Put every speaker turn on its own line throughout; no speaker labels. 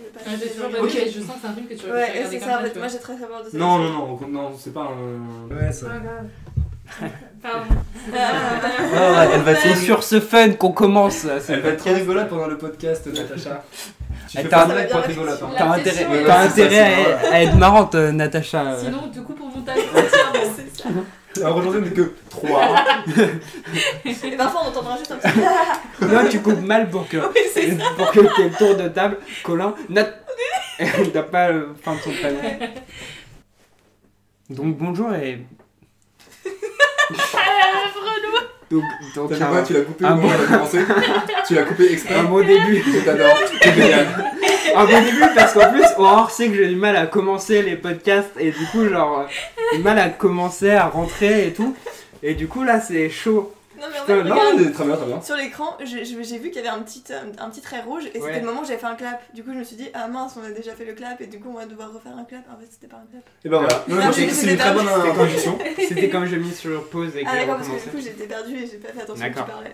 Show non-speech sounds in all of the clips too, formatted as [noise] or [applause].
Ok.
pas vu, mais Ah, je sens que c'est un film que tu aurais pu
Ouais,
regarder
c'est
comme
ça, en
ça.
fait.
tu
Moi,
vois.
j'ai très très peur de ça.
Non, non, non, au con- non, c'est pas un.
Ouais, ça.
Ah, grave.
[laughs]
Pardon.
[laughs] Ah.
Ah, elle va c'est sur ce fun qu'on commence. euh, ce
Elle va être trop
podcast.
rigolote pendant le podcast, [laughs] Natacha. Tu
Elle
fais
t'a-
pas
Ça
de
va
bien
blague pour être
réfléchir.
rigolote. hein.
T'as
La
intérêt,
question,
t'as
ouais, c'est
intérêt
ça, c'est
à, à être marrante, euh, Natacha.
[laughs]
euh.
Sinon, du coup, pour montage, c'est ça, bon.
C'est ça.
Alors Ah, aujourd'hui, on n'est que [laughs] 3.
Et parfois, on entendra juste un petit. Ah,
Non, Euh, tu coupes mal pour
[laughs]
que
oui, c'est ça.
pour que t'aies le tour de table. Colin, Nat. T'as pas le fin de son prénom. Donc bonjour et
Ah, relou.
donc, donc
T'as vu quoi
un,
Tu l'as coupé
Ah
au moment où
bon
on a commencé Tu l'as coupé exprès
un bon début.
Je t'adore, t'es génial.
Un bon début parce qu'en plus, Aurore sait que j'ai du mal à commencer les podcasts et du coup, genre, euh, j'ai du mal à commencer à rentrer et tout. Et du coup, là, c'est chaud.
Non, mais en
Putain,
fait,
[laughs] Non,
regarde.
mais très bien, très bien.
Sur l'écran, je- je- j'ai vu qu'il y avait un petit, euh, un petit trait rouge et c'était
Ouais.
le moment où j'avais fait un clap. Du coup, je me suis dit, ah mince, on a déjà fait le clap et du coup, on va devoir refaire un clap. En fait, c'était pas un clap.
Et ben voilà. Non,
Ah, j'ai-
mais c'est c'est une
c'était
très bonne
pas-
introduction.
C'était comme j'ai mis sur pause et que
Ah,
j'ai
d'accord, parce que
recommencé.
du coup, j'étais perdue et j'ai pas fait attention que tu
D'accord.
parlais.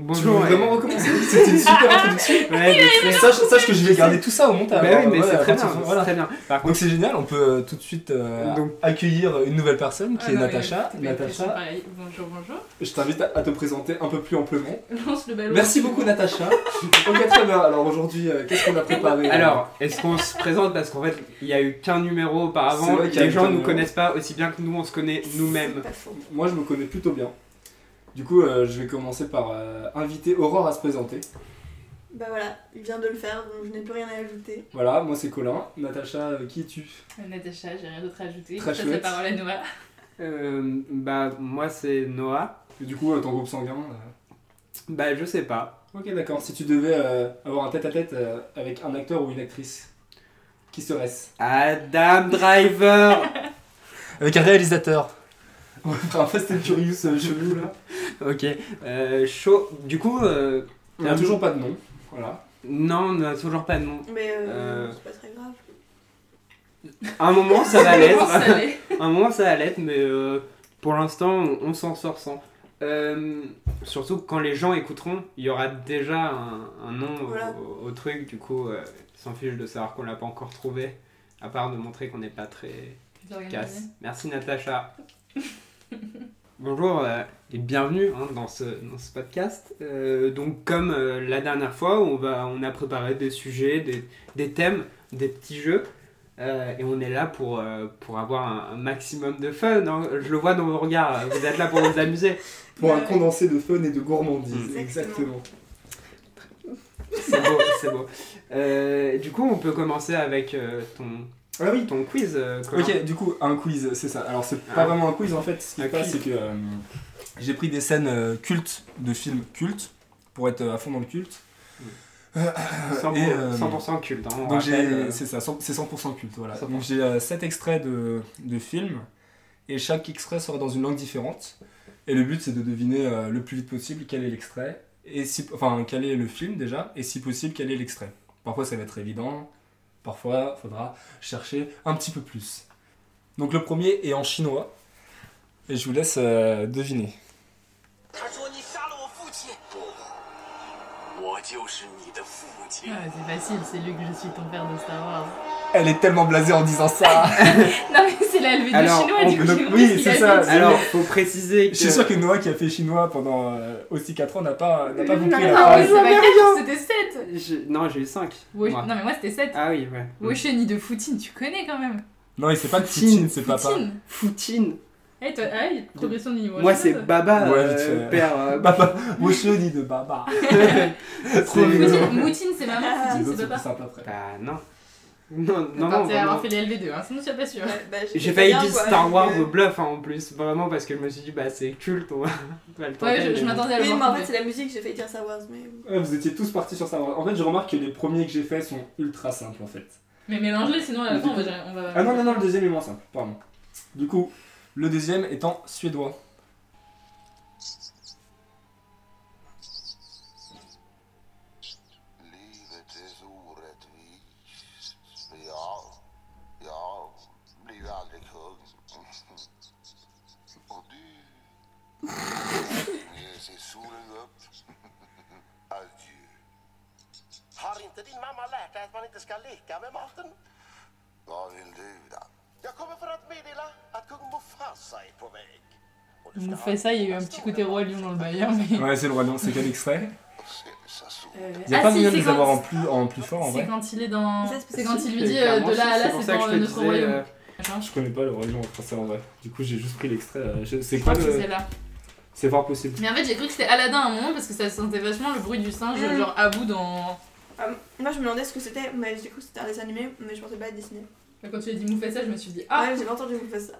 Tu veux
bonjour. et-
vraiment recommencer C'était une super introduction.
Ouais, je sais.
Sache, sache que je vais garder tout ça au montage.
Bah oui, mais
Voilà,
c'est très
à partir
bien.
de-
c'est
voilà.
très bien. Par contre,
Donc c'est génial, on peut euh, tout de suite euh,
Donc-
accueillir une nouvelle personne qui
Ah,
est
non, mais
Natacha.
t'es pas une question
Natacha,
pareille. Bonjour, bonjour. [laughs]
je t'invite à, à te présenter un peu plus amplement.
Lance le ballon.
Merci beaucoup Natacha. [laughs] ok très bien, alors aujourd'hui euh, qu'est-ce qu'on a préparé euh,
alors, est-ce qu'on se présente Parce qu'en fait, il n'y a eu qu'un numéro
C'est
auparavant.
vrai qu'il y a
Les
eu
gens
qu'un
nous
numéro.
connaissent pas aussi bien que nous, on se connaît nous-mêmes.
C'est pas faux.
Moi je me connais plutôt bien. Du coup euh, je vais commencer par euh, inviter Aurore à se présenter.
Bah voilà, il vient de le faire, donc je n'ai plus rien à ajouter.
Voilà, moi c'est Colin. Natacha, euh, qui es-tu
Natacha, j'ai rien d'autre à ajouter.
Très
Je passe la
chouette.
parole
[laughs]
à Noah.
Euh, bah, moi, c'est Noah.
Et Du coup euh, ton groupe sanguin euh,
Bah, je sais pas.
Ok d'accord, si tu devais euh, avoir un tête-à-tête euh, avec un acteur ou une actrice, qui serait-ce
Adam Driver [laughs]
Avec un réalisateur.
On va faire [laughs] un Fast and Furious euh, chelou là.
Ok, euh, chaud. Du coup, euh,
On a toujours pas de nom. Voilà.
non, on n'a toujours pas de nom.
Mais euh,
Euh.
c'est pas très grave.
À un moment,
[laughs]
ça va l'être.
Comment ça l'est
À un moment, ça va l'être, mais euh, pour l'instant, on, on s'en sort sans. Euh, surtout que quand les gens écouteront, il y aura déjà un, un nom au-
Voilà.
au, au truc. Du coup, euh, ils s'en fiche de savoir qu'on l'a pas encore trouvé. À part de montrer qu'on n'est pas très
J'ai rien
casse. Merci Natacha. Bonjour euh, et bienvenue hein, dans, ce, dans ce podcast. Euh, donc comme euh, la dernière fois, on, va, on a préparé des sujets, des, des thèmes, des petits jeux. Euh, et on est là pour, euh, pour avoir un, un maximum de fun. hein. Je le vois dans vos regards, euh, vous êtes là pour vous amuser.
Pour un
Ouais.
condensé de fun et de gourmandise.
Mm.
Exactement.
C'est beau, c'est beau. Euh, du coup, on peut commencer avec euh, ton,
Ah oui.
ton quiz. euh, Colin.
Ok, du coup, un quiz, c'est ça. Alors, c'est
Ah.
pas vraiment un quiz en fait. Ce qui
Un
se passe, c'est
quiz.
que euh, j'ai pris des scènes euh, cultes de films cultes pour être euh, à fond dans le culte.
Cent pour-
et, euh,
100% culte. hein, on
Donc, j'ai-
rappelle, euh,
c'est ça, cent- c'est 100% culte. Voilà.
100%.
Donc, j'ai 7 extraits de, de films et chaque extrait sera dans une langue différente. Et le but, c'est de deviner euh, le plus vite possible quel est l'extrait, et si, enfin, quel est le film déjà, et si possible, quel est l'extrait. Parfois, ça va être évident, parfois, faudra chercher un petit peu plus. Donc, le premier est en chinois, et je vous laisse euh, deviner.
他说你杀了我父亲。不，我就是你的父亲。
Ah, c'est facile, c'est Luc, je suis ton père de Star Wars.
[laughs]
Elle est tellement blasée en disant ça!
[laughs]
Non, mais c'est la levée du
Alors,
chinois,
on
du coup,
peut-
j'ai oublié
oui,
ce qu'il
c'est
a
ça.
dit.
Alors, faut préciser que.
Je suis sûr que Noah, qui a fait chinois pendant euh, aussi 4 ans, n'a pas, n'a pas
Non,
compris la
non, mais
phrase.
ça va dire que c'était 7
Je- Non, j'ai eu 5.
Non, mais moi, c'était 7.
Ah oui, ouais.
Wosheni de Foutine, tu connais quand même.
Non, et c'est pas
Poutine,
Poutine, c'est papa.
Foutine.
Foutine.
Eh, toi, ah oui, progression du niveau.
Moi,
Je
c'est
note.
Baba,
Ouais,
euh,
vite fait.
père. euh,
Baba, Wosho dit de Baba.
C'est-
Trop rigolo.
Poutine, Moutine, c'est maman,
Ah.
Les autres,
Foutine, Ah, c'est
c'est plus
papa.
simple après.
Bah, non. Non,
Non,
non, non.
non, avoir
vraiment.
fait les LV2, hein, sinon tu n'es pas sûr.
Ouais, bah,
J'ai
fait
failli
bien,
dire
quoi,
Star
donc,
Wars
euh,
au bluff hein, en plus, vraiment parce que je me suis dit bah c'est culte, on va, [laughs] on va le tenter.
Ouais, je, je
mais-
m'attendais à le
Oui, mais
voir.
en fait, c'est la musique, j'ai failli dire Star Wars, mais.
Ouais, vous étiez tous partis sur ça. En fait, je remarque que les premiers que j'ai faits sont ultra simples en fait.
Mais mélange-les, sinon à la fin, on va. on va-
Ah non, non, non, le deuxième est moins simple, pardon. Du coup, le deuxième est en suédois.
Livet är så orättvist. Jag, jag blir aldrig kung. Och du, [laughs] nu ser solen upp. Adjö. Har inte din mamma lärt dig att man inte ska leka med maten? Vad vill du då? Jag kommer för att meddela att kung Mufasa är på väg. Och du ska
Mufasa, il y a eu un petit côté roi lion dans le
[laughs]
bail, hein, mais...
Ouais, c'est le Roi Lion, c'est quel extrait
Euh,
Il n'y a
ah
pas
si,
moyen de
c'est
les
quand-
avoir en plus, en plus fort en
C'est
vrai.
quand il est dans...
Ça, c'est
C'est quand il lui
Et
dit euh,
clairement,
de là à là,
pour
c'est
ça que
pour
je te
notre
disais, euh,
royaume. Machin,
Je connais pas le Roi Lion en français en vrai. Du coup, j'ai juste pris l'extrait. euh, je- C'est
Je
quoi
crois que
le.
c'est là.
C'est fort possible.
Mais en fait, j'ai cru que c'était Aladdin à un moment parce que ça sentait vachement le bruit du singe,
Mm.
genre à bout dans.
Moi, je me demandais ce que c'était, mais j'ai cru que c'était un dessin animé, mais je pensais pas à Disney.
Mais quand tu as dit Mufasa, je me suis dit
Ah,
Ah
j'ai pas entendu qu'on fasse ça.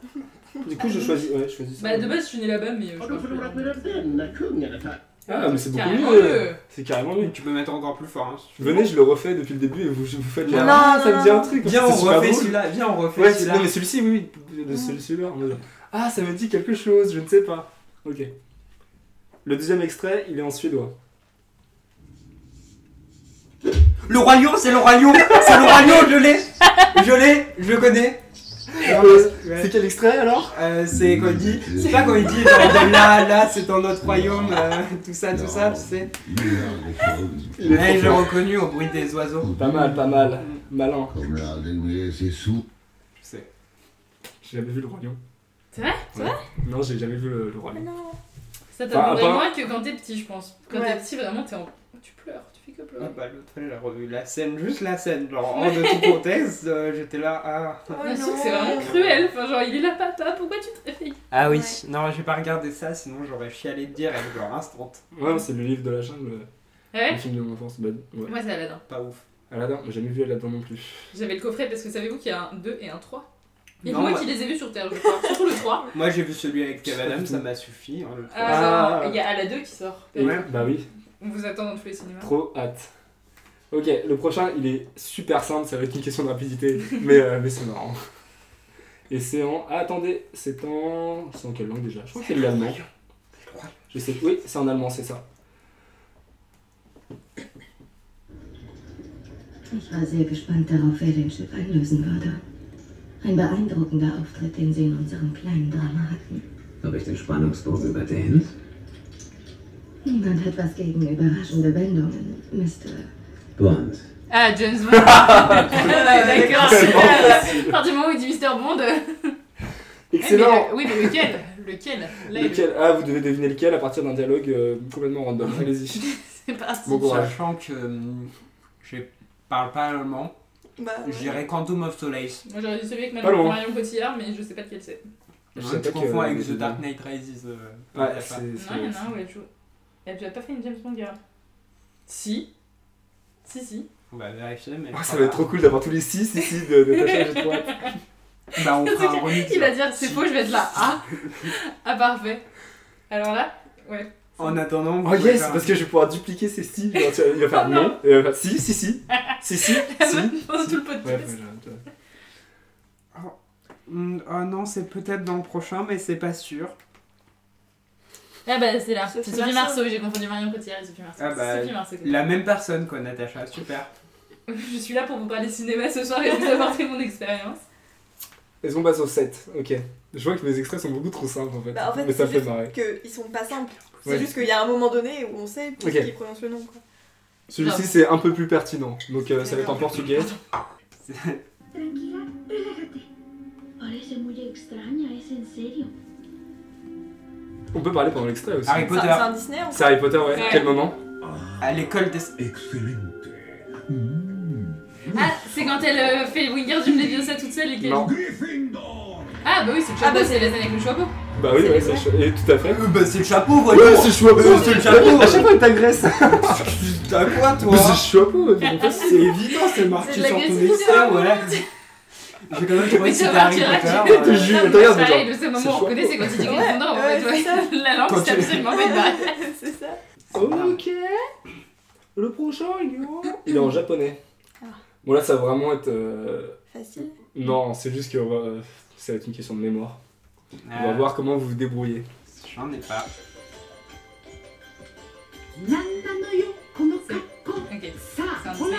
Du coup, je choisis, ouais, je choisis ça.
Bah, de base, je suis née là-bas, mais. euh,
Oh,
je
Har du
crois
förlorat
que-
dina vänner, kungen? är här.
Ah, mais c'est beaucoup
Carrément euh,
mieux.
mieux.
C'est carrément lui.
Tu peux mettre encore plus fort. hein, si tu veux.
Venez, je le refais depuis le début et vous, vous faites la.
Non,
Ah, ça
non,
me dit un
non.
truc.
Viens, on
c'était super
refait
drôle.
celui-là. Viens, on refait
Ouais,
celui-là.
non, mais celui-ci, oui, oui, de celui- celui-là. on est là. Ah, ça me dit quelque chose, je ne sais pas. Ok. Le deuxième extrait, il est en suédois.
Le roi lion, c'est le roi lion. c'est le roi lion, je l'ai. Je l'ai, je le connais.
C'est quel extrait alors
Euh, c'est quand il dit, c'est pas quand il dit genre, de là, là, c'est dans notre royaume, euh, tout ça, tout ça, tu sais.
Il est
Ouais,
trop
je l'ai
fort.
reconnu au bruit des oiseaux.
Pas mal, pas mal. Malin.
Kommer aldrig ner sig sop.
Je sais.
J'ai jamais vu le Roi Lion.
C'est vrai C'est vrai
Non, j'ai jamais vu le, le Roi Lion.
non.
Enfin,
Ça
à
t'attendrait
part-
moins que quand t'es petit, je pense. Quand
Ouais.
t'es petit, vraiment, t'es en. Tu pleures, tu fais que
Ah
pleurer.
bah l'autre elle a revu la scène, juste la scène, genre hors de tout contexte, euh, j'étais là, ah.
Oh,
Mais
non.
surtout que c'est vraiment cruel. Enfin, genre, il est là, papa, pourquoi tu te réveilles
Ah
oui.
Non, j'ai pas regardé ça, sinon j'aurais chialé de dire, elle genre instant.
Ouais, c'est le livre de la jungle,
Ah
le
Ouais
film de mon enfance. Bah, ouais.
Moi, c'est Aladdin.
Pas ouf.
Aladdin, j'ai jamais vu Aladdin non plus.
J'avais le coffret parce que savez-vous qu'il y a un 2 et un 3 Et
Non,
moi
moi-
qui les ai vus sur Terre, je crois. Surtout le
[laughs]
3.
Moi j'ai vu celui avec Kev Adams, ça m'a suffi. hein, le
Ah,
troisième.
non, il y a Aladdin qui sort.
Et- Bah oui,
On vous attend dans tous les cinémas.
trop hâte. Ok, le prochain, il est super simple, ça va être une question de rapidité, mais, euh, mais c'est marrant. Et c'est en. Ah, attendez, c'est en. C'est en quelle langue déjà Je crois que c'est de l'allemand. Je sais. Oui, c'est en allemand, c'est ça.
Ich war sehr gespannt darauf, wer den Chip einlösen würde. Ein beeindruckender Auftritt, den sie in unserem kleinen Drama hatten.
Habe ich den Spannungsbogen überdehnt?
Niemand hat was gegen überraschende Wendungen, Mr.
Blond.
Ah,
[laughs]
James Bond Ah, D'accord, super À partir du moment où il dit Mister Bond... euh,
Excellent
eh, mais le- Oui, mais lequel Lequel Là, il-
Lequel Ah, vous devez deviner lequel à partir d'un dialogue euh, complètement random. Allez-y.
[laughs] C'est parti.
Bon courage.
Sachant que hum, je parle pas allemand,
Bah, ouais.
je dirais Quantum of Solace.
Moi, j'aurais dit celui avec
Pas
Marion,
loin.
Marion Cotillard, mais je sais pas lequel c'est.
Je
Je
sais
tu
pas
confonds
que-
avec The Dark Knight Rises. euh, il y
Ouais,
a pas.
c'est.
Non, il y en a un où elle joue... Elle a pas fait une James Bond, girl. Si. Si, si.
On va vérifier, mais.
Oh, ça va être trop cool d'avoir tous les 6 ici de, de Tasha, j'ai trop hâte.
Bah,
[laughs]
on fera un remix.
Il va dire, c'est faux, je vais être là. [laughs] Ah Ah, parfait. Alors là [laughs] Ouais.
En attendant, vous
Oh
pouvez
yes,
faire-
parce que je vais pouvoir dupliquer ces si. [laughs] Genre, tu vois, Il va faire
Oh non.
non, et il va faire si,
[laughs]
si, si, si, si, si.
Pendant tout le
Ouais, ouais,
podcast.
j'ai-
Hum, Oh non, c'est peut-être dans le prochain, mais c'est pas sûr.
Ah bah, c'est là. C'est
Sophie
Sophie
Marceau.
Marceau, j'ai confondu Marion Cotillard et Sophie Marceau.
Ah bah,
Sophie Marceau.
La même personne quoi, Natacha, super.
[laughs] Je suis là pour vous parler cinéma ce soir et vous apporter mon expérience.
Est-ce qu'on passe au 7 Ok. Je vois que mes extraits sont beaucoup trop simples en fait.
Bah, en fait,
Mais
c'est
ça fait
juste
marrer.
que ils sont pas simples. C'est
Ouais.
juste qu'il y a un moment donné où on sait qui
Ok.
qui prononce le nom. Quoi.
Celui-ci c'est un peu plus pertinent. Donc euh, ça va être en portugais.
C'est-
Tranquila, relájate. Parece muy extraña, ¿es en serio?
On peut parler pendant l'extrait aussi.
Harry
C'est un-
Potter,
c'est un Disney en
C'est Harry Potter, ouais.
Ouais.
Quel moment
à l'école
Eh,
des.
Excellent.
Hmm.
Ah, c'est quand elle euh, fait le Wingardium Leviosa toute seule et qu'elle...
Non.
Gryffindor.
Ah bah oui, c'est le chapeau,
Ah bah,
c'est les années avec le chapeau.
Bah oui,
C'est
ouais,
les
c'est
vrais.
chou- et tout à fait.
Euh, bah, c'est le chapeau, voyons!
Ouais, c'est chapeau,
Euh, c'est le chapeau.
À chaque fois, elle t'agresse.
T'as quoi, toi?
Mais C'est chapeau, en fait, c'est évident.
Putain, c'est
C'est
marqué
de
sur Ah, ton
l'agressivité,
extrait,
vraiment.
ouais.
[laughs]
J'ai quand même trouvé
Mais
que c'était
ça va,
Harry
tu
Potter.
rates.
Je te
euh,
jure,
Non, mais
regarde,
c'est pareil,
genre,
le seul
c'est
moment où on
chaud.
reconnaît, c'est quand il dit Gryffondor, en
ouais,
fait, ouais. La langue,
Quand
c'est
tu-
absolument pas une barrière.
c'est ça.
Ok. Le prochain, il est en... Il est en japonais.
Ah.
Bon, là, ça va vraiment être. euh,
Facile.
Non, c'est juste que euh, ça va être une question de mémoire. On va
Euh,
voir comment vous vous débrouillez.
J'en ai pas.
[laughs] Ok, c'est un
Sa,
Disney.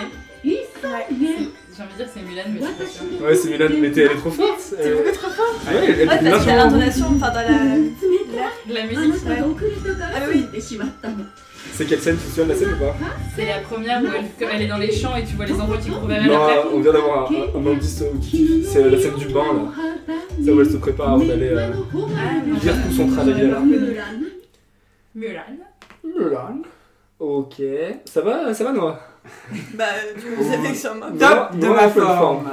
Ouais.
J'ai envie de dire c'est Mulan, mais je suis pas
[laughs]
sûre.
Ouais, c'est Milan, mais t'es- elle est trop forte.
C'est
Euh,
beaucoup trop fort.
Ah,
Ouais, elle, elle
Ouais,
est bien
parce que t'as
sur le
[laughs]
l'intonation, enfin t'as la, la derrière.
La musique,
あなたが送り人から過ぎてしまったの。
C'est quelle scène Tu te souviens de la scène ou pas
c'est la première où elle, comme elle est dans les champs et tu vois les enfants qui courent vers elle.
Non, euh,
après.
on vient d'avoir un, un, un indice au kiff. C'est la scène du bain là. C'est où elle se prépare avant d'aller euh, lire tout son travail là.
Mulan.
Mulan. Ok. Ça va, ça va Noah
Bah, tu vous savez que sur moi.
Moi,
Top de
moi,
ma
je peux le faire.
forme.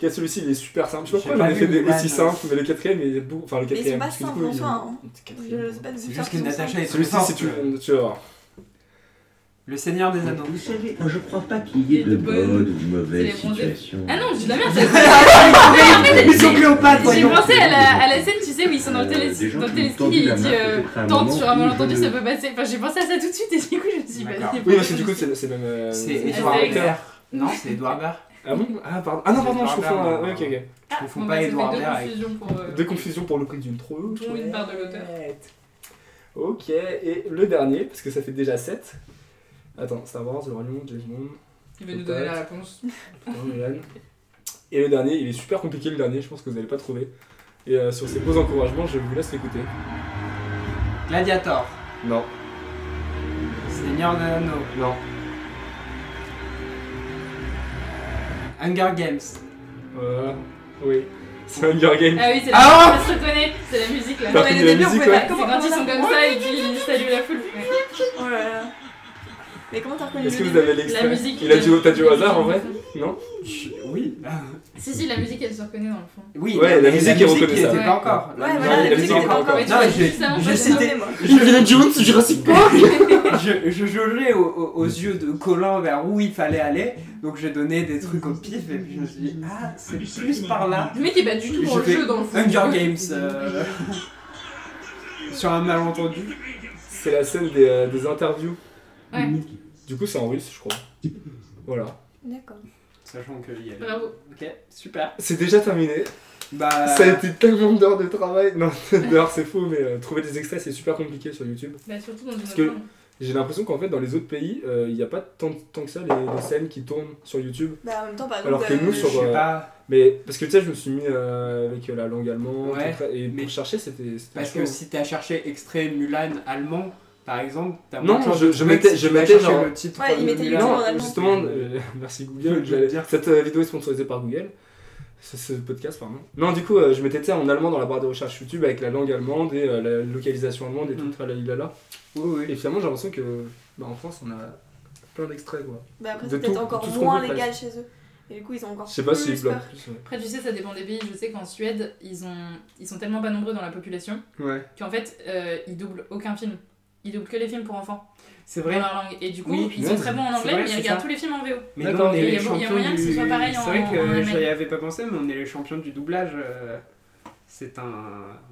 Ok, Celui-ci il est super simple. Je sais pas
J'ai
pourquoi j'en ai
pas
fait
vu
des
Mulan.
aussi simples, mais le quatrième il est beaucoup. Enfin, le
Mais ils sont
quatrième.
pas
parce que du
simples
coup,
en
il-
soi. hein.
le
Je
quatrième,
je sais pas
C'est juste que Natacha est très
Celui-ci, si
forte.
tu, tu vas voir.
Le Seigneur
Euh,
Ah,
des Anneaux.
Vous savez, je crois pas qu'il y ait de bonnes ou de mauvaises
C'est les bronzés.
situations.
Ah non, je dis de la merde. c'est-
Ils sont Cléopâtre,
J'ai
voyons.
pensé à la, à la scène, tu sais, où ils sont dans le,
Euh,
télé,
des gens
dans le
qui
téléski
ont tendu
et il
la
dit
main,
euh,
peut-être à un
tente
moment
sur un
où
malentendu,
je-
ça peut passer. Enfin, j'ai pensé à ça tout de suite et du coup, je me suis dit, bah,
D'accord.
c'est
Oui,
pas
parce que du coup, c'est c'est le même. euh,
C'est
même
Edouard
Astérix.
Baer. Non, c'est Edouard Baer.
Ah bon Ah, pardon. Ah non, pardon, je confonds. euh, ouais, ok, ok.
Ah,
Ils font
bon, bah,
pas
ça fait
Edouard
deux
Baer avec-
confusions pour. euh,
Deux confusions pour le prix d'une trop
Dont une part de l'auteur.
Ok, et le dernier, parce que ça fait déjà 7. Attends, Star Wars, le Roi Lion, James Bond,
Il va nous donner la réponse.
Putain, Mulan. Et le dernier, il est super compliqué le dernier, je pense que vous n'allez pas trouver. Et euh, sur ces beaux encouragements, je vous laisse l'écouter.
Gladiator.
Non,
Seigneur des Anneaux.
non,
Hunger Games.
voilà, oui. C'est Hunger Games.
Ah oui, c'est la
Ah
musique, on se reconnaît, c'est la musique là.
T'as
Ouais,
reconnu
au
la
début, on
musique,
pouvait
ouais.
pas. C'est quand ils sont comme ça et qu'ils saluent la foule. Ouais.
Oh là là. Mais comment t'as reconnu
Est-ce que
le
vous
début
avez
La
l'extrait
musique.
Il a dû, t'as dû au
la
hasard en vrai
musique,
Non
Oui.
Si, si, la musique elle se reconnaît dans le fond.
Oui,
Ouais, la
mais
musique est reconnaissable.
était pas encore.
Ouais,
Non,
voilà,
il
la
a
musique
dit
était pas
encore.
encore.
Mais tu
Non,
vois,
mais j'ai-
juste avant,
j'ai
moi,
cité-
j'ai-
[laughs]
Indiana Jones, Jurassic Park
je, je jaugeais au- au- aux yeux de Colin vers où il fallait aller, donc j'ai donné des trucs au pif et puis je me suis dit, ah, c'est plus par là.
Le mec est pas du tout dans
J'ai
le
fait
jeu dans le fond.
Hunger Games euh, sur un malentendu.
C'est la scène des, euh, des interviews.
Ouais.
Du coup, c'est en russe, je crois. Voilà.
D'accord.
Sachant que y a.
Bravo.
Ok, super.
C'est déjà terminé.
Bah,
Ça a été tellement d'heures de travail. Non, [laughs] d'heures, c'est faux, mais euh, trouver des extraits, c'est super compliqué sur YouTube.
Bah, surtout dans une
Parce
autre
que-
langue.
J'ai l'impression qu'en fait, dans les autres pays, euh, il n'y a pas tant, tant que ça les, les scènes qui tournent sur YouTube.
Bah, en même temps, par
Alors
exemple.
que nous,
je
sur- euh,
sais pas.
Mais parce que tu sais, je me suis mis euh, avec euh, la langue allemande
Ouais,
tout ça, et
mais-
pour chercher, c'était. c'était
Parce
chaud.
que si t'as cherché extrait Mulan allemand, par exemple, t'as
Non,
moins de chances
je-
de
je
trouver que
mettais-
si
je
tu vas
mettais
chercher
genre-
le titre.
Ouais, il
de
mettait
Mulan.
YouTube en
Non,
allemand.
justement, euh, [laughs] merci
Je
Google.
veux
j'allais-
dire.
Cette euh, vidéo est sponsorisée par Google. Ce, ce podcast, pardon. Non, du coup, euh, je mettais tu sais, en allemand dans la barre de recherche YouTube avec la langue allemande et euh, la localisation allemande et tout,
Mm.
tralalilala.
Oui,
Et
oui.
finalement, j'ai l'impression que bah, en France, on a plein d'extraits, quoi.
Bah, après,
de
c'est peut-être
tout-
encore
tout ce qu'on
moins
veut,
légal chez eux. Et du coup, ils ont encore.
Je sais pas
plus
s'ils
peur.
bloquent plus. euh, ouais.
Après, tu sais, ça dépend des pays. Je sais qu'en Suède, ils, ont... ils sont tellement pas nombreux dans la population
Ouais.
qu'en fait, euh, ils doublent aucun film. Ils doublent que les films pour enfants
C'est
dans
vrai.
leur langue. Et du coup,
Oui,
ils sont
ouais,
très bons en
c'est
anglais,
vrai,
mais ils
c'est
regardent
ça.
tous les films en VO.
Mais
D'accord,
non, on est
mais
les
il y a- il y a
champions
moyen que ce
du-
soit pareil
C'est vrai
en-
que
en Allemagne.
je n'y avais pas pensé, mais on est les champions du doublage. euh, C'est un...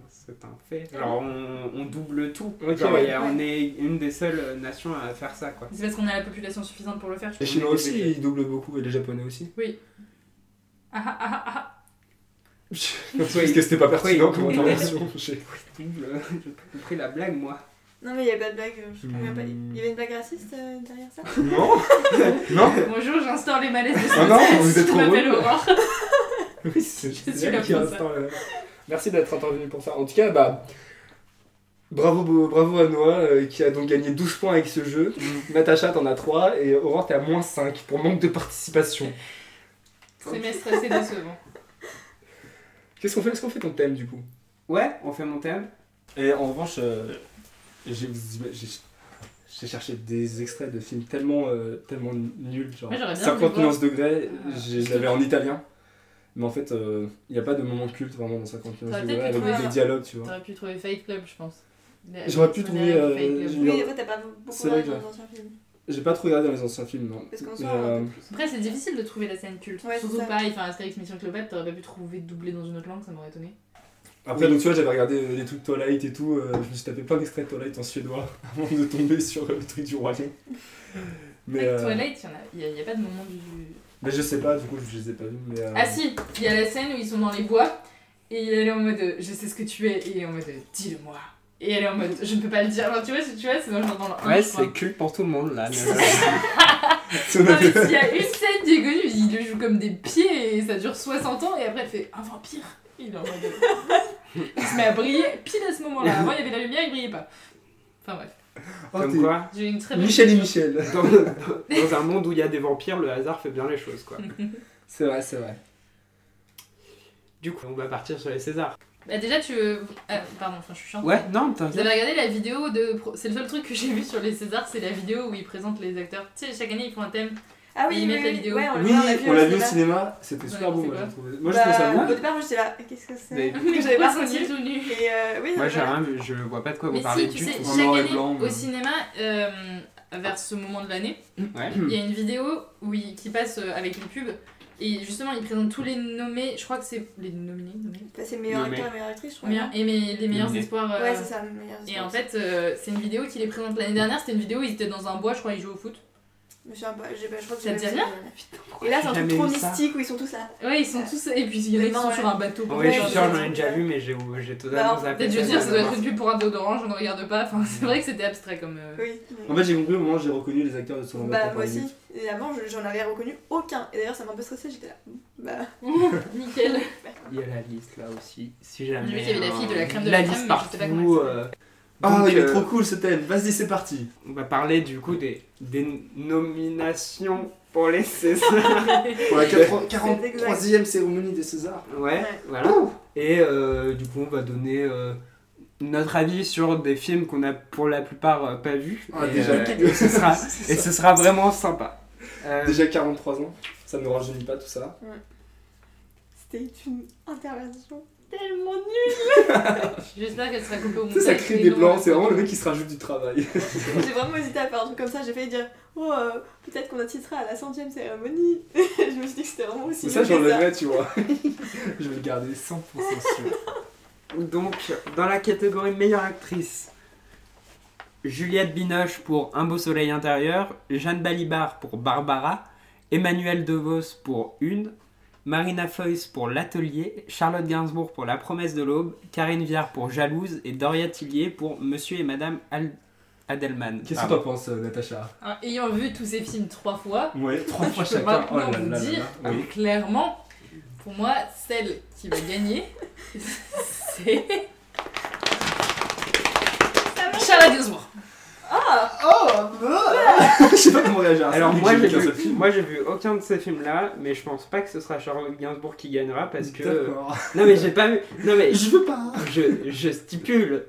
C'est un fait. Alors, on, on double tout.
Ok,
Genre,
ouais.
il y a- On est une des seules euh, nations à faire ça, quoi.
C'est parce qu'on a la population suffisante pour le faire. je
Les
pense.
Chinois aussi, ils doublent beaucoup, et les Japonais aussi.
Ah, ah, ah, ah,
[laughs] Parce que c'était pas pertinent
oui,
comme
oui.
intervention. je sais.
Double. [laughs] J'ai pas compris la blague, moi.
Non, mais il y avait pas de blague. euh, Je comprends même pas.
Hmm.
Il y avait une blague raciste euh, derrière ça
Non [laughs] Non
ah. Bonjour, j'instaure les malaises de ce
Ah non,
podcast.
vous êtes
[laughs] Je
trop
m'appelle
drôle.
Aurore.
Oui, c'est c'est
suis
elle
là
qui
pour
a
ça.
instant, euh, Merci d'être intervenu pour ça. En tout cas, bah. Bravo, bravo à Noah euh, qui a donc gagné 12 points avec ce jeu. Natacha, t'en as 3 et Aurore, t'es à moins 5 pour manque de participation.
Semestre assez décevant.
Qu'est-ce qu'on fait Est-ce qu'on fait ton thème du coup
Ouais, on fait mon thème.
Et en revanche, euh, j'ai j'ai- j'ai cherché des extraits de films tellement, euh, tellement nuls, genre
Ouais, j'aurais bien
50
voulu
nuances degrés,
Ah.
j'ai- je l'avais en italien. Mais en fait, il n'y a pas de moment culte vraiment dans 50 nuances
T'aurais
degrés
peut-être pu
avec
trouver
des
un-
dialogues, tu vois.
T'aurais pu trouver Fight Club, je pense. La-
J'aurais pu
le
trouver,
modèle de
euh,
Fight Club.
Oui, des fois, t'as pas beaucoup
C'est vrai
regardé
que-
dans les anciens films.
J'ai pas trop regardé dans les anciens films, non.
Parce qu'en
Mais,
soi,
euh,
on
Après, c'est difficile de trouver la scène culte.
Ouais, c'est
Surtout
ça.
pas, enfin, Astérix Mission Cléopâtre, t'aurais pas pu trouver doublé dans une autre langue, ça m'aurait étonné.
Après, donc tu vois, j'avais regardé euh, les trucs Twilight et tout, euh, je me suis tapé plein d'extraits de Twilight en suédois [laughs] avant de tomber sur euh, le truc du roi Lion. Mais,
Avec
euh,
Twilight, il n'y a, pas de moment du.
mais je sais pas, du coup, je les ai pas vus. Mais, euh, [laughs]
Ah si, il y a la scène où ils sont dans les bois et il est en mode euh, je sais ce que tu es, et il est en mode euh, dis-le-moi. Et elle est en mode je ne peux pas le dire. Alors tu vois, c'est- tu vois, c'est dans le genre dans le un,
Ouais,
je crois.
c'est cul pour tout le monde, là.
si on
Non, mais
avait-
s'il y a une scène du Gonu, il le joue comme des pieds et ça dure 60 ans et après elle fait un vampire. Il est en mode [laughs] il se met à briller pile à ce moment-là. Avant, il y avait la lumière, il brillait pas. Enfin bref,
Oh,
[laughs] Comme
t'es-
quoi,
j'ai une très bonne.
Michel et Michel. [laughs]
dans, dans un monde où il y a des vampires, le hasard fait bien les choses, quoi.
C'est vrai, c'est vrai.
Du coup, on va partir sur les Césars.
Bah, déjà, tu veux. ah, pardon, enfin, je suis chiante.
Ouais, non, t'inquiète.
Vous avez regardé la vidéo de. pro- C'est le seul truc que j'ai vu sur les Césars, c'est la vidéo où ils présentent les acteurs. Tu sais, chaque année, ils font un thème.
Ah oui,
Ils
oui,
mettent la
oui,
vidéo.
ouais, on
Oui,
l'a vu,
on l'a vu au
là.
cinéma, c'était
Ouais,
super beau.
c'est
Moi,
quoi
j'ai trouvé- moi, je
Bah,
trouve ça
Au
bien.
départ, moi, j'étais là, qu'est-ce que c'est [laughs]
[laughs]
Mais-
Que j'avais pas
Pourquoi
reconnu.
sont-ils tout nus
Et euh, oui,
Moi,
voilà.
j'ai rien vu, je vois pas de quoi
Mais
vous parlez
si, tu
du
sais,
tout.
en
chaque
noir et
année,
blanc, mais-
au cinéma, euh, vers ce moment de l'année,
Ouais.
il y a une vidéo où il- qui passe euh, avec une pub. Et justement, ils présentent tous les nommés, je crois que c'est les nominés, nommés,
Bah, c'est meilleur
Non, mais-
acteur et meilleure actrice, je crois.
Bien, et mes- les meilleurs
Nominés.
espoirs. euh,
Ouais, c'est ça, meilleur
et en fait, euh, c'est une vidéo qui les présente l'année dernière. C'était une vidéo où ils étaient dans un bois, je crois, ils jouaient au foot.
Mais je sais pas, j'ai pas- je crois que
Ça
j'ai
te
pas
dit
vu
rien
ça. Et là, c'est un
J'ai
truc
jamais
trop
vu ça.
mystique où ils sont tous là.
Ouais, ils sont tous. Et puis il y en a
Mais
qui
non,
sont
ouais.
sur un bateau.
Ah Ouais, je
Ouais,
suis sûr,
je-
j'en ai déjà vu, mais j'ai j'ai totalement
Bah,
zappé.
Peut-être je veux
ça.
dire, ça doit être une pub pour un déodorant, j'en regardais pas. Enfin, c'est vrai que c'était abstrait comme. euh,
Oui.
En fait, j'ai compris au moment où j'ai reconnu les acteurs de son
Bah, moi aussi. Et avant, je- j'en avais reconnu aucun. Et d'ailleurs, ça m'a un peu stressé, j'étais là. Bah,
Nickel.
Il y a la liste là aussi, si
J'ai vu
jamais.
qu'il y avait la
hein.
fille de la crème de la crème,
liste
mais je sais pas comment
partout,
elle s'appelle.
euh,
Ah,
donc,
il est
euh,
trop cool ce thème. Vas-y, c'est [laughs] parti.
On va parler du coup des, des nominations pour
[laughs]
les Césars.
Pour la
quatre-
43e cérémonie des Césars.
ouais, voilà. Et euh, du coup, on va donner euh, notre avis sur des films qu'on a pour la plupart euh, pas vus.
Ah,
et,
déjà.
euh, et ce
[laughs]
sera, et ce sera vraiment sympa. Euh,
Déjà 43 ans, ça ne nous rajeunit pas tout ça.
c'était une intervention.
Tellement nul J'espère qu'elle sera coupée au
Tu
montage.
sais, ça crée
Mm, mais
des
non,
blancs,
elle-
c'est vraiment le mec qui se rajoute du travail. [laughs]
J'ai vraiment hésité à faire un truc comme ça, j'ai failli dire Oh, euh, peut-être qu'on attitera à la centième cérémonie. [laughs] je me suis dit que c'était vraiment aussi.
Mais ça,
nul que
j'enlèverais, tu vois. Je vais le garder 100% sûr.
Donc, dans la catégorie meilleure actrice, Juliette Binoche pour Un beau soleil intérieur, Jeanne Balibar pour Barbara, Emmanuel DeVos pour Une, Marina Foïs pour L'Atelier, Charlotte Gainsbourg pour La promesse de l'aube, Karine Viard pour Jalouse et Doria Tillier pour Monsieur et Madame Al- Adelman.
Qu'est-ce que
Pardon.
t'en penses, euh, Natacha
Hein, Ayant vu tous ces films trois fois,
Ouais, trois fois
je peux
chacun. Oh
maintenant vous dire
Oui.
clairement, pour moi, celle qui va
[laughs]
gagner, c'est. Charlotte Gainsbourg.
Je sais pas comment réagir à ça.
Alors
vu que
moi j'ai
vu qu'un
vu,
seul film.
moi j'ai vu aucun de ces films là, mais je pense pas que ce sera Charlotte Gainsbourg qui gagnera parce que
D'accord.
non mais j'ai pas vu, non
[laughs]
mais
Je veux pas.
je, je stipule,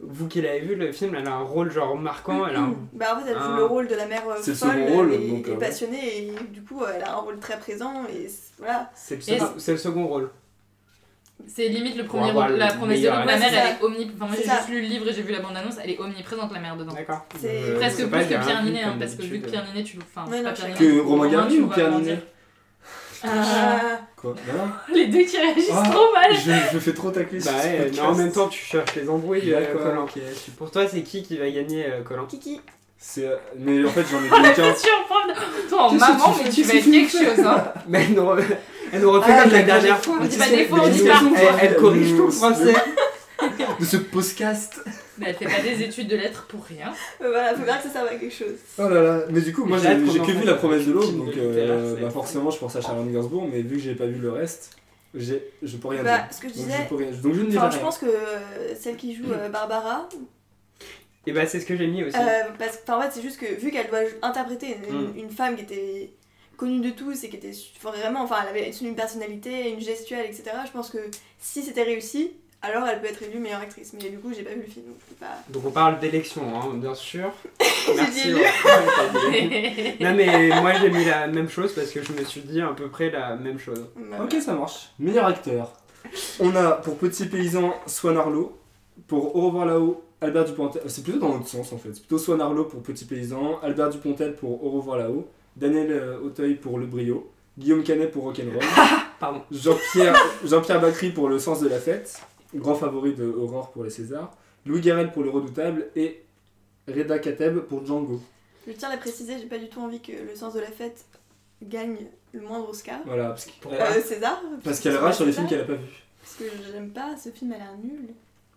vous qui l'avez vu, le film, elle a un rôle genre marquant, elle a un...
Bah en fait elle joue
Ah.
le rôle de la mère euh,
C'est le
folle
second rôle,
et,
donc,
et
euh,
passionnée et du coup euh, elle a un rôle très présent et c- voilà.
c'est le,
Et
second- c'est le second rôle.
C'est limite le
Pour
premier
avoir
rôle. La
le
promesse de
meilleur
l'aube, la
acteur.
mère, elle est omniprésente. Enfin, moi,
C'est
j'ai
ça.
juste lu le livre et j'ai vu la bande-annonce, elle est omniprésente, la mère, dedans.
D'accord.
C'est-
Je-
Presque
je sais
plus
Euh,
que
pas, il y a un
Pierre
film
Ninet,
comme
hein, parce que vu que
d'habitude.
Pierre Ninet, tu l'ouvres. Enfin,
Ouais,
pas
non,
Pierre
chacun.
Ninet,
Que
tu
Romain Gary
tu
ou
vas
Pierre
pas
Ninet
dire. Ah,
Ah.
Quoi Non
Les deux qui réagissent
Ah.
trop mal
je, je fais trop tacler sur
Bah
ce
ouais,
podcast.
non, en même temps, tu cherches les embrouilles, euh,
D'accord,
Colin.
ok, je suis-
Pour toi, c'est qui qui va gagner,
[laughs]
euh, Colin
Kiki.
C'est, euh, mais en fait, j'en ai
Ah, Oh,
vu aucun.
Tu en prends- Toi, en
Qu'est-ce que
maman,
tu
mais
fais
tu vas être
Qu'est-ce que
quelque chose, hein
Mais elle nous, re- [laughs] elle nous refait
Ah,
comme la
d'accord,
dernière
j'ai-
fois.
On dit pas
Tu sais,
des fois, on
elle-
dit
elle-
pas.
Elle, elle corrige tout le français.
[laughs] De ce podcast.
Mais elle fait pas des études de lettres pour rien.
[laughs]
Euh, voilà, faut bien que ça serve à quelque chose.
Oh là là, mais du coup, moi
J'ai hâte
j'ai
qu'on
j'ai
en
que vu
fasse
la
un
promesse de
film
l'aube, donc
de
euh,
littéraire, ça va
bah
être
forcément je pense à Charlotte Gainsbourg, mais vu que j'ai pas vu le reste, j'ai- je peux rien
Bah
dire.
ce que je
Donc je,
disais,
peux rien- donc je ne dirai
enfin je
rien.
pense que euh, celle qui joue euh, Barbara,
Et bah, c'est ce que j'ai mis aussi.
euh, parce que en fait c'est juste que vu qu'elle doit interpréter une,
Mm.
une femme qui était connue de tous et qui était su- enfin, vraiment, enfin elle avait une personnalité, une gestuelle, etc. Je pense que si c'était réussi, alors elle peut être élue meilleure actrice. Mais du coup j'ai pas vu le film, donc je peux pas.
Donc, on parle d'élection, hein, bien sûr.
dit
Merci. hein.
lui.
[laughs] ouais. Ouais, t'as dit.
[laughs] Moi,
Non, mais moi, j'ai mis la même chose parce que je me suis dit à peu près la même chose.
Bah,
Ok, ça marche. Meilleur acteur. On a pour Petit Paysan Swan Arlo, pour Au revoir là-haut Albert Dupontel. C'est plutôt dans l'autre sens en fait. C'est plutôt Swan Arlo pour Petit Paysan, Albert Dupontel pour Au revoir là-haut, Daniel euh, Auteuil pour Le Brio, Guillaume Canet pour Rock'n'Roll,
[laughs] Pardon.
Jean-Pierre Jean Bacry pour Le Sens de la Fête, grand favori de Aurore pour les Césars, Louis Garrel pour Le Redoutable et Reda Kateb pour Django.
Je tiens à la préciser, j'ai pas du tout envie que le sens de la fête gagne le moindre Oscar.
Voilà, parce que-
Pourquoi
Euh, César
parce qu'elle rage sur les films qu'elle a pas vus.
Parce que j'aime pas, ce film a l'air nul.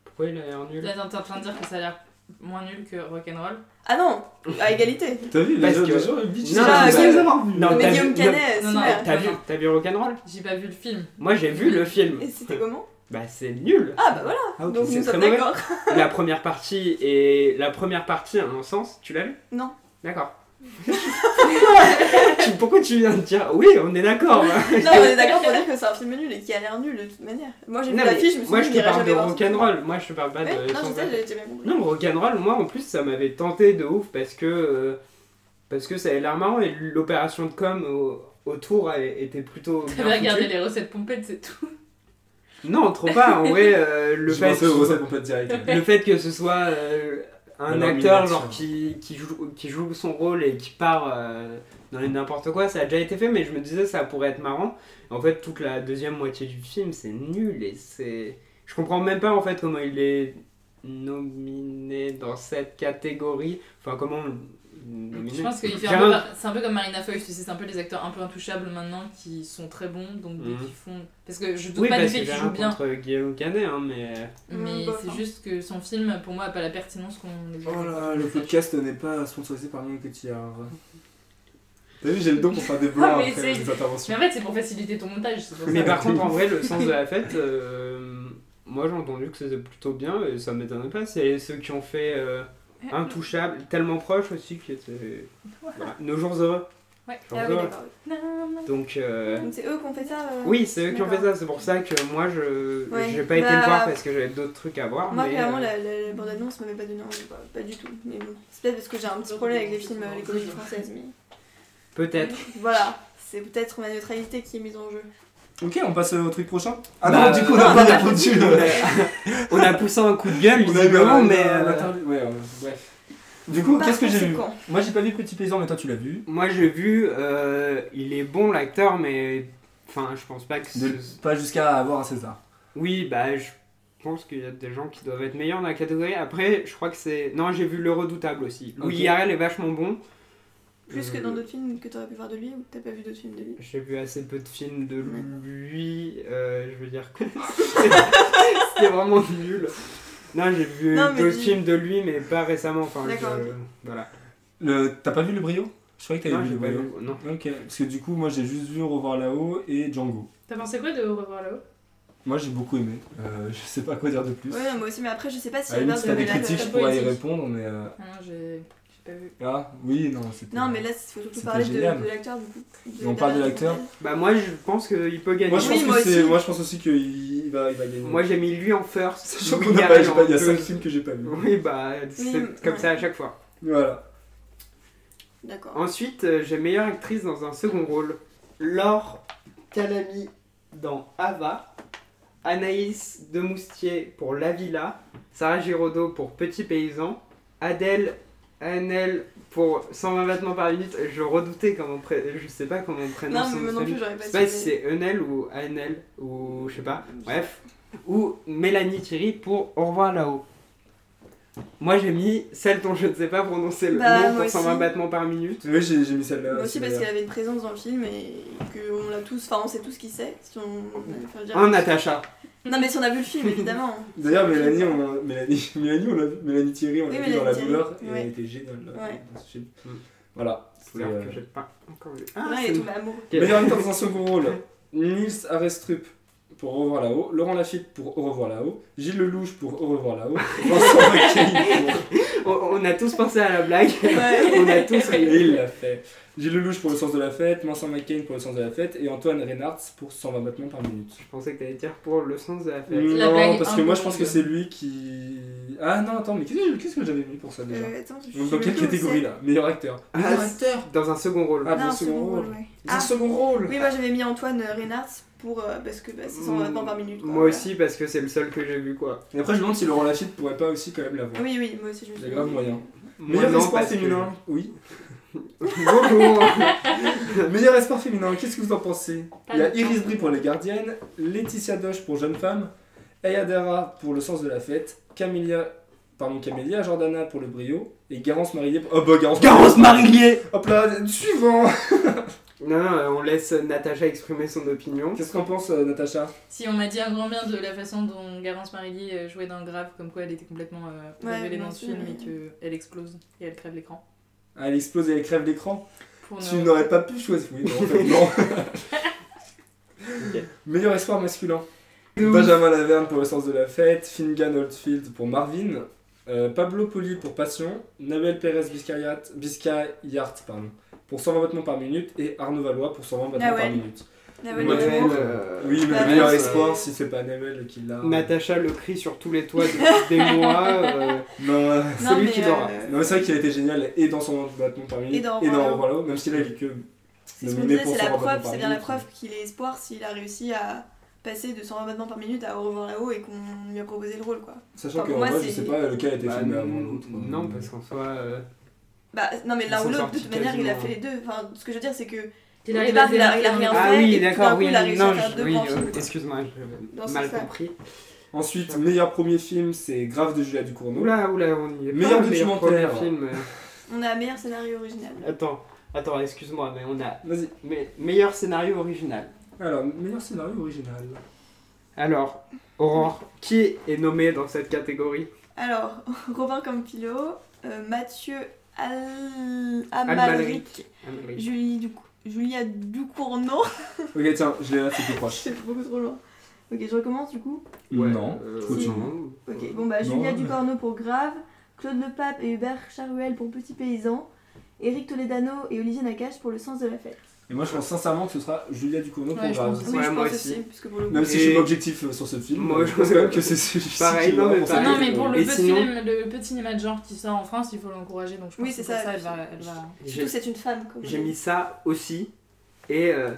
Pourquoi il a l'air nul
t'es en train de dire que ça a l'air moins nul que rock'n'roll.
Ah non À égalité
T'as vu,
Parce
les gens,
que-
les gens, ils disent,
Non,
ils
non,
doivent
non,
les avoir vus.
non,
Mais
t'as
Guillaume
vu-
Canet,
non,
super
non.
T'as vu, t'as vu Rock'n'Roll
J'ai pas vu le film.
Moi j'ai vu le film.
Et c'était comment
Bah c'est nul.
Ah bah voilà,
Ah, ok,
donc
c'est
nous
très
sommes
mauvais.
d'accord.
La première partie et la première partie a un sens. Tu l'as vu
Non. [laughs]
D'accord. Tu- Pourquoi tu viens de dire oui on est d'accord là.
Non, on est d'accord pour dire que c'est un film nul et qui a l'air nul de toute manière. Moi
[laughs]
j'ai vu
Non, mais
l'affiche, je me suis
moi
dit
je te
n'irai
parle de
jamais voir ce film.
rock'n'roll, moi je te parle pas
Ouais,
de.
non, je
sans-
sais, j'ai- j'ai bien compris.
Non, mais rock'n'roll, moi en plus ça m'avait tenté de ouf parce que, euh, parce que ça avait l'air marrant et l'opération de com au- autour a- était plutôt. bien
T'avais regardé
foutue.
les recettes pompettes, c'est tout.
Non, trop pas, en vrai, euh, le,
J'ai
fait,
pensé aux recettes pour pas direct.
[laughs] le fait que ce soit euh, un
Alors,
acteur
miniature.
genre, qui, qui, joue, qui joue son rôle et qui part euh, dans les n'importe quoi, ça a déjà été fait, mais je me disais ça pourrait être marrant. En fait, toute la deuxième moitié du film, c'est nul et c'est. Je comprends même pas en fait comment il est nominé dans cette catégorie. Enfin, comment. on- Nominé.
Je pense que
J'ai un-
c'est un peu comme Marina Foïs, tu sais, c'est un peu les acteurs un peu intouchables maintenant qui sont très bons, donc dès
Mhm.
qu'ils font. Parce que je doute
Oui,
pas du
parce
fait
que
qu'ils
j'ai
jouent
rien
bien,
contre Guillaume Canet, hein, mais.
mais
Mm, bah,
c'est
enfin.
juste que son film, pour moi, a pas la pertinence qu'on.
Oh là, le podcast n'est pas sponsorisé par Lyon Cotillard. T'as vu, j'ai le don pour faire des blancs
Ah, mais
après
c'est-
les interventions.
Mais en fait, c'est pour faciliter ton montage, c'est pour
Mais
ça.
par contre, en vrai, le sens de la fête, euh, moi j'ai entendu que c'était plutôt bien et ça m'étonne pas. C'est ceux qui ont fait euh, Intouchable, tellement proche aussi que c'est. Voilà. Nos jours heureux.
Ouais.
Nos
Ah
jours
oui,
heureux.
d'accord. oui.
Donc. euh,
Donc c'est eux qui ont fait ça euh,
Oui, c'est eux qui ont fait
D'accord.
ça, c'est pour ça que moi je
Ouais.
j'ai pas été le
Bah,
voir parce que j'avais d'autres trucs à voir.
Moi,
mais,
clairement,
euh,
la, la, la bande-annonce m'avait pas donné envie, quoi. pas du tout. Mais bon, c'est peut-être parce que j'ai un petit problème avec les films, euh, les comédies françaises, mais
Peut-être.
voilà, c'est peut-être ma neutralité qui est mise en jeu.
Ok, on passe au truc prochain. Ah
Bah,
non, du coup, on
non,
a
on
pas
a pas
répondu.
On a- On a poussé un coup de gueule,
[laughs] On a eu
visiblement,
un-
mais.
un-
euh,
attendez, ouais, euh, bref. Du coup,
Par
qu'est-ce que j'ai vu
conséquent,
Moi, j'ai pas vu Petit Paysan, mais toi, tu l'as vu.
Moi j'ai vu, euh, il est bon l'acteur, mais. Enfin, je pense pas que.
De-
ce-
Pas jusqu'à avoir un César.
Oui, bah je pense qu'il y a des gens qui doivent être meilleurs dans la catégorie. Après, je crois que c'est. Non, j'ai vu Le Redoutable aussi. Louis
Ok.
Garrel est vachement bon.
Plus que
Euh,
dans d'autres films que t'aurais pu voir de lui ou que t'as pas vu d'autres films de lui.
J'ai vu assez peu de films de lui. euh, je veux dire que [laughs] c'était vraiment nul. Non, j'ai vu
Non, mais
d'autres
dis-
films de lui, mais pas récemment. Enfin, je-
D'accord, ok.
voilà.
Le... T'as pas vu le brio Je croyais que t'avais
Non,
vu
j'ai
le
pas
brio.
vu. Non.
Ok, parce que du coup, moi j'ai juste vu Au revoir là-haut et Django.
T'as pensé quoi de revoir là-haut
Moi j'ai beaucoup aimé, Euh, je sais pas quoi dire de plus.
Ouais, non, moi aussi, mais après, je sais pas si
à la limite,
Albert
si t'as des
Duhamel a-
critiques, je
très
pourrais y
poétique.
répondre, mais. euh,
Ah non, j'ai j'ai pas vu.
Ah, oui, non, c'était.
Non, mais là, il faut surtout
C'était
parler de,
génial.
de l'acteur, du coup. De
On parle de
Bernard
l'acteur.
Duhamel.
Bah, moi, je pense qu'il peut gagner.
Moi je
Oui,
pense,
moi
que c'est-
aussi.
moi, je pense aussi qu'il il va, il va gagner.
Moi, j'ai mis lui en first.
Sachant
Louis
qu'on a pas,
Garrel
j'ai pas- il y a
en
5
deux.
films que j'ai pas vu.
Oui, bah, c'est
mais-
comme
ouais.
ça à chaque fois.
Voilà. Ah,
D'accord.
Ensuite, euh, j'ai meilleure actrice dans un second rôle. Laure Calamy dans Ava, Anaïs Demoustier pour La Villa, Sarah Giraudot pour Petit Paysan, Adèle Hanel pour 120 battements par minute. Je redoutais comment pré... je sais pas comment on
Non,
prénonce
mais
son
moi non
famille.
plus, j'aurais pas
Je sais pas
su,
si
mais-
c'est Enel ou Anel ou je sais pas. Bref. Ou Mélanie Thierry pour Au revoir là-haut. Moi j'ai mis celle dont je ne sais pas prononcer le
Bah,
nom
moi
pour 120
aussi.
battements par minute.
Oui, j'ai j'ai mis celle-là.
Moi aussi,
euh, c'est-
parce qu'elle avait une présence dans le film et qu'on l'a tous, enfin, on sait tous qui c'est. Si on... enfin, je veux dire-
Un Natacha.
Non, mais si on a vu le film, évidemment.
D'ailleurs, Mélanie, on l'a- Mélanie, [laughs] Mélanie, on l'a vu. Mélanie Thierry, on l'a
Oui,
vu
Mélanie
dans La
Thierry,
douleur et
ouais.
elle était géniale là,
Ouais.
dans ce film. Voilà. C'est,
Couleur
euh,
que j'ai pas encore vu.
Ah, il est tombé amoureux.
[laughs]
Ok.
Meilleur acteur dans un second rôle Nils Arestrup pour Au revoir là-haut, Laurent Lafitte pour Au revoir là-haut, Gilles Lelouch pour Au
[laughs]
revoir là-haut, Vincent Maccaï
On, on a tous pensé à la blague.
Ouais.
[laughs] on a tous
pour.
ri.
Et il l'a fait. Gilles Lelouch pour le sens de la fête, Vincent McCain pour le sens de la fête et Antoine Reynards pour 120 battements par minute.
Je pensais que t'allais dire pour le sens de la fête.
Mm.
La
Euh, non,
blague
parce
est
que moi
immonde.
je pense que c'est lui qui. Ah non, attends, mais qu'est-ce que, qu'est-ce que j'avais mis pour ça déjà
Euh, attends, je
Donc,
sais
Dans quelle
même plus où
catégorie là Meilleur acteur.
Ah, Dans un second rôle.
Ah,
c'est.
dans
Non,
le second rôle.
ouais.
Dans un
Ah.
second rôle
Oui, moi j'avais mis Antoine Reynards pour, euh, parce que bah, c'est
Mmh.
120 par minute. quoi,
Mm. Moi
voilà.
aussi parce que c'est le seul que j'ai vu quoi.
Et après je me demande si Laurent Lafitte pourrait pas aussi quand même l'avoir.
Ah Oui, oui, moi aussi je me
Il
suis
y a grave
dit. euh,
moyen.
Moi,
Meilleur
non,
espoir
parce que-
féminin Oui.
[laughs] Bonjour.
[laughs] Meilleur espoir féminin, qu'est-ce que vous en pensez Il y a
Pardon.
Iris Brie pour Les Gardiennes, Laetitia Doche pour Jeune Femme, Ayadara pour Le Sens de la Fête, Camélia, pardon, Camélia Jordana pour Le Brio, et Garance Marillier pour... Oh bah Garance
Garance Marillier
Hop là, suivant
non, non, euh, on laisse Natacha exprimer son opinion.
Qu'est-ce qu'on pense, euh, Natacha
Si on m'a dit un grand bien de la façon dont Garance Marelli euh, jouait dans Grave, comme quoi elle était complètement euh,
Ouais,
révélée
bien
dans ce
sûr,
film
mais-
et qu'elle explose et elle crève l'écran.
Ah, Elle explose et elle crève l'écran.
Pour
Tu
ne-
n'aurais
[laughs]
pas pu choisir. Oui, non, en fait, non. Meilleur espoir masculin. Benjamin Laverne pour Le Sens de la Fête, Finnegan Oldfield pour Marvin, euh, Pablo Poli pour Passion, Nabel Pérez Biscayat, Biscayart pardon, pour 120 battements par minute et Arnaud Valois pour 120 battements par
Nawel.
minute.
Nawel
Moi,
Dufour.
Nawel,
Euh,
Oui, mais
Bah,
le meilleur
c'est-
espoir, si c'est pas Nabel qui l'a.
Natacha le crie sur tous les toits depuis des mois. euh,
Non, euh,
c'est
Non,
lui
mais,
qui l'aura.
euh,
non, mais c'est vrai qu'il a été génial et dans son battement par minute
Et dans
dans
Envoi.
Envoi, même si là il est que.
C'est ce qu'on
nominé
disait,
pour
c'est la
120
preuve,
battements par
c'est bien la
minute.
preuve qu'il est espoir s'il a réussi à passer de 120 battements par minute à Au revoir là-haut et qu'on lui a proposé le rôle quoi.
Sachant
Enfin,
que
pour
moi,
moi,
je
c'est-
sais pas lequel a été
Bah,
filmé avant l'autre. hein.
non, parce qu'en euh, soit
Bah non mais
Ils
l'un ou
sont
l'autre, de
sortis
toute manière il a fait les
quasiment. hein.
deux. Enfin, ce que je veux dire c'est que
Il
Au
arrive
départ,
à
Eh ben, il a- il a
faire
rien
un-
fait.
Ah
et
oui,
tout d'un
d'accord,
coup,
oui,
il a réussi
non,
à faire
je-
deux
oui,
grands
euh,
films.
excuse-moi,
Non,
j'ai
c'est
mal
ça.
compris.
Ensuite, meilleur premier film, c'est Grave de Julia Ducournau.
Oula, oula, on y est.
Meilleur
pas,
documentaire.
premier film.
on a un meilleur scénario original.
euh, Attends, attends, excuse-moi, mais on a
Vas-y.
mais, meilleur scénario original.
Alors, meilleur scénario original.
Alors, Aurore, qui est nommé dans cette catégorie
Alors, [laughs] Robin Campillo, euh, Mathieu Al... Amalric,
Amalric. Amalric.
Julie Duc- Julia Ducournau.
Ok, tiens, je l'ai là, c'est plus
[laughs]
proche.
C'est beaucoup trop loin. Ok, je recommence du coup.
Ouais,
non,
euh,
continue.
non. Euh,
Ok, bon bah
Non,
Julia
mais-
Ducorneau pour Grave, Claude Le Pape et Hubert Charuel pour Petit Paysan, Éric Toledano et Olivier Nakache pour Le Sens de la Fête.
Et moi, je pense sincèrement que ce sera Julia Ducournau
Ouais,
pour
je
Grave.
pense
Ouais, moi aussi.
parce que pour le
Même si je suis
Et-
pas objectif euh, sur ce film,
Moi,
euh, je pense
je-
quand même que c'est celui-ci.
Pareil,
qui
non,
va
mais
pour sa
pareil.
Non,
catégorie.
mais pour le
Et
peu, de
sinon-
cinéma- le peu de cinéma de genre qui sort en France, il faut l'encourager. Donc je pense
Oui,
que
c'est
pour
ça,
ça, elle
je-
va. Elle va...
[laughs]
J'ai-
Surtout c'est une femme. Comme
J'ai
on dit.
mis ça aussi. Et euh,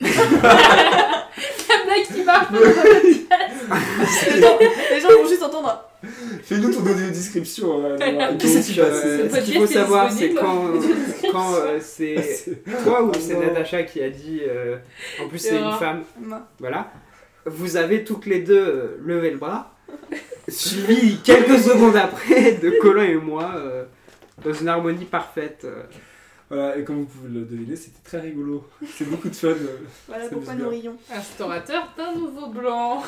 La blague qui
[laughs]
marche
[laughs] les, gens, les gens vont juste entendre.
Fais-nous ton audio description.
[laughs]
euh, voilà.
donc,
Qu'est-ce qui se passe
euh,
Le
ce qu'il faut
podcast est
savoir, c'est
disponible.
quand, quand euh, c'est toi ou c'est
Non.
Natacha qui a dit. euh, en plus, c'est une
Erreur.
femme.
Moi.
Voilà. Vous avez toutes les deux euh, levé le bras, suivi quelques secondes après de Colin et moi euh, dans une harmonie parfaite. euh.
Voilà, et comme vous pouvez le deviner, c'était très rigolo. C'est beaucoup de fun. euh.
Voilà
Ça
pourquoi
me dit
nous
bien.
rions.
Instaurateur d'un nouveau blanc.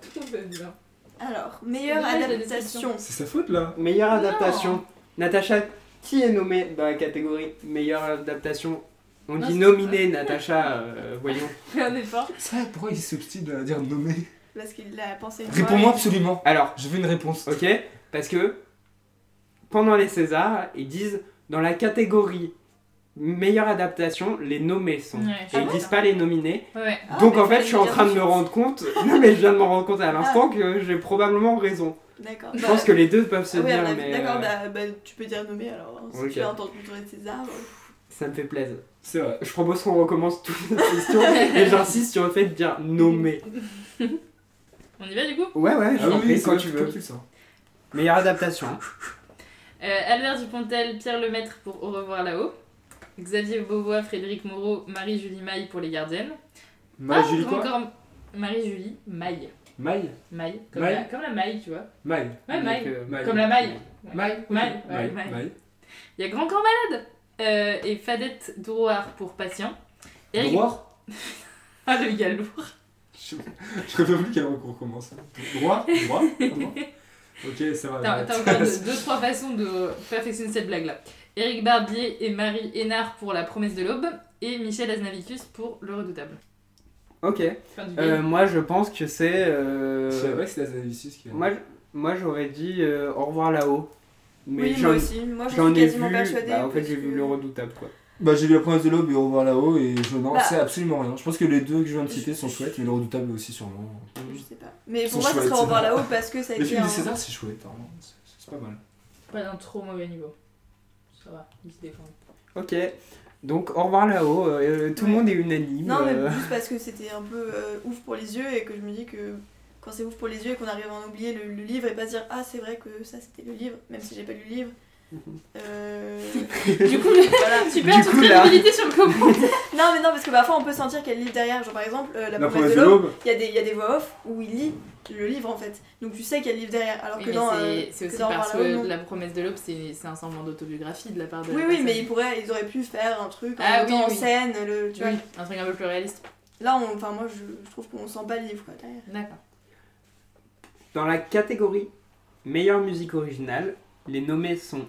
[laughs] Tout va bien.
Alors, meilleure
dommage, la
adaptation.
C'est sa faute là.
Meilleure adaptation. Natacha, qui est nommée dans la catégorie meilleure adaptation On
Non,
dit
c'est-
nominée, Natacha, euh, voyons.
Fais un effort.
Ça, pourquoi il s'obstine à dire nommé
Parce qu'il a pensé une fois.
Réponds-moi absolument.
Alors,
Je veux une réponse.
Ok Parce que pendant les Césars, ils disent dans la catégorie meilleure adaptation, les nommés sont.
Ouais,
Et
je
ils
vois.
disent pas les nominés.
Ouais.
Ah,
Donc
mais
en fait,
fallait
je suis en
dire Ah.
train de
tout
me
suite.
rendre compte. [laughs] Non, mais je viens de me rendre compte à l'instant que j'ai probablement raison.
D'accord.
Je pense que les deux peuvent se
Bah, Ah oui,
dire,
alors,
mais.
d'accord, bah,
euh,
bah, tu peux dire nommé alors. hein, Si
Ok.
tu as entendu tourner de César. euh.
Ça me fait plaisir.
C'est vrai.
Je propose qu'on recommence toutes les [laughs] questions et j'insiste sur le fait de dire nommé.
On y va du coup
Ouais, ouais, je
Ah
t'en
oui,
prie,
c'est
quand tu veux.
tranquille, ça.
Ah,
Meilleure adaptation.
Euh, Albert Dupontel, Pierre Lemaître pour Au revoir là-haut. Xavier Beauvois, Frédéric Moreau, Marie-Julie Maille pour Les Gardiennes.
Maille,
Ah,
Julie quoi
encore Marie-Julie Maille.
Maille
Maille. Comme,
Maille.
La, comme la maille, tu vois.
Maille.
Ouais,
Donc,
Maille.
euh,
Maille.
Comme la maille.
Maille.
Maille, ouais,
Maille.
Maille.
Maille.
Il y a Grand Corps Malade. Euh, et Fadette Drouard pour Patient. Eric-
Droit
Ah, le gars lourd.
Je je préfère plus qu'elle recours commence. Droit Droit Droit Ok,
Ah,
ça va.
T'as
arrête. [laughs]
t'as
[laughs]
encore deux, deux, trois façons de perfectionner cette blague-là. Éric Barbier et Marie Hénard pour La promesse de l'aube. Et Michel Aznavicus pour Le redoutable.
Ok.
Fin du
Euh,
game.
moi, je pense que c'est. euh,
Je savais pas que c'était Azanavicius qui a.
Moi, je- moi j'aurais dit euh, au revoir là-haut. Mais
Oui,
j'en,
moi aussi. Moi, j'en
j'en
suis
ai
quasiment
vu.
persuadée.
bah, en fait,
parce
j'ai vu
que-
le redoutable quoi.
Bah j'ai lu la promesse de l'aube et au revoir là-haut et je n'en
Bah.
sais absolument rien. Je pense que les deux que je viens de citer sont chouettes mais le redoutable aussi sûrement.
Je sais pas. Mais
Ils
pour
sont
moi, ça
chouettes,
serait au
c'est
revoir
vrai.
là-haut parce que ça a
Les
été
films
un.
du César c'est chouette, hein. C'est- c'est pas mal.
Pas d'un trop mauvais niveau. Ça va, il se défend.
Ok. Donc au revoir là-haut. euh, tout le
Ouais.
monde est unanime.
Non, mais
euh,
juste parce que c'était un peu euh, ouf pour les yeux et que je me dis que quand c'est ouf pour les yeux et qu'on arrive à en oublier le, le livre et pas se dire Ah, c'est vrai que ça c'était le livre, même si j'ai pas lu le livre.
Mhm.
Euh, [laughs]
Du coup, le-
voilà.
super
Du
tu
coup,
crées
là.
l'humilité sur le commentaire.
Non, mais non, parce que parfois on peut sentir qu'il y a le livre derrière. Genre par exemple, euh, La,
La
promesse de l'aube,
l'aube
il y, a des- il y a des voix off où il lit le livre en fait. Donc tu sais qu'il y a le livre derrière. Alors
Oui,
que
mais
dans. euh,
c'est- c'est
que
aussi
dans
parce
Warlow, non.
que La promesse de l'aube, c'est c'est un semblant d'autobiographie de la part de. la
Oui, oui,
personne.
mais ils, pourraient, ils auraient pu faire un truc en,
Ah
mettant
oui,
en
oui.
scène. Le, tu vois.
Oui, un truc un peu plus réaliste.
Là, on, enfin, moi, je, je trouve qu'on sent pas le livre quoi, derrière.
D'accord.
Dans la catégorie meilleure musique originale, les nommés sont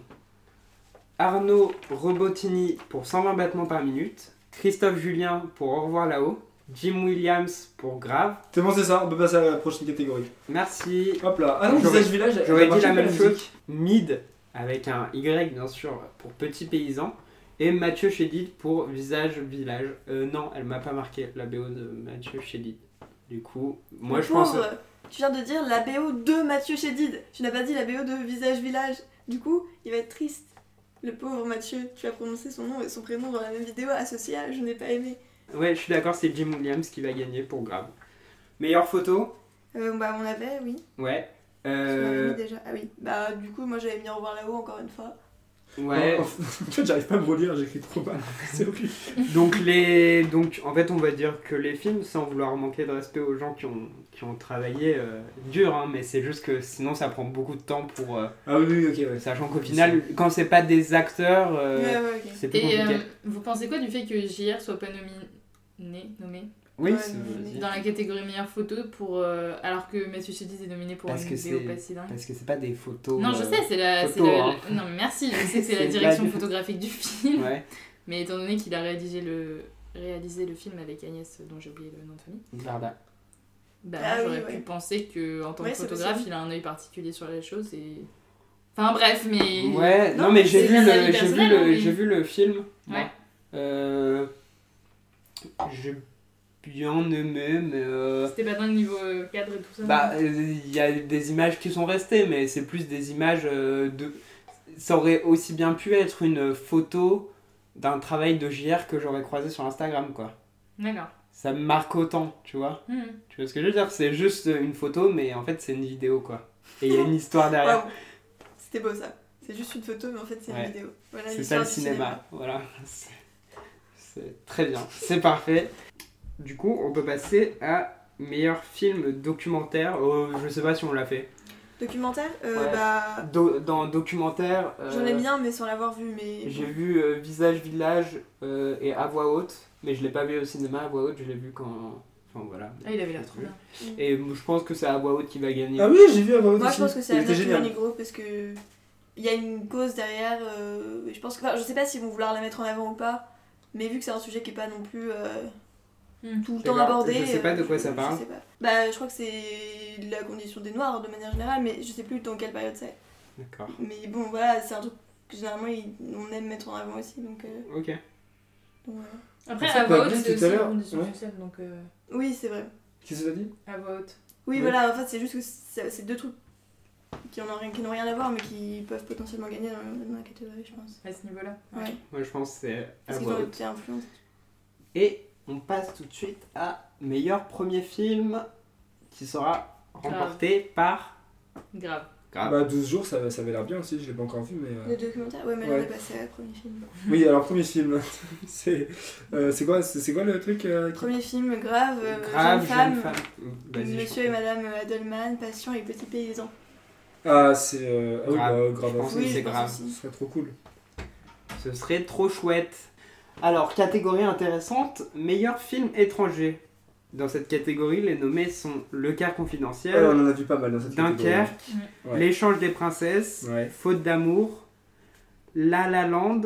Arnaud Robotini pour 120 battements par minute, Christophe Julien pour Au revoir là-haut, Jim Williams pour Grave.
C'est bon, c'est ça, on peut passer à la prochaine catégorie.
Merci.
Hop là. Ah non,
J'aurais-
Visage Village. elle
J'aurais
marche
dit la
pas,
même
musique.
chose. Mid avec un Y bien sûr pour Petit Paysan. Et Mathieu Chédid pour Visage Village. Euh, non, elle m'a pas marqué la BO de Mathieu Chédid. Du coup, moi je pense.
Pauvre, euh, Tu viens de dire la BO de Mathieu Chédid. Tu n'as pas dit la BO de Visage Village. Du coup, il va être triste. Le pauvre Mathieu, tu as prononcé son nom et son prénom dans la même vidéo Ah, associée à Je n'ai pas aimé.
Ouais, je suis d'accord, c'est Jim Williams qui va gagner pour Grave. Meilleure photo
Euh, bah, on l'avait, oui.
Ouais.
Tu l'avais
Euh,
mis déjà. Ah oui. Bah, du coup, moi j'avais mis au revoir là-haut encore une fois.
[laughs]
ouais.
Oh, oh, en fait, j'arrive pas à me relire, j'écris trop mal. [laughs] C'est horrible.
Donc les donc en fait on va dire que les films sans vouloir manquer de respect aux gens qui ont qui ont travaillé euh, dur hein, mais c'est juste que sinon ça prend beaucoup de temps pour euh,
Ah oui, oui, ok, ouais.
sachant qu'au final quand c'est pas des acteurs euh,
ouais, ouais, ok.
c'est plus
Et
compliqué.
euh, vous pensez quoi du fait que JR soit pas nominé nommé
oui,
ouais,
c'est-
mais-
vas-y.
dans la catégorie meilleure photo pour euh, alors que Mathieu Chédid est nominé pour
Parce
une
que
vidéo
c'est-
pas si dingue.
parce que c'est pas des photos
Non, je
euh,
sais, c'est la, c'est
photo,
la-
hein.
non mais merci, je
[laughs]
sais que c'est
C'est
la
une
direction
blague.
photographique du film.
ouais
Mais étant donné qu'il a rédigé le réalisé le film avec Agnès, dont j'ai oublié le nom de famille,
Varda.
bah
Ah oui,
j'aurais
ouais.
pu penser que en tant
Ouais,
que
c'est
photographe,
possible.
il a un œil particulier sur les choses et. Enfin bref, mais.
ouais non,
Non,
mais
c'est
j'ai vu
des avis
le j'ai vu
personnels, hein,
le
mais-
j'ai vu le film moi.
Ouais.
Euh, j'ai bien aimé mais euh,
C'était pas dingue niveau euh, cadre et tout ça.
Bah, euh, il y a des images qui sont restées, mais c'est plus des images euh, de. Ça aurait aussi bien pu être une photo d'un travail de JR que j'aurais croisé sur Instagram, quoi.
D'accord.
Ça me marque autant, tu vois.
Mhm.
Tu vois ce que je veux dire C'est juste une photo, mais en fait, c'est une vidéo, quoi. Et il y a une histoire derrière.
Waouh. C'était beau ça. C'est juste une photo, mais en fait c'est
Ouais.
une vidéo. Voilà
c'est
l'histoire
ça le
du
cinéma. Voilà. C'est- C'est très bien. C'est parfait. Du coup, on peut passer à meilleur film documentaire. Euh, je sais pas si on l'a fait.
Documentaire Euh,
Ouais.
Bah,
Do- dans documentaire.
j'en ai
euh,
bien, mais sans l'avoir vu. Mais
J'ai vu euh, Visage Village euh, et à voix haute, mais je l'ai pas vu au cinéma à voix haute, je l'ai vu quand. Enfin voilà.
Ah, il avait l'air trop bien.
Et moi, je pense que c'est à voix haute qui va gagner.
Ah oui, j'ai vu avant
Moi, je pense que c'est
C'était
Anna
génial.
Manigro parce que il y a une cause derrière. euh, et je pense que, enfin, je sais pas s'ils vont vouloir la mettre en avant ou pas, mais vu que c'est un sujet qui est pas non plus euh,
Hmm.
tout le
D'accord.
temps abordé. euh,
Je sais pas de quoi ça
je
parle.
sais pas. Bah, je crois que c'est la condition des Noirs de manière générale, mais je sais plus dans quelle période c'est.
D'accord.
Mais bon, voilà, c'est un truc que généralement ils- on aime mettre en avant aussi, donc. euh,
Ok.
donc voilà.
Après,
En fait,
à voix
t'as
haute,
dit
c'est
tout
aussi
à
une
l'heure,
condition
ouais.
sociale, donc euh,
Oui, c'est vrai.
Qu'est-ce que t'as dit
à voix haute.
Oui,
Oui.
voilà, en fait, c'est juste que c'est c'est deux trucs qui n'ont rien, qui n'ont rien à voir, mais qui peuvent potentiellement gagner dans, dans la catégorie, je pense.
À ce niveau-là.
Ouais.
Moi je pense que c'est à
Ah,
Parce qu'ils
bah,
voix
ont
haute.
été influencés.
Et on passe tout de suite à meilleur premier film qui sera remporté par.
Grave.
Ah.
Bah, 12 jours, ça, ça avait l'air bien aussi, je l'ai pas encore vu, mais. euh,
Le documentaire Ouais, mais là,
Ouais.
on est passé au premier film.
Oui, alors, premier film. [laughs] c'est euh, c'est quoi, c'est c'est quoi le truc euh, qui-
Premier film, Grave, euh,
Grave,
Jeune Femme,
Vas-y, je
Monsieur et Madame euh, Adelman, Passion et Petit Paysan.
Ah, c'est. euh, ah oui,
Grave.
bah, grave.
Je
à
pense
fond.
que c'est
je pense
Grave.
aussi.
Ce serait trop cool.
Ce serait trop chouette. Alors, catégorie intéressante, meilleur film étranger. Dans cette catégorie, les nommés sont Le Quart confidentiel,
Alors, on en a vu pas mal dans cette catégorie.
Dunkerque,
Ouais.
L'échange des princesses,
Ouais.
Faute d'amour, La La Land,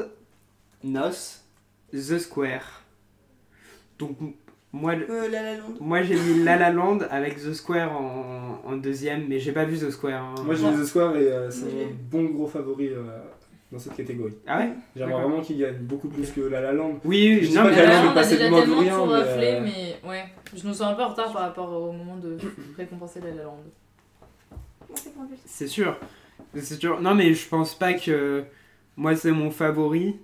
Noce, The Square. Donc, m- moi, le-
Euh, La La Land.
moi j'ai mis La La Land avec The Square en, en deuxième, mais j'ai pas vu The Square. hein.
Moi, j'ai vu The Square et euh, c'est
Oui.
mon bon gros favori euh, dans cette catégorie.
Ah ouais
J'aimerais
D'accord.
vraiment qu'il gagne beaucoup plus que La La Land.
Oui, oui,
Je dis
non,
pas
mais
qu'elle
là-
a-
Bah, Là,
je
on a
passais
déjà
devant de
tellement
rien,
tout
mais, euh,
raflé, mais ouais, je nous sens un peu en retard par rapport au moment
[laughs]
de récompenser la La Land.
Ouais, c'est Grave.
C'est sûr. C'est sûr. Non, mais je pense pas que. Moi, c'est mon favori.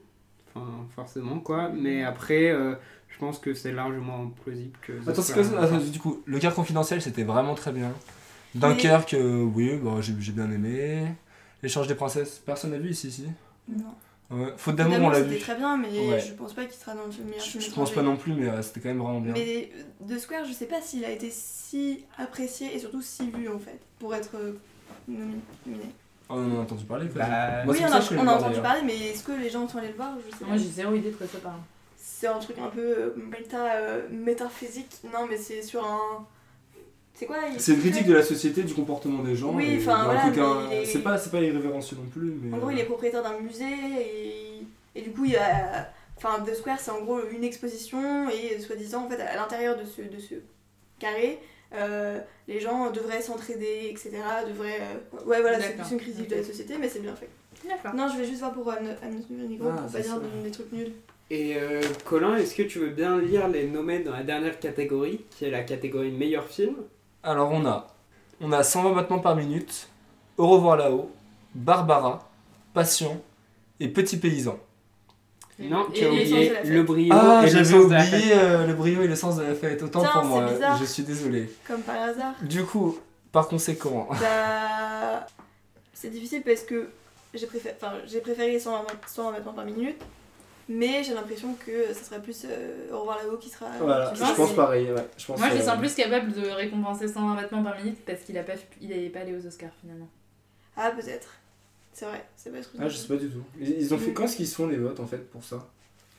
Enfin, forcément, quoi. Mais après, euh, je pense que c'est largement plausible que. The
Attends, c'est
Square- hein.
quoi ça
Attends, Ah, du coup, le quart confidentiel, c'était vraiment très bien. Dunkerque, euh, oui, bah, j'ai j'ai bien aimé. L'échange des princesses, personne n'a vu ici, si.
Non.
Ouais. Faute
Faute
d'amour, on l'a
c'était
vu.
très bien, mais
Ouais.
je pense pas qu'il sera dans le meilleur
Je
film
je pense
étranger.
pas non plus, mais euh, c'était quand même vraiment bien.
Mais de Square, je sais pas s'il a été si apprécié et surtout si vu en fait, pour être euh, nomi- nominé.
Oh, on en a entendu parler, quoi.
Bah,
Moi,
oui,
c'est
on
pour ça
a,
que je suis allé le
on a
voir,
entendu
d'ailleurs.
parler, mais est-ce que les gens sont allés le voir Je sais
Moi,
pas.
j'ai zéro idée de quoi ça parle.
C'est un truc un peu euh, méta, euh, métaphysique. Non, mais c'est sur un. C'est quoi il-
C'est une critique de la société, du comportement des gens.
Oui,
et
enfin,
d'un
voilà,
côté,
mais
un-
il est-
C'est pas, c'est pas irrévérencieux non plus, mais. euh.
En gros, il est propriétaire d'un musée et, et du coup, il y a Enfin, The Square, c'est en gros une exposition et soi-disant, en fait, à l'intérieur de ce, de ce carré, euh, les gens devraient s'entraider, etc. Devraient. euh, Ouais, voilà, c'est
D'accord.
plus une critique de la société, mais c'est bien fait.
D'accord.
Non, je vais juste voir pour euh, Am- Amnesty Negro
Ah,
pour
ça,
pas dire
c'est vrai.
des trucs nuls.
Et euh, Colin, est-ce que tu veux bien lire les nommés dans la dernière catégorie, qui est la catégorie meilleur film
Alors on a, on a 120 battements par minute, Au revoir là-haut, Barbara, Patient et Petit Paysan.
Non,
Et-
tu as
et les sens
oublié
de la fête.
le brio
Ah,
et le
j'avais
sens de la fête.
oublié euh, le brio et le sens de la fête, autant
Tiens,
pour
c'est
moi,
bizarre.
je suis désolé.
Comme par hasard. [laughs]
Du coup, par conséquent,
Bah, c'est difficile parce que j'ai préféré, enfin, j'ai préféré 120 120 battements par minute, mais j'ai l'impression que ça serait plus euh, Au revoir là-haut qui sera.
je
voilà,
qui
pense
sera-
pense
pareil, ouais. Je pense
Moi, je
euh,
les sens plus capable de récompenser 120 battements par minute parce qu'il a pas, il est pas allé aux Oscars finalement.
Ah, peut-être. C'est vrai, c'est pas
Ah, je sais pas du tout. Ils, ils ont fait
Mm.
quand est-ce qu'ils sont les votes en fait pour ça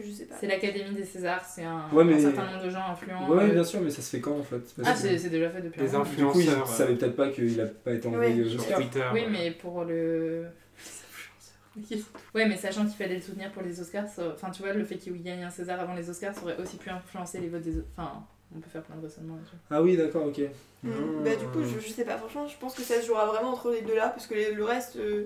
Je sais pas.
C'est l'Académie des Césars, c'est un,
Ouais, mais-
un certain nombre de gens influents. euh,
Ouais, bien sûr, mais ça se fait quand en fait Parce
Ah,
que-
c'est c'est déjà fait depuis
Les
un moment.
Du coup, ils
influenceurs euh,
savaient peut-être pas qu'il a pas été envoyé
Ouais.
aux
sur
Oscars.
Twitter.
Oui,
euh,
mais pour le. Ouais, mais sachant qu'il fallait le soutenir pour les Oscars, ça- enfin, tu vois, le fait qu'il gagne un César avant les Oscars, ça aurait aussi pu influencer les votes des. Enfin, on peut faire plein de raisonnements là-dessus.
Ah oui, d'accord, ok. Ah.
Mm. Bah, du coup, je, je sais pas, franchement, je pense que ça se jouera vraiment entre les deux là, parce que les- le reste, euh,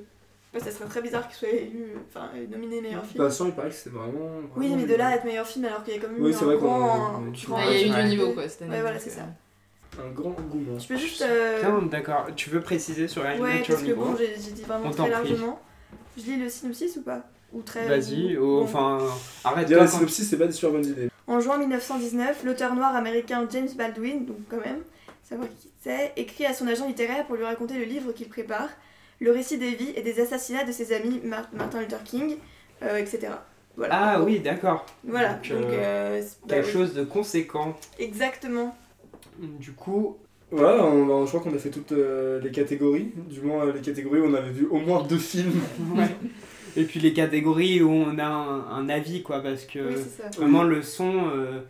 bah, ça serait très bizarre qu'il soit élu, enfin, euh, nominé meilleur film.
Patient, il paraît que Bah, c'est vraiment.
oui,
vraiment
mais de
nul.
là à être meilleur film alors qu'il y a quand même
Oui,
eu
c'est
un
vrai qu'on-
grand.
on-
grand-
Bah, Il y a eu
Ouais.
deux niveaux quoi cette année.
Ouais, voilà,
donc,
c'est
euh,
ça.
Un grand engouement.
Je peux juste. euh,
Tiens, d'accord. Tu veux préciser sur Iron
Ouais,
Man, tu
parce
vois,
que
niveau
bon, j'ai j'ai dit
On
vraiment
t'en
très
prie.
largement. Je lis le synopsis ou pas Ou très.
Vas-y,
ou-
oh,
Euh, bon.
enfin, arrête
Dire
toi
la
quand
synopsis, c'est pas des super bonnes idées.
En juin 1919, l'auteur noir américain James Baldwin, donc quand même, savoir qui c'est, écrit à son agent littéraire pour lui raconter le livre qu'il prépare, le récit des vies et des assassinats de ses amis Mar- Martin Luther King, euh, etc. Voilà.
Ah oui, d'accord.
Voilà.
donc,
Donc,
euh,
euh, c'est- bah
Quelque
oui.
chose de conséquent. Mm,
Exactement. [laughs]
Du coup,
Voilà, on- on- je crois qu'on a fait toutes euh, les catégories. Du moins, euh, les catégories où on avait vu au moins deux films.
ouais. Et puis les catégories où on a un, un avis, quoi, parce que
Oui, c'est ça.
vraiment le son, euh,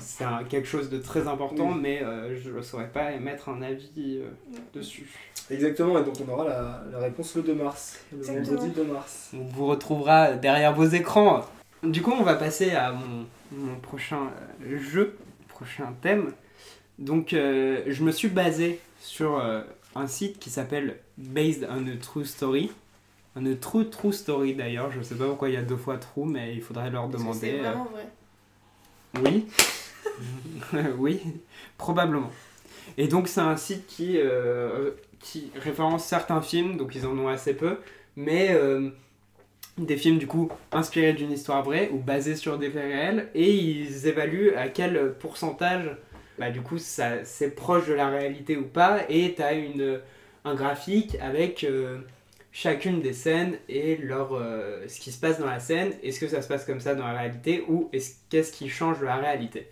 c'est un- quelque chose de très important, mais euh, je ne saurais pas émettre un avis euh, dessus.
Exactement, et donc on aura la, la réponse le 2 mars. Le
Exactement.
vendredi 2 mars.
On vous retrouvera derrière vos écrans. Du coup, on va passer à mon, mon prochain euh, jeu, prochain thème. Donc, euh, je me suis basé sur euh, un site qui s'appelle Based on a True Story. On a True True Story d'ailleurs, je sais pas pourquoi il y a deux fois True, mais il faudrait leur
Parce que
demander.
C'est
euh,
vraiment vrai.
oui. [laughs] oui, probablement. Et donc c'est un site qui, euh, qui référence certains films, donc ils en ont assez peu, mais euh, des films du coup inspirés d'une histoire vraie ou basés sur des faits réels, et ils évaluent à quel pourcentage bah, du coup ça, c'est proche de la réalité ou pas, et tu as une, un graphique avec euh, chacune des scènes et leur, euh, ce qui se passe dans la scène, est-ce que ça se passe comme ça dans la réalité ou est-ce, qu'est-ce qui change de la réalité.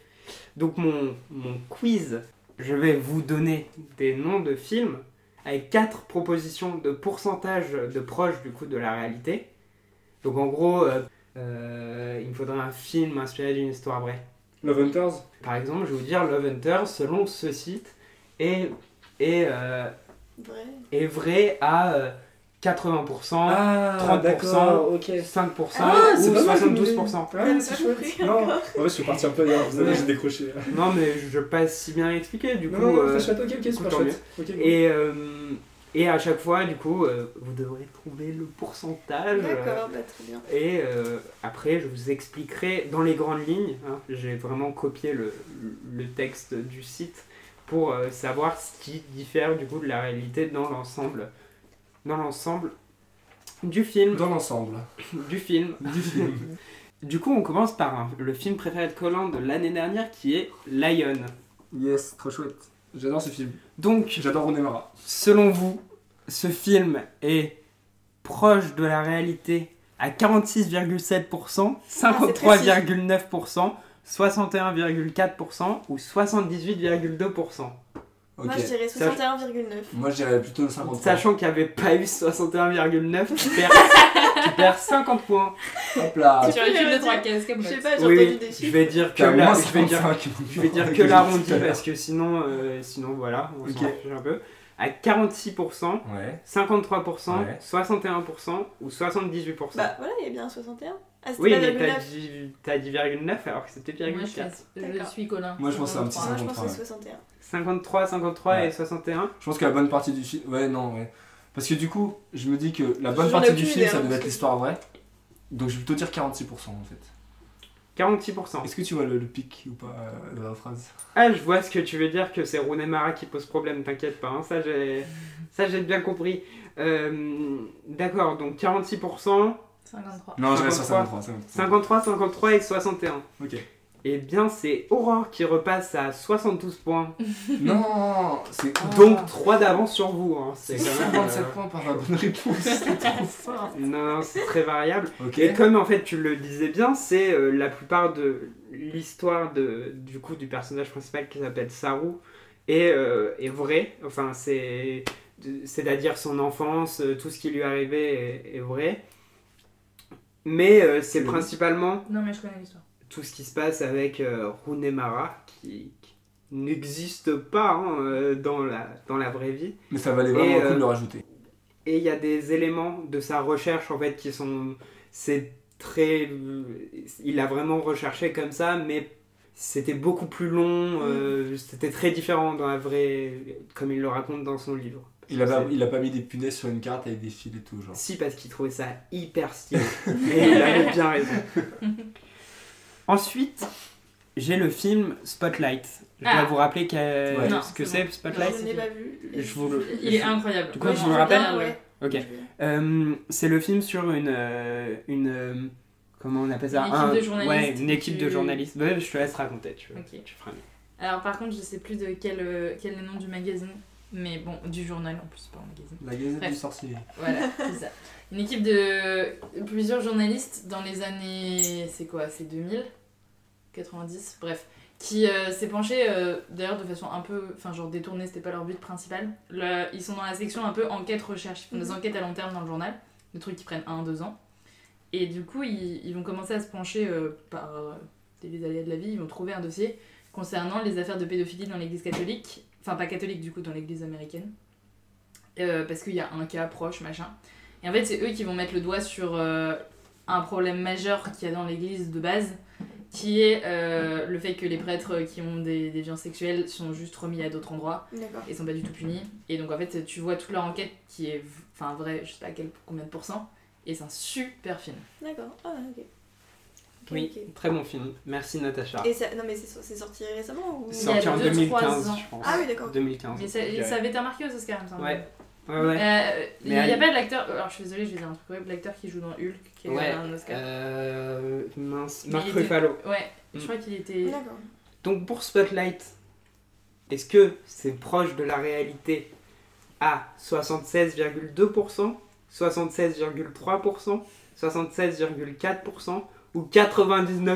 Donc mon, mon quiz, je vais vous donner des noms de films avec quatre propositions de pourcentage de proche du coup de la réalité. Donc en gros, euh, euh, il me faudrait un film inspiré d'une histoire vraie.
Love Hunters
Par exemple, je vais vous dire Love Hunter selon ce site est, est, euh,
Vrai.
est vrai à euh, 80%.
Ah,
30%.
d'accord, ok.
5%
Ah,
ou
c'est pas mal,
72%.
mais- Ouais, c'est chouette. Non, en fait, je suis parti un peu ailleurs, vous savez, j'ai décroché.
Non, mais je vais pas si bien expliqué du
Non,
coup.
non,
euh,
c'est chouette, ok, ok, super
tant
chouette. Ok, cool.
et, euh, et à chaque fois, du coup, euh, vous devrez trouver le pourcentage. euh,
D'accord, bah très bien.
Et euh, après, je vous expliquerai dans les grandes lignes. hein, J'ai vraiment copié le, le texte du site pour euh, savoir ce qui diffère du coup de la réalité dans l'ensemble. Dans l'ensemble du film.
Dans l'ensemble.
Du film.
Du film.
Du coup, on commence par un- le film préféré de Colin de l'année dernière qui est Lion.
[laughs] yes, trop chouette. J'adore ce film.
Donc,
J'adore Rooney Mara.
selon vous, ce film est proche de la réalité à
Ah,
46,7%, 53,9%, 61,4% ou 78,2%.
Ok.
Moi je dirais
Ça, je-
61,9.
Moi, je dirais plutôt le 50.
Sachant qu'il n'y avait pas eu 61,9,
[laughs]
tu perds, tu perds 50 points.
Hop là.
Tu récupères les
dire-
trois cases comme
Je
ça.
sais pas, j'ai
Oui,
entendu des
je
chiffres.
vais dire que
T'as
là,
moins
je vais dire
55. [laughs]
Je vais dire que l'arrondi parce que sinon, euh, sinon voilà, on s'en
Ok.
fiche un peu. à 46%,
Ouais.
53%,
Ouais.
61% ou 78%.
Bah voilà, il y a bien 61. Ah, c'était
oui,
pas
mais
0,9.
t'as dit, t'as dit 0,9 alors que c'était
Moi, je,
0,4.
fais- je
D'accord.
suis Colin.
Moi, je pense à un petit
Moi, je pense
53,
que
ouais.
c'est 61.
53, 53
Ouais.
et 61.
Je pense que la bonne partie du film. Ouais, non, ouais. Parce que du coup, je me dis que la bonne
J'en ai
partie du
aucune
film,
idée,
ça
hein,
devait
parce
être
que-
l'histoire vraie. Donc je vais plutôt dire 46% en fait.
46%.
Est-ce que tu vois le, le pic ou pas euh, de la phrase
Ah, je vois ce que tu veux dire, que c'est Rooney Mara qui pose problème, t'inquiète pas, hein, ça j'ai ça, j'ai bien compris. Euh, D'accord, donc 46%,
53.
Non, je reste sur
53.
53. 53.
53, 53 et 61.
Ok.
Eh bien, c'est Aurore qui repasse à 72 points,
Non C'est
donc 3 d'avance sur vous. hein, C'est
C'est
quand même, euh,
57 points par la bonne réponse. C'est trop fort.
Non, c'est très variable.
[laughs] Ok.
Et comme en fait tu le disais bien, c'est euh, la plupart de l'histoire de du coup du personnage principal qui s'appelle Saru est, euh, est vraie. Enfin, c'est c'est-à-dire son enfance, euh, tout ce qui lui arrivait est, est vrai. Mais euh, c'est
Oui.
principalement
Non, mais je connais l'histoire.
tout ce qui se passe avec euh, Runemara qui, qui n'existe pas hein, euh, dans la dans la vraie vie.
Mais ça valait vraiment
Et,
le coup
euh,
de le rajouter.
Et il y a des éléments de sa recherche en fait qui sont. C'est très. Il a vraiment recherché comme ça, mais c'était beaucoup plus long, euh, c'était très différent dans la vraie. comme il le raconte dans son livre.
Il a, pas,
C'est-
il a pas mis des punaises sur une carte avec des fils et tout, genre.
Si, parce qu'il trouvait ça hyper stylé. et il avait bien raison. [laughs] Ensuite, j'ai le film Spotlight. Je dois
Ah.
vous rappeler qu'a-
Ouais.
Non,
ce que
c'est
c'est
Je
Spotlight
ne l'ai pas vu.
Je vous le.
Il est incroyable.
Du coup, je
Vraiment,
vous le rappelle
incroyable.
Ouais.
Ok.
Je l'ai.
Euh, c'est le film sur une. euh, une euh, comment on appelle ça
Une équipe de journalistes
Ouais, une équipe de
qui-
journalistes. Ouais, je te laisse raconter, tu vois.
Ok.
Tu feras mieux.
Alors, par contre, je sais plus de quel, euh, quel est le nom du magazine, mais bon, du journal en plus, pas un magazine.
La gazette
Ouais.
du sorcier.
Voilà, c'est ça. Une équipe de plusieurs journalistes dans les années. C'est quoi C'est 2000 90 Bref. Qui euh, s'est penché, euh, d'ailleurs, de façon un peu. Enfin, genre détournée, c'était pas leur but principal. Le- ils sont dans la section un peu enquête-recherche. Ils font des enquêtes à long terme dans le journal. Des trucs qui prennent 1-2 ans. Et du coup, ils, ils vont commencer à se pencher euh, par euh, des aléas de la vie. Ils vont trouver un dossier concernant les affaires de pédophilie dans l'église catholique. Enfin, pas catholique, du coup, dans l'église américaine. Euh, parce qu'il y a un cas proche, machin. Et en fait, c'est eux qui vont mettre le doigt sur euh, un problème majeur qu'il y a dans l'église de base, qui est euh, le fait que les prêtres qui ont des, des violences sexuelles sont juste remis à d'autres endroits
D'accord.
et sont pas du tout punis. Et donc, en fait, tu vois toute leur enquête qui est v- enfin vraie, je sais pas à quel, combien de pourcents, et c'est un super film.
D'accord. Ah, ok. Ok,
Oui,
ok.
très bon film. Merci Natacha.
Ah.
Et ça, non mais c'est c'est sorti récemment ou
il y
Sorti
a
en
deux,
2015,
trois ans.
je pense.
Ah oui, d'accord.
2015.
Mais ça,
Ouais.
ça avait été remarqué aux Oscars, il me semble.
Ouais. Ouais, ouais.
Euh, Il n'y
Mais
a
elle-
pas l'acteur, alors je suis désolée, je vais dire un truc horrible, l'acteur qui joue dans Hulk, qui a
Ouais,
un Oscar.
Euh, mince, Marc
Mais il était-
Ruffalo.
Ouais, je
Mm.
crois qu'il était.
D'accord.
Donc pour Spotlight, est-ce que c'est proche de la réalité à 76,2%, 76,3%, 76,4% ou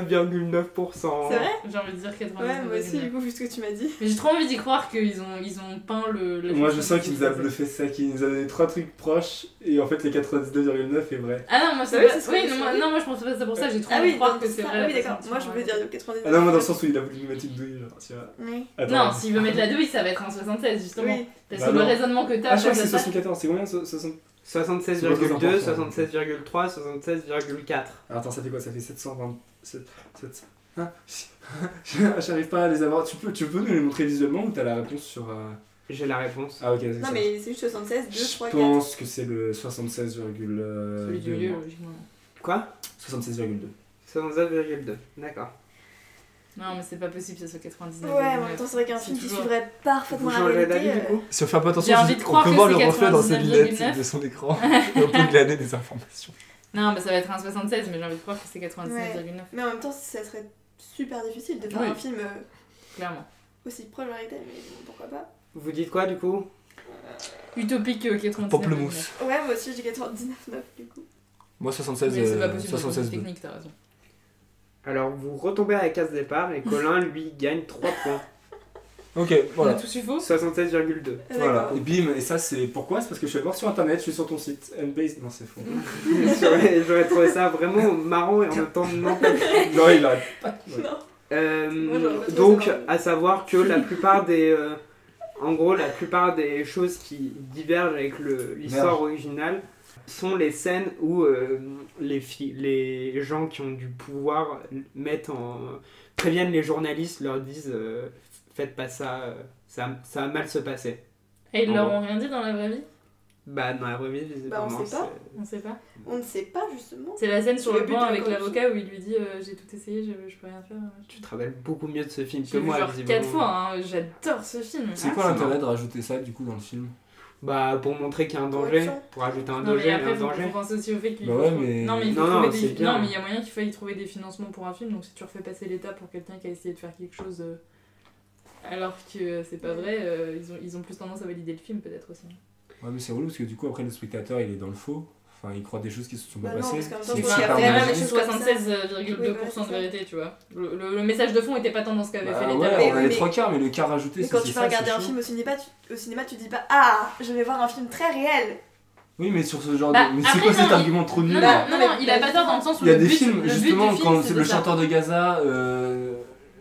99,9%
C'est vrai
J'ai envie de dire 90
Ouais, moi aussi, du coup, vu ce que tu m'as dit.
Mais j'ai trop envie d'y croire qu'ils ont, ils ont peint le. la
Moi
chanson
je sens
qui
qu'il
se
nous a
faisait.
bluffé ça, qu'il nous a donné trois trucs proches et en fait les 99,9 est vrai.
Ah non, moi c'est
Ah oui,
pas-
c'est ce que
oui,
je
non,
me
moi,
suis dit.
non, moi je pense pas c'est pour ça, j'ai trop
Ah
envie
oui,
de croire
donc
que euh,
c'est
c'est
ça.
vrai.
Ah
la
oui, d'accord.
personne
Moi,
qui
je
m'a
veux dire
raconté.
le 99.
Ah non, moi dans le sens où il a voulu nous mettre une douille, genre, tu vois.
Oui.
Attends.
Non, s'il veut mettre la douille, ça va être un 76 justement.
Oui.
Parce
Bah
que le
non.
raisonnement que t'as,
Ah, je crois
ça
que c'est
ça-
74, c'est combien so- 60
76,2,
C'est votre
76,3, 76,4.
Alors, Ah, Attends, ça fait quoi Ça fait 720. 7... 700. Ah, [laughs] J'arrive pas à les avoir. Tu peux, tu peux nous les montrer visuellement ou t'as la réponse sur. euh,
J'ai la réponse.
Ah, ok, c'est
Non
ça.
mais c'est juste 76, 2, 3, 4.
Je pense que c'est le euh, 76,2.
Celui du milieu, logiquement.
Quoi
76,2.
76,2. D'accord.
Non, mais c'est pas possible que ce soit 99.
Ouais, mais en même temps, c'est vrai qu'un
C'est
film qui
toujours-
suivrait parfaitement
Vous
la
changez
réalité.
d'avis du
euh,
coup
Si on fait un peu
J'ai envie de croire que c'est 99,9.
son
[laughs]
écran et on peut glaner des informations.
Non, mais ça va être un 76, mais j'ai envie de croire que c'est 99,9,
Mais en même temps, ça serait super difficile de faire
Oui.
un film euh,
clairement.
aussi proche de la réalité, mais bon, pourquoi pas.
Vous dites quoi du coup
Utopique euh, 99.
Pamplemousse.
Ouais, moi aussi, j'ai 99,9 du coup.
Moi
Mais
76.
c'est pas
euh,
possible, c'est
76 deux.
technique, t'as raison.
Alors vous retombez à la case départ et Colin lui gagne 3
[laughs]
points.
Ok,
On a [laughs]
voilà.
tout su faux
76,2.
Ah,
Voilà,
d'accord.
et bim, et ça c'est pourquoi C'est parce que je suis allé voir sur internet, je suis sur ton site, Unbased, non c'est
[laughs]
faux.
J'aurais j'aurais trouvé ça vraiment marrant et en même temps non.
non, il a pas.
Non.
Euh,
Moi, j'aurais pas trouvé
donc,
ça marrant.
à savoir que la plupart des, euh, En gros, la plupart des choses qui divergent avec le- l'histoire originale sont les scènes où euh, les, filles, les gens qui ont du pouvoir mettent en, préviennent les journalistes, leur disent euh, faites pas ça, euh, ça, ça va mal se passer.
Et ils
En
leur
gros.
ont rien dit dans la vraie vie
Bah, dans la première, visiblement.
Bah, on sait pas.
c'est-
On sait pas.
On ne sait pas justement.
C'est la scène sur
Le
le
but
banc
de la
avec
corruption.
l'avocat où il lui dit euh, J'ai tout essayé, je, je peux rien faire.
Tu te rappelles beaucoup mieux de ce film que
J'ai vu
moi,
genre
visiblement.
4 fois, hein, j'adore ce film.
C'est quoi l'intérêt de rajouter ça du coup dans le film
Bah, pour montrer qu'il y a un
Pour
danger,
être sûr.
pour ajouter un
Non, mais
danger, il y a
après,
un
faut,
danger.
faut penser aussi au fait qu'il
Bah
faut
ouais,
trouver-
mais-
Non, mais il faut
Non, non,
trouver
c'est
des...
bien.
non, mais il y a moyen qu'il faille trouver des financements pour un film, donc si tu refais passer l'État pour quelqu'un qui a essayé de faire quelque chose euh, alors que euh, c'est pas vrai, euh, ils, ont, ils ont plus tendance à valider le film peut-être aussi.
Ouais, mais c'est relou parce que du coup, après le spectateur il est dans le faux. Enfin, il croit des choses qui se sont pas
Bah non,
passées.
parce qu'en même temps,
C'est
faut
super
regarder
Après,
la
même
mal
même
joué.
chose comme ça.
76,2%
Oui, voilà, c'est
de
ça.
vérité, tu vois. Le, le- le message de fond était pas tant dans ce qu'avait fait
Bah
l'État.
ouais,
Mais
on a les
oui,
trois quarts, mais le quart rajouté,
Mais
c'est
quand tu
c'est
vas
ça, c'est
regarder un
chaud.
film au cinéma, tu, au cinéma, tu dis pas Ah, je vais voir un film très réel.
Oui, mais sur ce genre
Bah,
de. Mais
après,
c'est quoi cet
non,
argument trop
Non,
nul
non, non,
mais-
non, il a pas tort dans le sens où
Il y a
le
des
but- le
films,
but du
justement,
film,
quand
c'est
c'est
de
le
ça.
chanteur de Gaza. euh,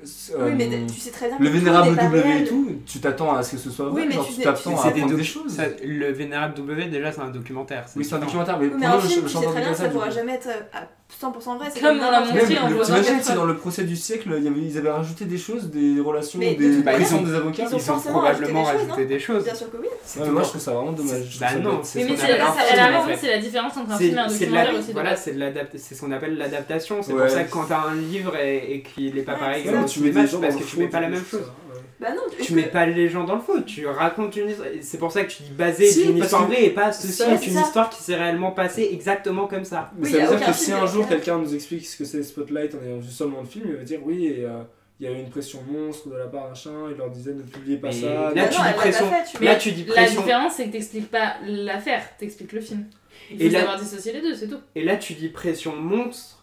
s-
oui, mais
euh,
tu sais très bien que
Le
tout n'est
vénérable
pas
W
réel.
et tout, tu t'attends à ce que ce soit vrai,
Oui, mais
genre
tu
tu
sais-
t'attends
tu
à
sais
apprendre
des
des choses.
Ça, le Vénérable W, déjà, c'est un documentaire.
Oui, c'est un
différent.
documentaire, mais
Oui,
pour
mais un
moi,
film,
le
tu sais
chanteur
très
de
bien que
Gaza.
ça pourra
du-
jamais être à 100% vrai. c'est
Comme dans la
n'importe
montré,
quel
on le
Même,
voit
film.
T'imagines
vingt-quatre
si dans le procès du siècle, il y avait- ils avaient rajouté des choses, des relations,
Mais
des
de toute
manière,
prisons des avocats
ils ont
Ils Bah, ont
forcément
probablement
rajouté des
rajouté des choses.
Bien sûr que oui.
Ouais, mais Moi, je trouve ça vraiment dommage. je trouve
Bah
ça
non,
bête.
Mais,
c'est
mais
ce qu'on
c'est
appelle
ça,
un
elle a
film, en
raison,
fait.
c'est la différence entre un
C'est
film et un
c'est de la-
documentaire aussi. de
voilà,
base.
c'est de l'adapta- c'est ce qu'on appelle l'adaptation. C'est
Ouais.
pour ça que quand t'as un livre et, et qu'il n'est pas
Ouais,
pareil,
c'est ça.
que le
Ouais, tu mets
cinéma,
des
c'est
gens
parce
dans
que
le
tu mets
fond,
pas la
tout
même
ça,
chose.
ouais.
Bah non, est-ce
Tu
que-
mets pas les gens dans le faux. Tu racontes une histoire. C'est pour ça que tu dis basé
Si,
d'une
parce
histoire
que-
vraie et pas ceci
Ça,
est
c'est
une
ça.
histoire qui s'est réellement passée exactement comme ça.
Mais
Oui, y
ça
a
veut dire
aucun
que si
film
un
derrière.
jour quelqu'un nous explique ce que c'est Spotlight en ayant vu seulement le film, il va dire oui, et, euh, il y a eu une pression monstre de la part d'un chien, il leur disait ne publiez pas
Mais
ça.
là,
Bah
tu
non,
dis
elle l'a pas
pression.
fait, tu
Là,
vois.
tu dis
La
pression.
différence, c'est que t'expliques pas l'affaire, t'expliques le film. Il
Et
faut
là-
savoir dissocier les deux, c'est tout.
Et là, tu dis pression monstre.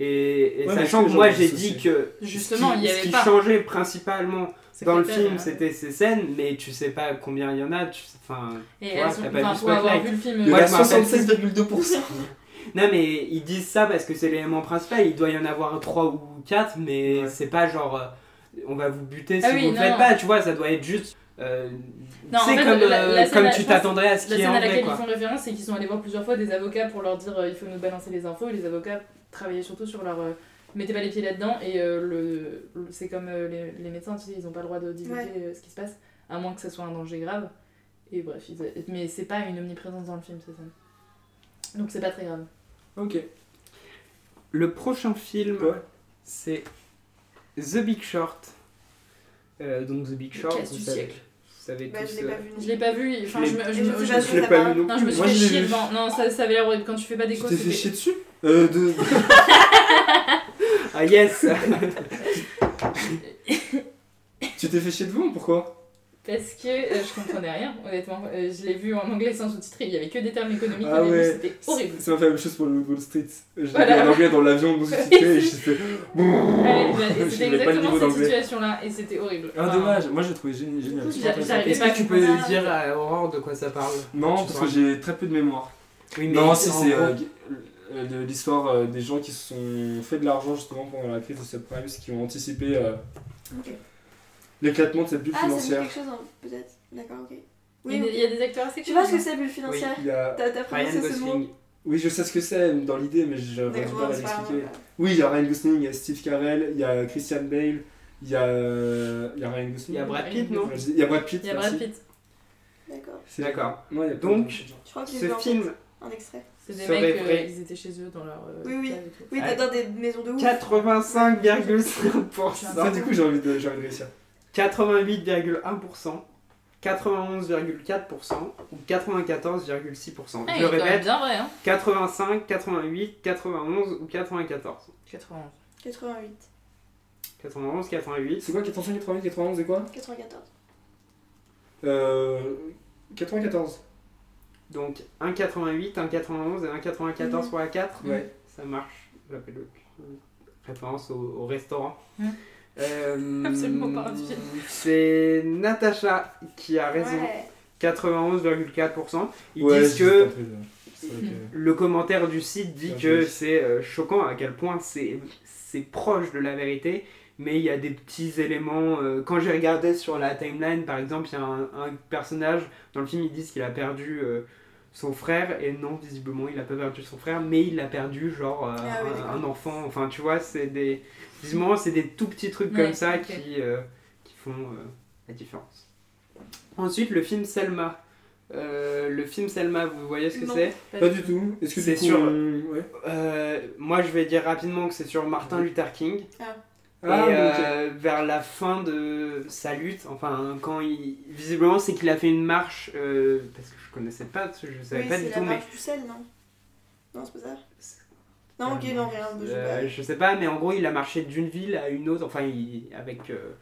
Et, et
Ouais, mais
sachant
c'est
que moi,
genre
j'ai
dissocié.
dit que
Justement,
ce qui,
il y
ce
avait
qui
pas.
changeait principalement
C'est euh,
dans le
que
film,
t'as-
c'était ces scènes, mais tu sais pas combien il y en a. Tu, enfin,
Et
tu
elles
vois,
sont-
t'as pas
enfin,
vu
pour avoir
Spotlight.
vu le film.
Il y en
euh,
a
Moi, je me rappelle-
76,2%.
Non, mais ils disent ça parce que c'est l'élément principal. Il doit y en avoir 3 ou 4, mais
Ouais.
c'est pas genre euh, on va vous buter si
Ah oui,
vous ne
non,
faites
non.
pas. Tu vois, ça doit être juste. euh,
Non, en
c'est
fait,
comme,
la-
euh,
la scène
comme
à- je
tu
pense-
t'attendrais à ce
La
qui est
scène
en
à
vrai.
laquelle ils
Quoi.
font référence, c'est qu'ils sont allés voir plusieurs fois des avocats pour leur dire euh, il faut nous balancer les infos. Et les avocats travaillaient surtout sur leur. euh, mettez pas les pieds là-dedans. Et euh, le, le- c'est comme euh, les, les médecins, tu sais, ils ont pas le droit de divulguer
Ouais.
euh, ce qui se passe, à moins que ça soit un danger grave. Et bref, ils- mais c'est pas une omniprésence dans le film, c'est ça. Donc c'est pas très grave.
Ok.
Le prochain film,
Ouais.
c'est The Big Short. Euh, donc The Big Short,
casse
vous
du
savez,
siècle.
vous savez
Bah,
tous.
je l'ai
euh,
pas vu. non.
Je l'ai pas vu, enfin
Je
je me.
Et
je
je
me-
me suis
je-
pas
je l'ai pas vu non
non, je me suis
Moi,
fait
je l'ai
chier
vu.
devant. Non, ça, ça avait l'air horrible. Quand tu fais pas des
Tu
courses,
t'es fait
c'était-
chier dessus euh, de...
[laughs]
Ah yes
[laughs] Tu t'es fait chier devant, pourquoi
Parce que euh, je comprenais rien, honnêtement. Euh, je l'ai vu en anglais sans sous-titré, il y avait que des termes économiques
Ah
au début,
ouais.
c'était
[laughs]
horrible.
C'est- Ça m'a fait la même chose pour le Wall Street. Je l'ai
Voilà.
vu en anglais dans
[laughs]
l'avion, dans sous-titré, et je fait...
Ouais, bah, et
Je
c'était
n'ai pas le niveau
exactement cette
d'anglais.
situation-là, et c'était horrible.
Ah,
Enfin,
dommage. Moi, je l'ai trouvé génial.
Du coup,
génial.
j'ai- j'arrivais
Est-ce
pas
que tu
à
peux
comprendre.
dire à Aurore de quoi ça parle
Non,
Tu
parce
sauras.
que j'ai très peu de mémoire.
Oui, mais
Non, si,
en
c'est
gros,
euh, euh, de l'histoire euh, des gens qui se sont fait de l'argent justement pendant la crise de subprime, qui ont anticipé euh,
Ok.
l'éclatement de cette bulle
Ah, ça me dit
financière.
quelque chose, hein, peut-être. D'accord, ok.
Il y, a
Oui,
des- il y a des acteurs assez
tu vois ce que
connus. hein.
c'est, bulle financière
Il y a-
T'as t'as prononcé
Ryan
ce mot
Gosling.
Oui, je sais ce que c'est dans l'idée, mais je vais
D'accord,
pas
bon,
à
c'est pas
l'expliquer.
grave.
Oui, il y a Ryan Gosling, il y a Steve Carell, il y a Christian Bale, il y a, euh, il y a Ryan
Il
Gosling.
y a Brad Pitt, non
Il y a Brad Pitt.
Il y a
merci.
Brad Pitt.
D'accord.
C'est-
D'accord.
Non, il y a pas
Donc,
de-
Je crois que j'ai
Ce
vu en
film
fait un extrait.
C'est des
Serait
mecs, euh,
vrai.
ils étaient chez eux dans leur. euh,
Oui, oui.
cave et tout.
Oui, t'as dans des maisons de ouf.
85,5%.
Ça, du coup, j'ai envie de, j'ai envie de réussir.
88,1%, 91,4% ou
Ah,
94,6%. Je
il est quand même
répète,
bien vrai, hein.
85, 88, 91 ou 94.
91.
88,
91, 88.
C'est quoi 85, 88, 91 et quoi
94.
euh, 94.
Donc 1,88, 1,91 et 1,94
Mm.
Mhm.
pour la 4.
Ouais.
Ça marche. J'appelle le référence au, au restaurant.
Mhm. [laughs]
Euh,
Absolument pas un film.
C'est Natacha qui a raison.
Ouais.
91,4%. Ils
Ouais,
disent
j'ai
que
compris, ouais. C'est vrai que-
Le commentaire du site dit
Ouais,
que
oui.
c'est euh, choquant à quel point c'est c'est proche de la vérité, mais il y a des petits éléments. euh, quand j'ai regardé sur la timeline, par exemple, il y a un, un personnage dans le film, ils disent qu'il a perdu euh, son frère, et non, visiblement, il a pas perdu son frère, mais il a perdu, genre, euh,
Ah oui,
un-
d'accord.
un, enfant. Enfin, tu vois, c'est des. Visiblement, c'est des tout petits trucs
Ouais,
comme ça
ok.
qui, euh, qui font euh, la différence. Ensuite, le film Selma. Euh, le film Selma, vous voyez ce que
Non.
c'est
[laughs] Pas du tout. Est-ce que
C'est
du coup,
sûr.
euh, ouais.
Euh, Moi, je vais dire rapidement que c'est sur Martin Luther King.
Ah,
et
mais ok.
euh, vers la fin de sa lutte, enfin quand il visiblement c'est qu'il a fait une marche euh, parce que je connaissais pas, je savais
Oui,
pas
c'est
du
la
tout, mais
marche du sel, non Non, c'est pas ça
C'est-
Non, ok, non, rien. je sais
euh,
pas.
je sais pas, mais en gros il a marché d'une ville à une autre, enfin il- avec euh,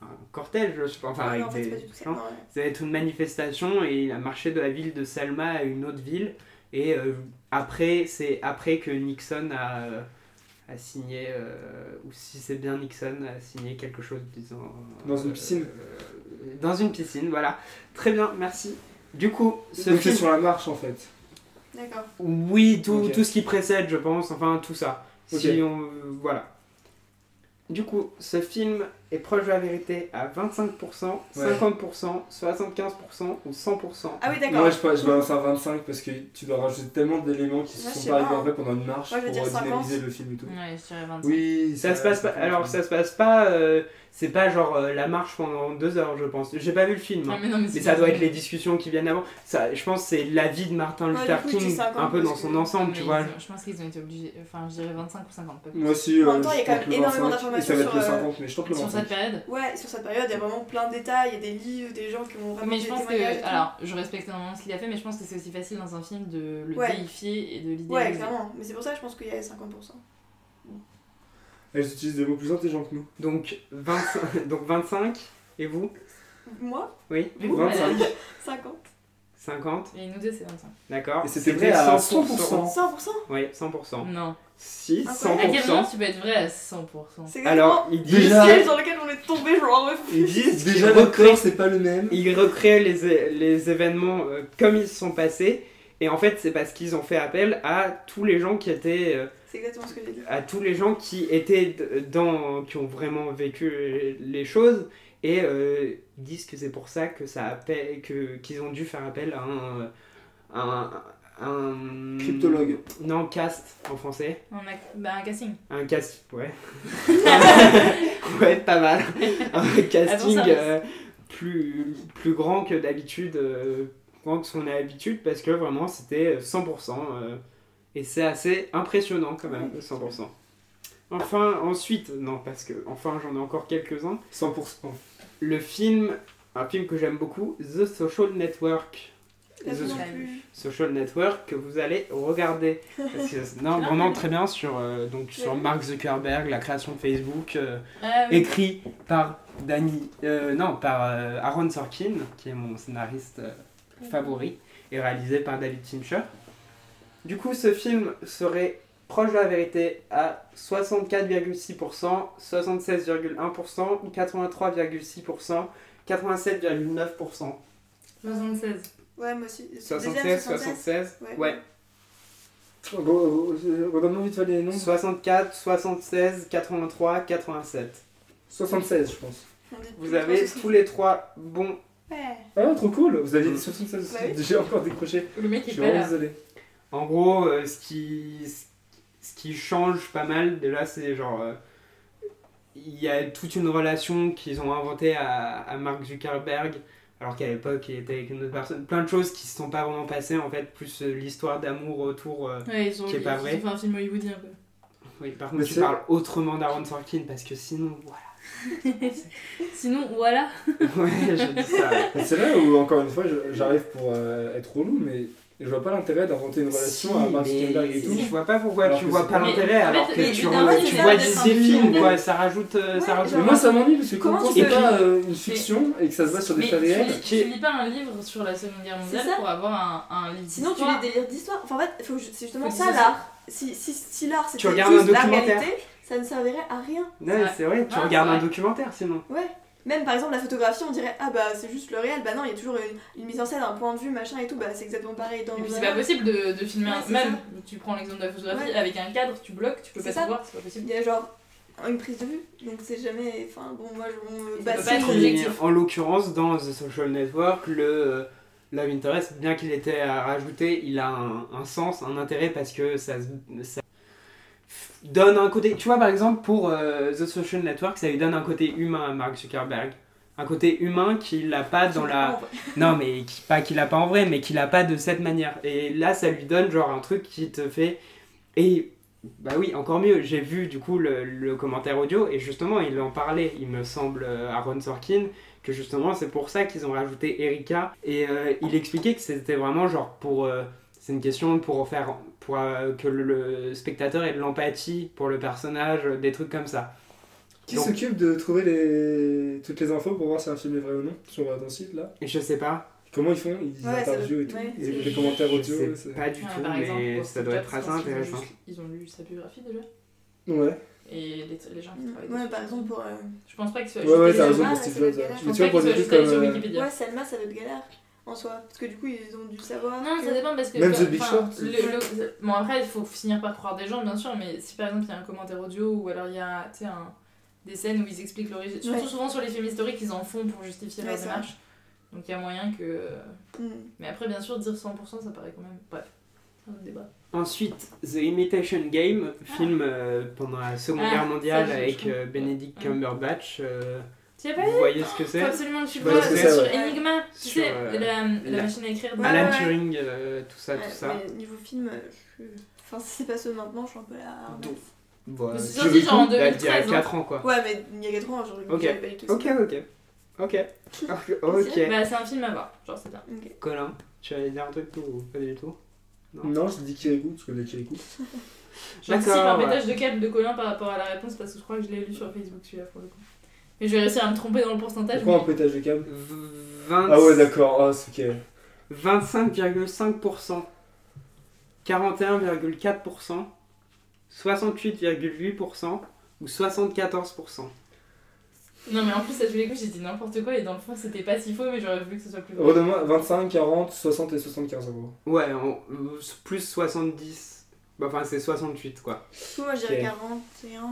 un cortège, je sais pas, enfin
Non,
avec
en fait, c'est
des
pas du tout ça.
gens.
non, ouais.
C'était une manifestation et il a marché de la ville de Salma à une autre ville. Et euh, après, c'est après que Nixon a, euh, a signé, euh, ou si c'est bien Nixon, a signé quelque chose disant.
Dans une piscine.
euh, dans une piscine, voilà. Très bien, merci. Du coup, ce
Donc c'est
film-
sur la marche en fait.
D'accord.
oui, tout,
Ok.
tout ce qui précède, je pense, enfin tout ça.
Ok.
Si on, voilà. Du coup, ce film est proche de la vérité à 25%, 50%, 75% ou 100%.
Ah oui, d'accord.
Moi je, sais pas, je balance un 25 parce que tu dois rajouter tellement d'éléments qui
Moi,
se
je
sont
sais
pas arrivés
pas,
en vrai pendant une marche
Moi, je
pour
vais dire
euh,
50.
dynamiser le film et tout.
Ouais, je dirais 25.
Oui,
Ça se passe pas. Alors ça se passe pas. euh, c'est pas genre euh, la marche pendant deux heures, je pense. J'ai pas vu le film. hein.
Ah, mais non, mais
Mais
c'est
ça
pas
doit
vrai.
être les discussions qui viennent avant. Ça, je pense que c'est la vie de Martin
Ouais,
Luther
du coup, je dis
King
50
un peu dans
parce
son
que-
ensemble,
Mais
tu
ils
vois.
ont- je pense qu'ils ont été obligés. Enfin, je dirais 25 ou 50, pas plus.
Moi aussi,
En
euh,
même temps, il y a
je
quand
tente
même
le
énormément
25, et ça
d'informations
va être
sur,
le
euh,
50, mais je tente le
Sur
25.
cette période
Ouais, sur cette période, il y a vraiment plein de détails, il y a des livres, des gens qui ont vraiment
mais
des
je pense
témoignages et
que,
tout.
alors, je respecte énormément ce qu'il a fait, mais je pense que c'est aussi facile dans un film de le
Ouais.
déifier et de
Ouais,
l'idéaliser.
clairement. Mais c'est pour ça que je pense qu'il y a 50%.
Elles utilisent des mots plus intelligents que nous.
Donc 25, donc 25 et vous
Moi,
Oui,
mais vous,
25.
madame,
50.
50,
et nous deux, c'est 25.
d'accord.
Et c'était vrai à 100%.
100%
Oui, 100%.
Non.
Si,
À quel moment
100%.
tu peux être vrai à 100%
C'est
Alors,
exactement
ils
le
disent,
ciel dans lequel on est tombé, je m'en refuse.
ils disent qu'ils
Déjà, le
recréent-
corps, c'est pas le même.
Ils recréent les, é- les événements euh, comme ils se sont passés. Et en fait, c'est parce qu'ils ont fait appel à tous les gens qui étaient, euh,
C'est exactement ce que j'ai dit.
à tous les gens qui étaient d- dans, qui ont vraiment vécu euh, les choses. Et euh, ils disent que c'est pour ça que ça appelle, que qu'ils ont dû faire appel à un, un, un-
Cryptologue.
Non, cast en français.
On a bah, un casting.
Un cast, ouais. ouais, pas mal. Un casting
service.
euh, plus, plus grand que d'habitude, euh, grand que ce qu'on a l'habitude, parce que vraiment c'était 100%. euh, et c'est assez impressionnant quand même, 100%. Enfin, ensuite, non, parce que enfin j'en ai encore quelques-uns.
100%.
Le film, un film que j'aime beaucoup, The Social Network.
T'as
The
vu non
Zoom.
plus.
Social Network que vous allez regarder. Parce que- non, vraiment très bien sur, euh, donc, sur Mark Zuckerberg, la création de Facebook, euh,
Ah, oui.
écrit par Danny, euh, non, par euh, Aaron Sorkin, qui est mon scénariste euh, favori, et réalisé par David Fincher. Du coup, ce film serait proche de la vérité à 64,6%, 76,1%, 83,6%, 87,9%.
76.
Ouais, moi aussi. Le deuxième,
76, 76,
Ouais.
ouais.
Redonne-moi vite les noms.
64, 76, 83, 87.
76, je pense.
On dit
Vous
plus,
avez
je pense
tous les trois bons.
que- Ouais.
Ah, trop cool Vous aviez dit 76.
Bah oui.
J'ai encore décroché.
Le mec
Je
est
suis
pas
vraiment
là.
désolé.
En gros, euh, ce, qui, ce qui change pas mal, déjà, c'est genre. euh, Il y a toute une relation qu'ils ont inventée à, à Mark Zuckerberg, alors qu'à l'époque il était avec une autre personne. Plein de choses qui se sont pas vraiment passées en fait, plus euh, l'histoire d'amour autour. euh,
Ouais, ils ont,
Qui est pas
ils ont
vrai.
fait un film hollywoodien un peu.
Oui, par
Mais
contre, tu
c'est-
parles autrement d'Aaron Sorkin parce que sinon, voilà.
Sinon, voilà.
[laughs] ouais, je dis ça.
Et C'est là où, encore une fois, je- j'arrive pour euh, être relou, mais je vois pas l'intérêt d'inventer une relation à Mark Zuckerberg et
si,
tout.
je vois pas pourquoi
Alors
tu
que
vois
c'est-
pas
Mais-
l'intérêt
en
alors
fait,
que
les
tu,
vidéos,
re-
c'est
tu
ça,
vois
d'être
des
un
films
film.
quoi, ça rajoute, euh,
Ouais,
ça rajoute.
Mais moi, ça m'ennuie parce que
Comment
quand
tu
c'est
peux-
pas euh, une fiction et que ça se base sur des
Mais
faits
tu,
réels.
lis- tu lis pas un livre sur la Seconde Guerre mondiale
C'est ça.
pour avoir un, un livre
Sinon, tu lis
d'histoire.
des livres d'histoire. Enfin, en fait, faut- c'est justement
Faut
ça
dissocier.
l'art. Si, si, si l'art c'était
regardes un
juste la
documentaire.
réalité, ça ne servirait à rien.
Non, mais c'est vrai, tu
Ah,
regardes
c'est
un
vrai.
documentaire sinon.
Ouais. Même par exemple, la photographie, on dirait ah bah c'est juste le réel. Bah non, il y a toujours une, une mise en scène, un point de vue, machin et tout. Bah c'est exactement pareil dans
Et puis
dans
c'est
la-
pas possible de, de filmer
Ouais,
un
c'est
même. Tu prends l'exemple de la photographie
Ouais.
avec un cadre, tu bloques, tu peux
C'est
pas
ça.
tout voir, c'est pas
Il
possible.
y a genre une prise de vue. Donc c'est jamais. Enfin bon, moi je me
peut
bats
pas être
sur-
Qui,
objectif.
en l'occurrence, dans The Social Network, le euh, Love Interest, bien qu'il était à rajouter, il a un, un sens, un intérêt parce que ça, se- ça donne un côté. Tu vois, par exemple, pour euh, The Social Network, ça lui donne un côté humain à Mark Zuckerberg. Un côté humain qu'il n'a pas dans la. Non, mais qui- pas qu'il a pas en vrai, mais qu'il a pas de cette manière. Et là, ça lui donne genre un truc qui te fait. Et bah oui, encore mieux, j'ai vu du coup le, le commentaire audio, et justement, il en parlait, il me semble, euh, Aaron Sorkin, que justement, c'est pour ça qu'ils ont rajouté Erika. Et euh, il expliquait que c'était vraiment genre pour. euh, c'est une question pour en faire. pour euh, que le, le spectateur ait de l'empathie pour le personnage, euh, des trucs comme ça.
Qui
Donc-
s'occupe de trouver les... toutes les infos pour voir si un film est vrai ou non sur euh, dans le site là
Et je sais pas.
Comment ils font Ils
Ouais, ça doit-
interviewent et tout,
ouais,
ils
c'est-
écoutent les commentaires
Je
audio.
sais
c'est-
pas du
Ouais,
tout,
Ah, par exemple,
mais
pour
ça
Steve
doit
Jobs,
être
je
assez
pense qu'ils ont
intéressant.
lu- Ils ont lu sa biographie déjà
Ouais.
et les, les gens qui travaillent
Ouais,
dessus.
par exemple pour. euh,
Je pense pas qu'ils soient
Ouais, ouais,
les
t'as raison
gens,
pour
là,
Steve
c'est le
Jobs.
gars, là.
ouais.
Je
Mais
pense
tu vois,
pas
pour
qu'ils
des trucs
soient juste allés sur
comme. euh,
Wikipédia.
Ouais, Salma, ça doit être galère en soi. Parce que du coup, ils ont dû savoir.
Non,
que-
ça dépend parce que.
Même
enfin,
The Big
enfin,
Short.
le- le- Bon, après, il faut finir par croire des gens, bien sûr, mais si par exemple il y a un commentaire audio ou alors il y a tu sais, un- des scènes où ils expliquent l'origine. Surtout
Ouais.
souvent sur les films historiques, ils en font pour justifier
Ouais,
leur
c'est
démarche. Donc il y a moyen que. euh,
Hmm.
Mais après, bien sûr, dire 100%, ça paraît quand même. Bref, c'est un autre débat.
Ensuite, The Imitation Game, film euh, pendant la Seconde
Ah,
Guerre mondiale
ça, je-
avec
je-
euh, Benedict
Ouais.
Cumberbatch. euh,
Tu y as pas
vous voyez ce que c'est
Faut absolument que tu
Je
vois
vois ce
que
sur
c'est,
ouais.
Enigma, tu
Sur,
sais,
euh,
la, la
la-
machine à écrire. de-
Alan
ouais.
Turing, euh, tout ça,
Ouais,
tout ça.
mais niveau film, euh, je suis- Enfin, si c'est pas ce maintenant, je suis un peu là.
Donc, bah,
Mais c'est
je-
sorti genre en
bah, il y a
2013, hein.
4 ans quoi.
Ouais, mais il y a 4 ans, genre,
Ok.
j'avais pas les questions.
Ok, ok. Ok.
[laughs]
Ok. ok.
Bah, c'est un film à voir, genre c'est bien.
Colin, tu allais dire un truc ou pas du tout
Non, je dis Kirikou, parce que les Kirikou.
J'anticipe un
ouais.
pétage de câble de Colin par rapport à la réponse parce que je crois que je l'ai lu sur Facebook celui-là pour le coup. Mais je vais réussir à me tromper dans le pourcentage.
Pourquoi un
mais-
pétage de
Ah
câble
Vingt-
Ah ouais, d'accord, ah, c'est ok.
25,5%, 41,4%, 68,8% ou 74%.
Non mais en plus à tous les coups j'ai dit n'importe quoi et dans le fond c'était pas si faux mais j'aurais voulu que ce soit plus faux.
Redonne-moi 25, 40, 60 et 75 euros.
Ouais, en- euh, plus 70. Bah, Enfin, c'est 68 quoi.
Du coup, moi, je dirais
Ok.
41.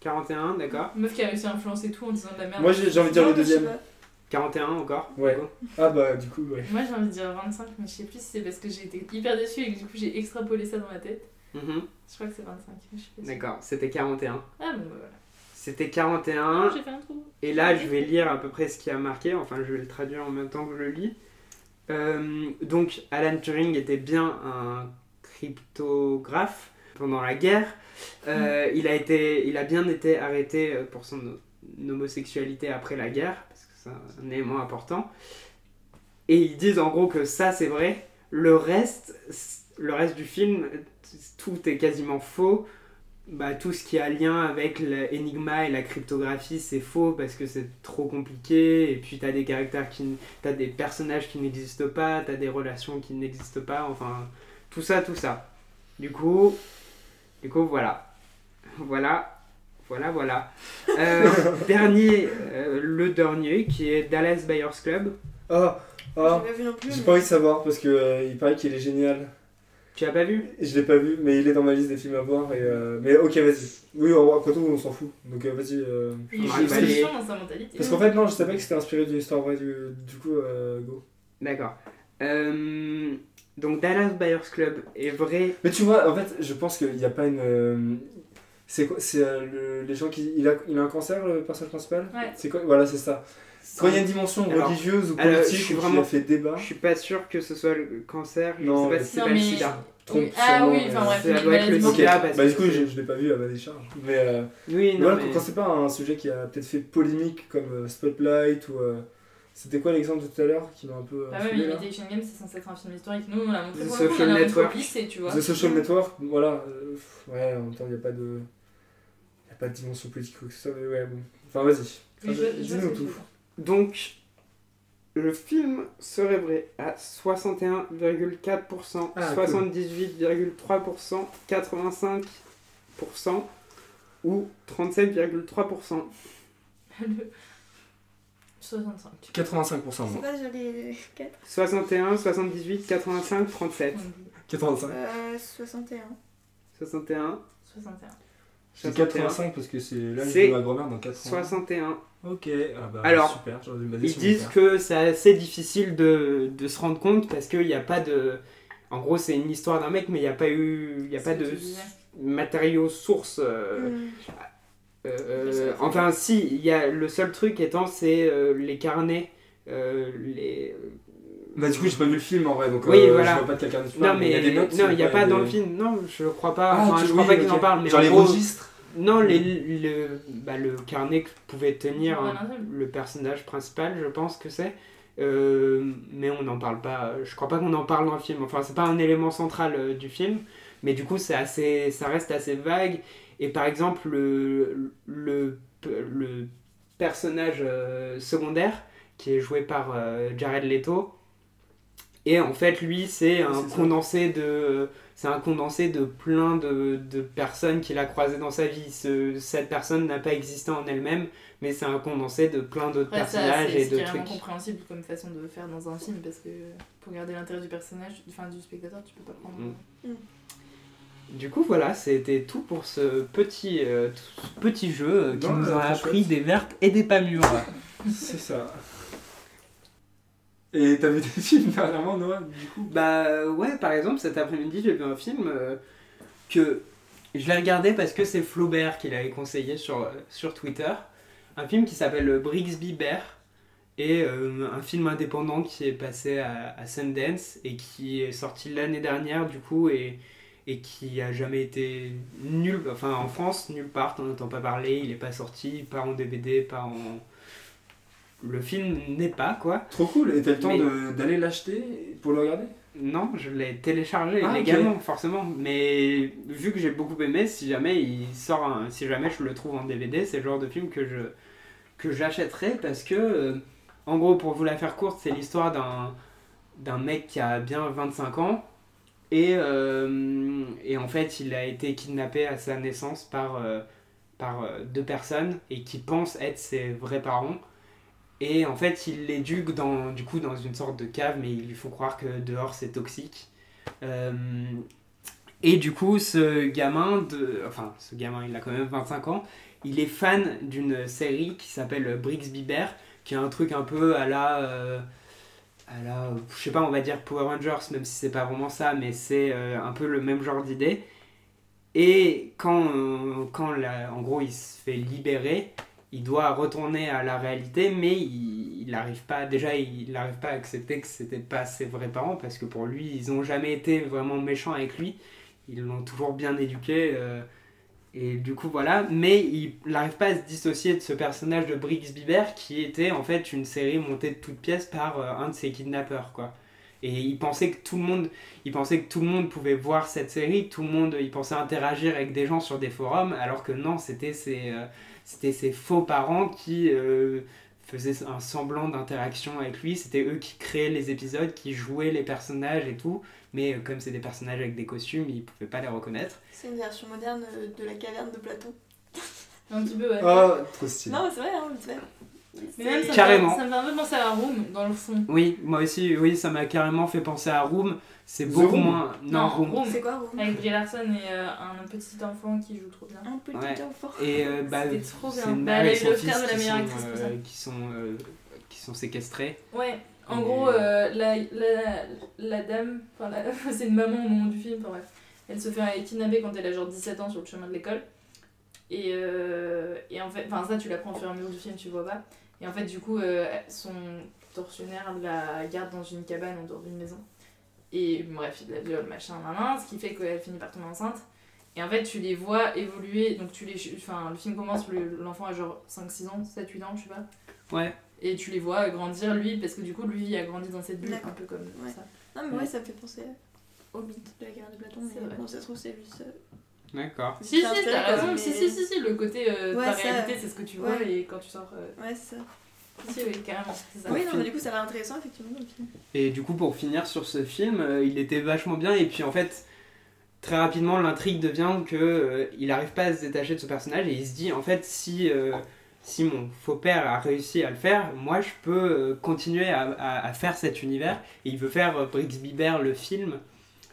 41, d'accord
Meuf qui a réussi à influencer tout en disant de la merde.
Moi j'ai j'ai envie de dire
Non,
le
mais je sais
deuxième.
pas.
41 encore
Ouais. Ah bah du coup, ouais.
Moi j'ai envie de dire 25 mais je sais plus si c'est parce que j'ai été hyper déçue et que du coup j'ai extrapolé ça dans ma tête.
Mhm,
Je crois que c'est 25 mais je suis pas sûre.
D'accord, c'était 41.
Ah bon bah voilà.
C'était 41,
Ah, J'ai fait un trou.
Et là, je vais lire à peu près ce qui a marqué, enfin je vais le traduire en même temps que je le lis. Euh, donc, Alan Turing était bien un cryptographe pendant la guerre. Euh, il, a été, il a bien été arrêté euh, pour son homosexualité après la guerre, parce que c'est un élément important. Et ils disent en gros que ça c'est vrai, le reste, c- le reste du film, t- tout est quasiment faux bah, tout ce qui a lien avec l'Enigma et la cryptographie, c'est faux parce que c'est trop compliqué. Et puis, t'as des caractères qui. n- T'as des personnages qui n'existent pas, t'as des relations qui n'existent pas, enfin. Tout ça, tout ça. Du coup. Du coup, voilà. Voilà. Voilà, voilà. Euh,
[laughs]
dernier, euh, le dernier, qui est Dallas Buyers Club.
Ah,
J'ai
ah.
pas vu non plus.
J'ai
mais-
pas envie de savoir parce que euh, il paraît qu'il est génial.
Tu l'as pas vu
Je l'ai pas vu, mais il est dans ma liste des films à voir. Et, euh, Mais ok, vas-y. Oui, on, après tout, on s'en fout. Donc euh, vas-y. euh,
Il est
Ah, bah, les-
chiant dans sa mentalité.
Parce qu'en fait, non, je savais que c'était inspiré d'une histoire vraie. Du, du coup, euh, go.
D'accord. Euh, donc, Dallas Buyers Club est vrai.
Mais tu vois, en fait, je pense qu'il n'y a pas une. euh, C'est quoi C'est euh, le- les gens qui. Il a, il a un cancer, le personnage principal
Ouais.
C'est quoi Voilà, c'est ça. Quand il y a une dimension
Alors,
religieuse ou
alors, je
politique
suis
ou qui
vraiment-
a fait débat,
Je suis pas sûr que ce soit le cancer, je
Non,
sais
mais-
pas si c'est
Non,
pas le
mais-
sida.
trompe
Oui, Ah
sûrement,
oui,
mais-
enfin bref,
Ça doit
les
être le
maladies
Ok.
mentales.
parce
bah du
que
coup,
c'est-
je, je l'ai pas vu à ma décharge. Mais euh,
Oui, non,
voilà,
mais-
quand c'est pas un sujet qui a peut-être fait polémique comme euh, Spotlight ou. euh, C'était quoi l'exemple de tout à l'heure qui m'a un peu. euh,
Ah
Bah ouais,
saoulé,
mais
là
Imitation Game, c'est censé être un film historique. Nous, on l'a montré
The
pour le coup, on
Social
l'a montré au
Network.
lycée, tu vois.
The Social Network, voilà. euh, pff, ouais, en même temps, il n'y a pas de. Il a pas de dimension politique ou quoi que ce soit, mais ouais, bon. Enfin, vas-y.
Oui, je vois- je vois ce que
Dis-nous
tu veux
tout.
dire.
Donc, le film serait vrai à 61,4%,
Ah, cool.
78,3%, 85% ou 37,3%.
Le 65.
85%
C'est
moi.
pas, j'avais 4.
61, 78, 85, 37.
euh, On dit
85.
Euh, 61.
61,
61.
C'est 85 parce que c'est l'âge
C'est
de ma grand-mère dans 80.
61.
Ok, ah bah,
Alors,
super, j'aurais dû me baser
Ils
sur mon
disent
père.
que c'est assez difficile de, de se rendre compte parce qu'il n'y a pas de. En gros, c'est une histoire d'un mec, mais il n'y a pas eu. Il n'y a pas
ce que
de
tu disais.
matériaux sources. euh,
Hmm.
euh,
Mm. Parce que-
enfin, si, il y a, le seul truc étant, c'est euh, les carnets. euh, les...
Bah, du coup, j'ai pas vu le film en vrai, donc
Oui,
euh,
voilà.
je vois pas de quelqu'un de
Non,
il y a
mais
des notes.
non, il n'y a
ouais,
pas
des-
dans le film. Non, je crois pas.
Ah,
enfin,
tu-
je crois
oui,
pas qu'ils
ok.
en parlent. Mais
Genre
en
les
gros,
registres.
Non, les, le, bah, le carnet que pouvait tenir
Voilà.
hein, le personnage principal, je pense que c'est. Euh, mais on n'en parle pas. euh, Je crois pas qu'on en parle dans le film. Enfin, c'est pas un élément central euh, du film. Mais du coup, c'est assez, ça reste assez vague. Et par exemple, le, le, le personnage euh, secondaire, qui est joué par euh, Jared Leto, et en fait, lui, c'est un
c'est ça.
condensé de. C'est un condensé de plein de, de personnes qu'il a croisées dans sa vie. Ce- cette personne n'a pas existé en elle-même, mais c'est un condensé de plein d'autres
Après, ça,
personnages
c'est
et
c'est
de
carrément
trucs.
compréhensible comme façon de faire dans un film parce que euh, pour garder l'intérêt du personnage, enfin du spectateur, tu peux pas prendre. euh,
Mm. Du coup, voilà, c'était tout pour ce petit, euh, tout ce petit jeu euh, qui
Non,
nous a
très
appris
chouette.
des vertes et des pas mûres.
C'est ça. Et t'as vu [laughs] des films dernièrement, Noah Du coup
Bah ouais, par exemple, cet après-midi, j'ai vu un film euh, que je l'ai regardé parce que c'est Flaubert qui l'avait conseillé sur, euh, sur Twitter. Un film qui s'appelle euh, Brigsby Bear et euh, un film indépendant qui est passé à, à Sundance et qui est sorti l'année dernière du coup et, et qui a jamais été nul, enfin en France, nulle part, on n'entend pas parler, il n'est pas sorti, pas en DVD, pas en... Le film n'est pas quoi.
Trop cool. Et t'as le temps
Mais-
de- d'aller l'acheter pour le regarder
Non, je l'ai téléchargé
Ah, ok.
légalement, forcément. Mais vu que j'ai beaucoup aimé, si jamais il sort, un- si jamais je le trouve en DVD, c'est le genre de film que je que j'achèterai parce que, euh, en gros, pour vous la faire courte, c'est l'histoire d'un d'un mec qui a bien 25 ans et euh, et en fait, il a été kidnappé à sa naissance par euh, par euh, deux personnes et qui pensent être ses vrais parents. Et en fait, il l'éduque dans, du coup, dans une sorte de cave, mais il lui faut croire que dehors c'est toxique. Euh, et du coup, ce gamin, de, enfin, ce gamin, il a quand même 25 ans, il est fan d'une série qui s'appelle Brixby Bear, qui est un truc un peu à la. euh, à la euh, je sais pas, on va dire Power Rangers, même si c'est pas vraiment ça, mais c'est euh, un peu le même genre d'idée. Et quand, euh, quand la- en gros, il se fait libérer, il doit retourner à la réalité, mais il n'arrive pas, déjà, il n'arrive pas à accepter que c'était pas ses vrais parents, parce que pour lui, ils n'ont jamais été vraiment méchants avec lui, ils l'ont toujours bien éduqué, euh, et du coup, voilà, mais il n'arrive pas à se dissocier de ce personnage de Briggs Bieber, qui était en fait une série montée de toutes pièces par euh, un de ses kidnappeurs, quoi. Et il pensait que tout le monde, il pensait que tout le monde pouvait voir cette série, tout le monde, il pensait interagir avec des gens sur des forums, alors que non, c'était ses... euh, c'était ses faux parents qui euh, faisaient un semblant d'interaction avec lui. C'était eux qui créaient les épisodes, qui jouaient les personnages et tout. Mais euh, comme c'est des personnages avec des costumes, ils pouvaient pas les reconnaître.
C'est une version moderne euh, de la caverne de Platon.
Un petit peu, ouais.
Ah,
Ah,
Oh, trop stylé.
Non, mais c'est vrai, hein, c'est vrai.
Mais même ça, me
Carrément.
fait- ça me fait un peu penser à Room dans le fond.
Oui, moi aussi, oui, ça m'a carrément fait penser à Room. C'est beaucoup
Room
moins. Non, Room.
C'est quoi, Room
Avec Brie Larson et euh, un petit enfant qui joue trop bien.
Un petit
Ouais.
enfant.
Et euh, bah,
C'était trop bien.
c'est
Bah, elle
Nal et
a eu
son
le
fils
frère de la
qui
meilleure
sont,
actrice pour
euh,
ça.
qui sont, euh, qui sont séquestrés.
Ouais, en
Et-
gros, euh, la, la, la dame, enfin, la- [laughs] c'est une maman au moment du film, enfin bref, elle se fait kidnapper quand elle a genre 17 ans sur le chemin de l'école. Et, euh, et en fait, enfin ça tu l'apprends au fur et à mesure du film, tu vois pas. Et en fait, du coup, euh, son tortionnaire la garde dans une cabane en dehors d'une maison. Et bref, il la viole, machin, nanan, ce qui fait qu'elle finit par tomber enceinte. Et en fait, tu les vois évoluer, donc tu les. Enfin, le film commence, le- l'enfant a genre 5-6 ans, 7-8 ans, je sais pas.
Ouais.
Et tu les vois grandir lui, parce que du coup lui il a grandi dans cette bulle,
D'accord.
un peu comme
Ouais.
ça.
Non, mais ouais, ça me fait penser euh, au mythe de la caverne de Platon.
C'est
Mais
vrai.
bon, ça se trouve, c'est juste. euh,
D'accord.
Si, si,
c'est inspiré,
t'as
quoi,
raison,
mais-
si, si, si, si, le côté euh,
Ouais,
ta
ça-
réalité c'est ce que tu vois
ouais.
et quand tu sors. euh,
Ouais, c'est ça.
Si, oui, carrément, c'est ça.
Oui, non, mais du coup, ça a l'air intéressant, effectivement. donc, euh,
Et du coup, pour finir sur ce film, euh, il était vachement bien. Et puis en fait, très rapidement, l'intrigue devient que euh, il n'arrive pas à se détacher de ce personnage et il se dit en fait si euh, si mon faux père a réussi à le faire, moi je peux euh, continuer à, à- à faire cet univers. Et il veut faire euh, Brixby Bear le film.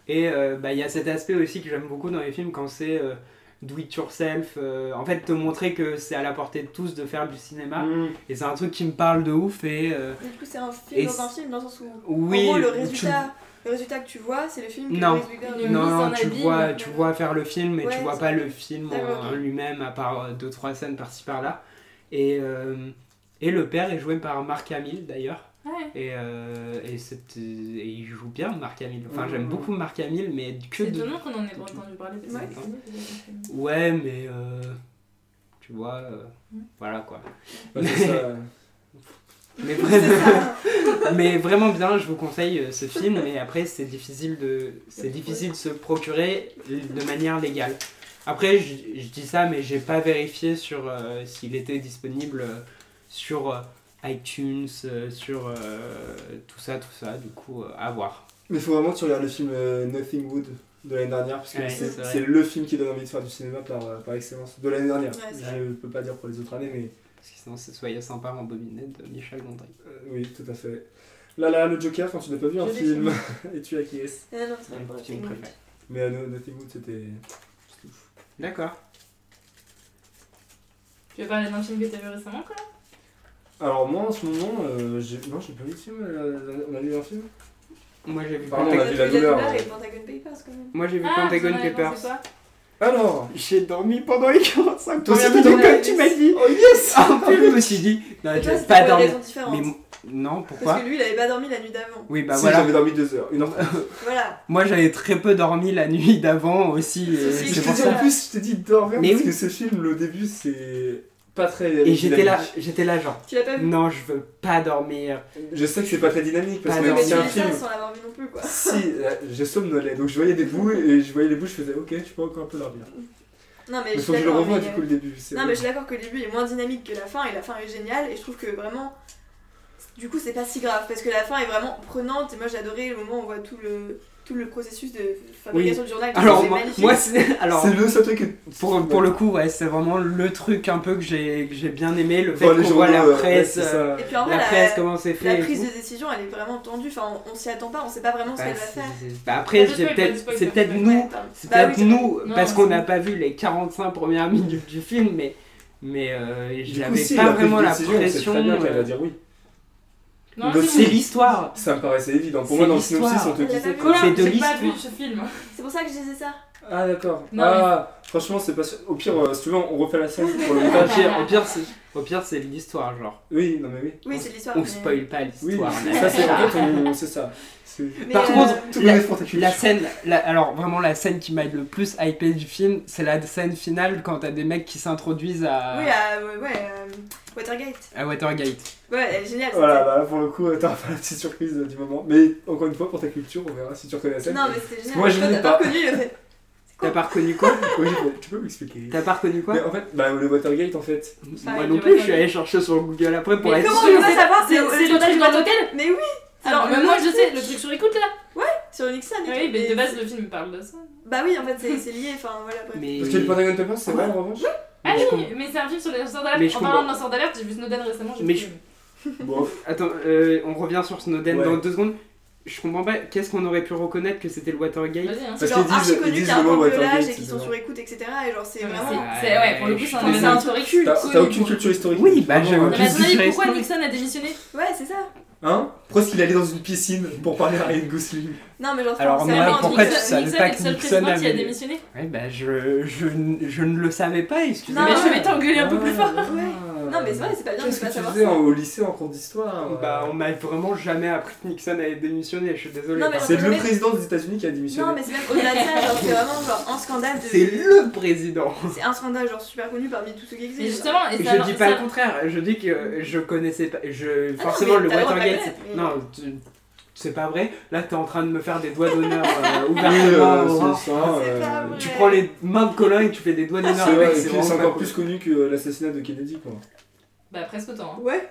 Et euh, bah, il y a cet aspect aussi que j'aime beaucoup dans les films quand c'est euh, do it yourself, euh, en fait te montrer que c'est à la portée de tous de faire du
Ah.
cinéma.
Mm.
Et c'est un truc qui me parle de ouf et euh,
Du coup, c'est un film
Et
dans un
c'est-
film, dans le sens où.
oui,
en gros, le
tu-
résultat, le résultat que tu vois, c'est le film que
Non.
le résultat
Une
non,
mise en
non, tu
abîme.
vois, tu vois faire le film, mais
euh, Ouais,
tu vois
c'est
pas le film en-
D'accord,
en,
ok.
lui-même à part euh, deux trois scènes par-ci par-là. Et euh, et le père est joué par Marc Hamill d'ailleurs.
Ouais.
Et, euh, et, c'était- et il joue bien Marc Hamill. Enfin,
Mhm.
Mmh.
j'aime beaucoup Marc Hamill, mais que
C'est
de.
étonnant qu'on en ait pas entendu parler. parce que
Ouais.
c'est fini, c'est fini.
Ouais, mais euh, tu vois, euh,
Mmh.
voilà quoi.
Bah, c'est ça, euh,
Mais vraiment, [laughs] mais vraiment bien, je vous conseille euh, ce film. Mais après, c'est difficile de, c'est difficile de se procurer de manière légale. Après, je, je dis ça, mais j'ai pas vérifié sur euh, s'il était disponible euh, sur euh, iTunes, euh, sur euh, tout ça, tout ça. Du coup, euh, à voir.
[laughs] Mais faut vraiment que tu regardes le film euh, Nothing Wood de l'année dernière, parce que
Ouais,
c'est
c'est vrai.
c'est le film qui donne envie de faire du cinéma par, euh, par excellence. De l'année dernière.
Ouais, c'est
je peux pas dire pour les autres années, mais
Parce que sinon, c'est Soyez sympa en bobinette de Michel Gondry.
euh, oui, tout à fait. Là, là, le Joker, quand tu n'as pas vu un
Je l'ai
film, [laughs] et tu as qui est.
Ah non, c'est
Mon
pas
film préféré.
Mais euh, No- Nothing Wood, c'était.
D'accord.
Tu veux parler d'un film que t'as vu récemment, quoi
Alors, moi, en ce moment, euh, j'ai- non, j'ai pas vu de film. euh, on a vu un film
Moi, j'ai vu
Pardon,
Pentagon-
on a vu la douleur.
et Pentagon Papers quand même.
Moi, j'ai vu
Ah, vous en
Pentagon
avez
Papers.
pensé quoi
[laughs] Alors
J'ai dormi pendant les 45
Toi aussi,
premières
t'as
minutes,
dormi
comme tu m'as dit.
Oh yes
[laughs] En plus, je me suis dit, non,
Et
je
toi,
vais
c'était
pas
pour des
dormir.
raisons différentes.
Mais mon- non, pourquoi
Parce que lui, il avait pas dormi la nuit d'avant.
Oui, bah
Si,
voilà.
j'avais dormi deux heures. Une heure.
Voilà.
Moi, j'avais très peu dormi la nuit d'avant aussi. et
Si, si,
Je
c'est
t'ai
pour
dit en
ça.
plus, je t'ai dit dormir,
Mais
parce
oui.
que ce film, le début, c'est pas très.
Et j'étais là,
dynamique.
j'étais là, genre,
Tu l'as pas vu
non, je veux pas dormir.
Je sais que c'est pas très dynamique, parce
Pas
que
Bah Oui,
non,
mais
c'est
tu
un
l'as
film.
ça sans l'avoir vu non plus quoi.
Si, euh, je somnolais, donc je voyais des bouts et je voyais les bouts, je faisais ok, je peux encore un peu dormir.
Non, mais
Mais
je suis
faut que je le
d'accord.
revoie
mais,
du coup
euh,
le début. c'est
Non,
vrai.
mais je suis d'accord que le début est moins dynamique que la fin et la fin est géniale et je trouve que vraiment. Du coup, c'est pas si grave parce que la fin est vraiment prenante et moi j'ai adoré le moment où on voit tout le, tout le processus de fabrication du journal.
Alors,
c'est
moi,
magnifique. [laughs]
moi, c'est. Alors,
C'est le seul truc que.
pour, pour le coup, ouais, c'est vraiment le truc un peu que j'ai que j'ai bien aimé. Le fait
Enfin, les
qu'on voit la
journaux, euh,
presse,
ouais, c'est ça.
Et puis en vrai,
la
la,
presse, comment c'est
la
fait. et
prise
tout.
de décision elle est vraiment tendue. Enfin, on, on s'y attend pas, on sait pas vraiment ce
Bah,
qu'elle va
c'est-
faire.
c'est- bah, après,
Pas de
c'est
spoil, pas de
peut-être
spoil,
c'est
pas de
peut-être
spoil.
nous C'est
Bah
peut-être
oui,
nous,
Non,
parce
c'est
qu'on
nous.
n'a pas vu les 45 premières [laughs] minutes du film, mais, mais euh,
Du coup,
j'avais
si,
pas
la prise
vraiment
de
la
décision, on sait
pression.
très bien qu'elle
euh,
va dire oui.
Non,
Le
C'est
c'est
l'histoire.
Ça me paraissait évident. Pour
C'est
moi, dans le
l'histoire.
synopsis, on te
Elle l'a pas
disait.
vu.
Quoi
C'est de
J'ai pas
l'histoire.
vu ce film.
C'est pour ça que je disais ça.
Ah, d'accord.
Non,
Ah, franchement, c'est pas sûr. Au pire, euh, si tu veux, on refait la scène
[laughs]
pour le
Au
montage.
pire, au pire, c'est- au pire, c'est l'histoire, genre.
Oui, non, mais oui.
Oui, c'est l'histoire.
On
Ah, mais-
spoil pas
Oui,
l'histoire. mais-
ça c'est en fait, on- c'est ça. C'est-
mais,
Par
euh,
contre,
Tout le
la,
monde est pour ta
[laughs] la
culture.
scène, la- alors vraiment la scène qui m'a le plus hypé du film, c'est la scène finale quand t'as des mecs qui s'introduisent à,
Oui, à, ouais, ouais, euh, Watergate.
à Watergate.
Ouais, elle est géniale. cette
Voilà, bah là, pour le coup, euh, t'auras pas la petite surprise euh, du moment. Mais encore une fois, pour ta culture, on verra si tu reconnais la
scène.
scène.
Non, mais c'était génial.
moi, je
Toi,
l'ai
t'as
pas.
reconnu le fait.
T'as pas reconnu quoi
Oui, mais tu peux m'expliquer.
T'as pas reconnu quoi
Mais en fait, bah, le Watergate en fait,
Moi
Pareil,
non
le
plus, je
Watergate.
suis allé chercher sur Google après pour
Mais
être
comment
sûr.
tu vas savoir
C'est c'est le truc dans lequel
Mais oui
Alors,
Ah, bah, le
même Ah, moi,
mot-
je sais, le truc sur écoute là.
Sur Nixon et
Oui,
tout,
mais de base, le film parle de ça.
Bah oui, en fait, c'est c'est lié, enfin voilà. bref.
Mais...
Parce que le Pentagon Papers, c'est vrai en revanche
Ah
je
oui, mais c'est un film sur les lanceurs
Mais
d'alerte.
je
En parlant de
comprends.
lanceurs d'alerte, j'ai vu Snowden récemment. j'ai
Mais
pas
je-
vu.
Bon,
Attends, euh, on revient sur Snowden
Ouais.
dans deux secondes. Je comprends pas, qu'est-ce qu'on aurait pu reconnaître que c'était le Watergate
Vas-y, hein.
parce
genre
qu'ils disent-
archi
ils
connu qu'il
disent
y a un
le mot Watergate,
cambriolage et qu'ils
c'est
sont
vrai.
sur écoute, etc. Et genre, c'est
Mais
vraiment.
c'est- c'est- ouais, pour le coup,
je
c'est
trouve
un
Mais c'est un
élément
truc
historique.
T'as
connu,
t'as aucune
quoi.
culture historique.
Oui, bah,
Vraiment,
j'ai
hein.
Non, Mais
aucune-
attendez,
Culture
pourquoi
historique.
Nixon a démissionné
Ouais, c'est ça.
Hein Pourquoi est-ce qu'il allait dans une piscine pour parler à Ryan Gosling
Non, mais genre,
Alors,
c'est
mais
vraiment
ouais,
un
pourquoi
truc-
tu
Nixon
savais
Nixon
pas
est le
que
seul
Nixon
président qui a
avait-
démissionné
Ouais, bah, je, je, n- je ne le savais pas, excusez-moi.
Non,
Mais je
ouais.
vais t'engueuler un peu plus fort.
Non, mais c'est vrai, c'est pas bien de
Qu'est-ce
pas
que tu
savoir
faisais
ça.
en- au lycée en cours d'histoire euh,
Bah, on m'a vraiment jamais appris que Nixon avait démissionné, je suis désolé.
Non, mais
C'est
j'en ai-
le président des États-Unis qui a démissionné.
Non, mais c'est même au-delà de ça, genre, c'est vraiment genre un scandale de.
C'est le président
C'est un scandale, genre, super connu parmi tous ceux qui
Mais
existent. genre.
justement, et ça.
Je dis pas le contraire, je dis que je connaissais pas. Je,
Ah non,
forcément,
mais
le
t'as le droit de
Watergate.
pas
c'est-
connaître, mais-
Non, tu- c'est pas vrai. Là, t'es en train de me faire des doigts d'honneur euh,
Oui, euh,
ouvertement. Aurore.
c'est ça.
C'est
euh,
pas vrai.
tu prends les mains de Colin et tu fais des doigts
C'est
d'honneur
vrai,
avec.
et
C'est
puis
vraiment
c'est
pas
encore
cool.
plus connu que l'assassinat de Kennedy, quoi.
Bah, presque autant. hein.
Ouais.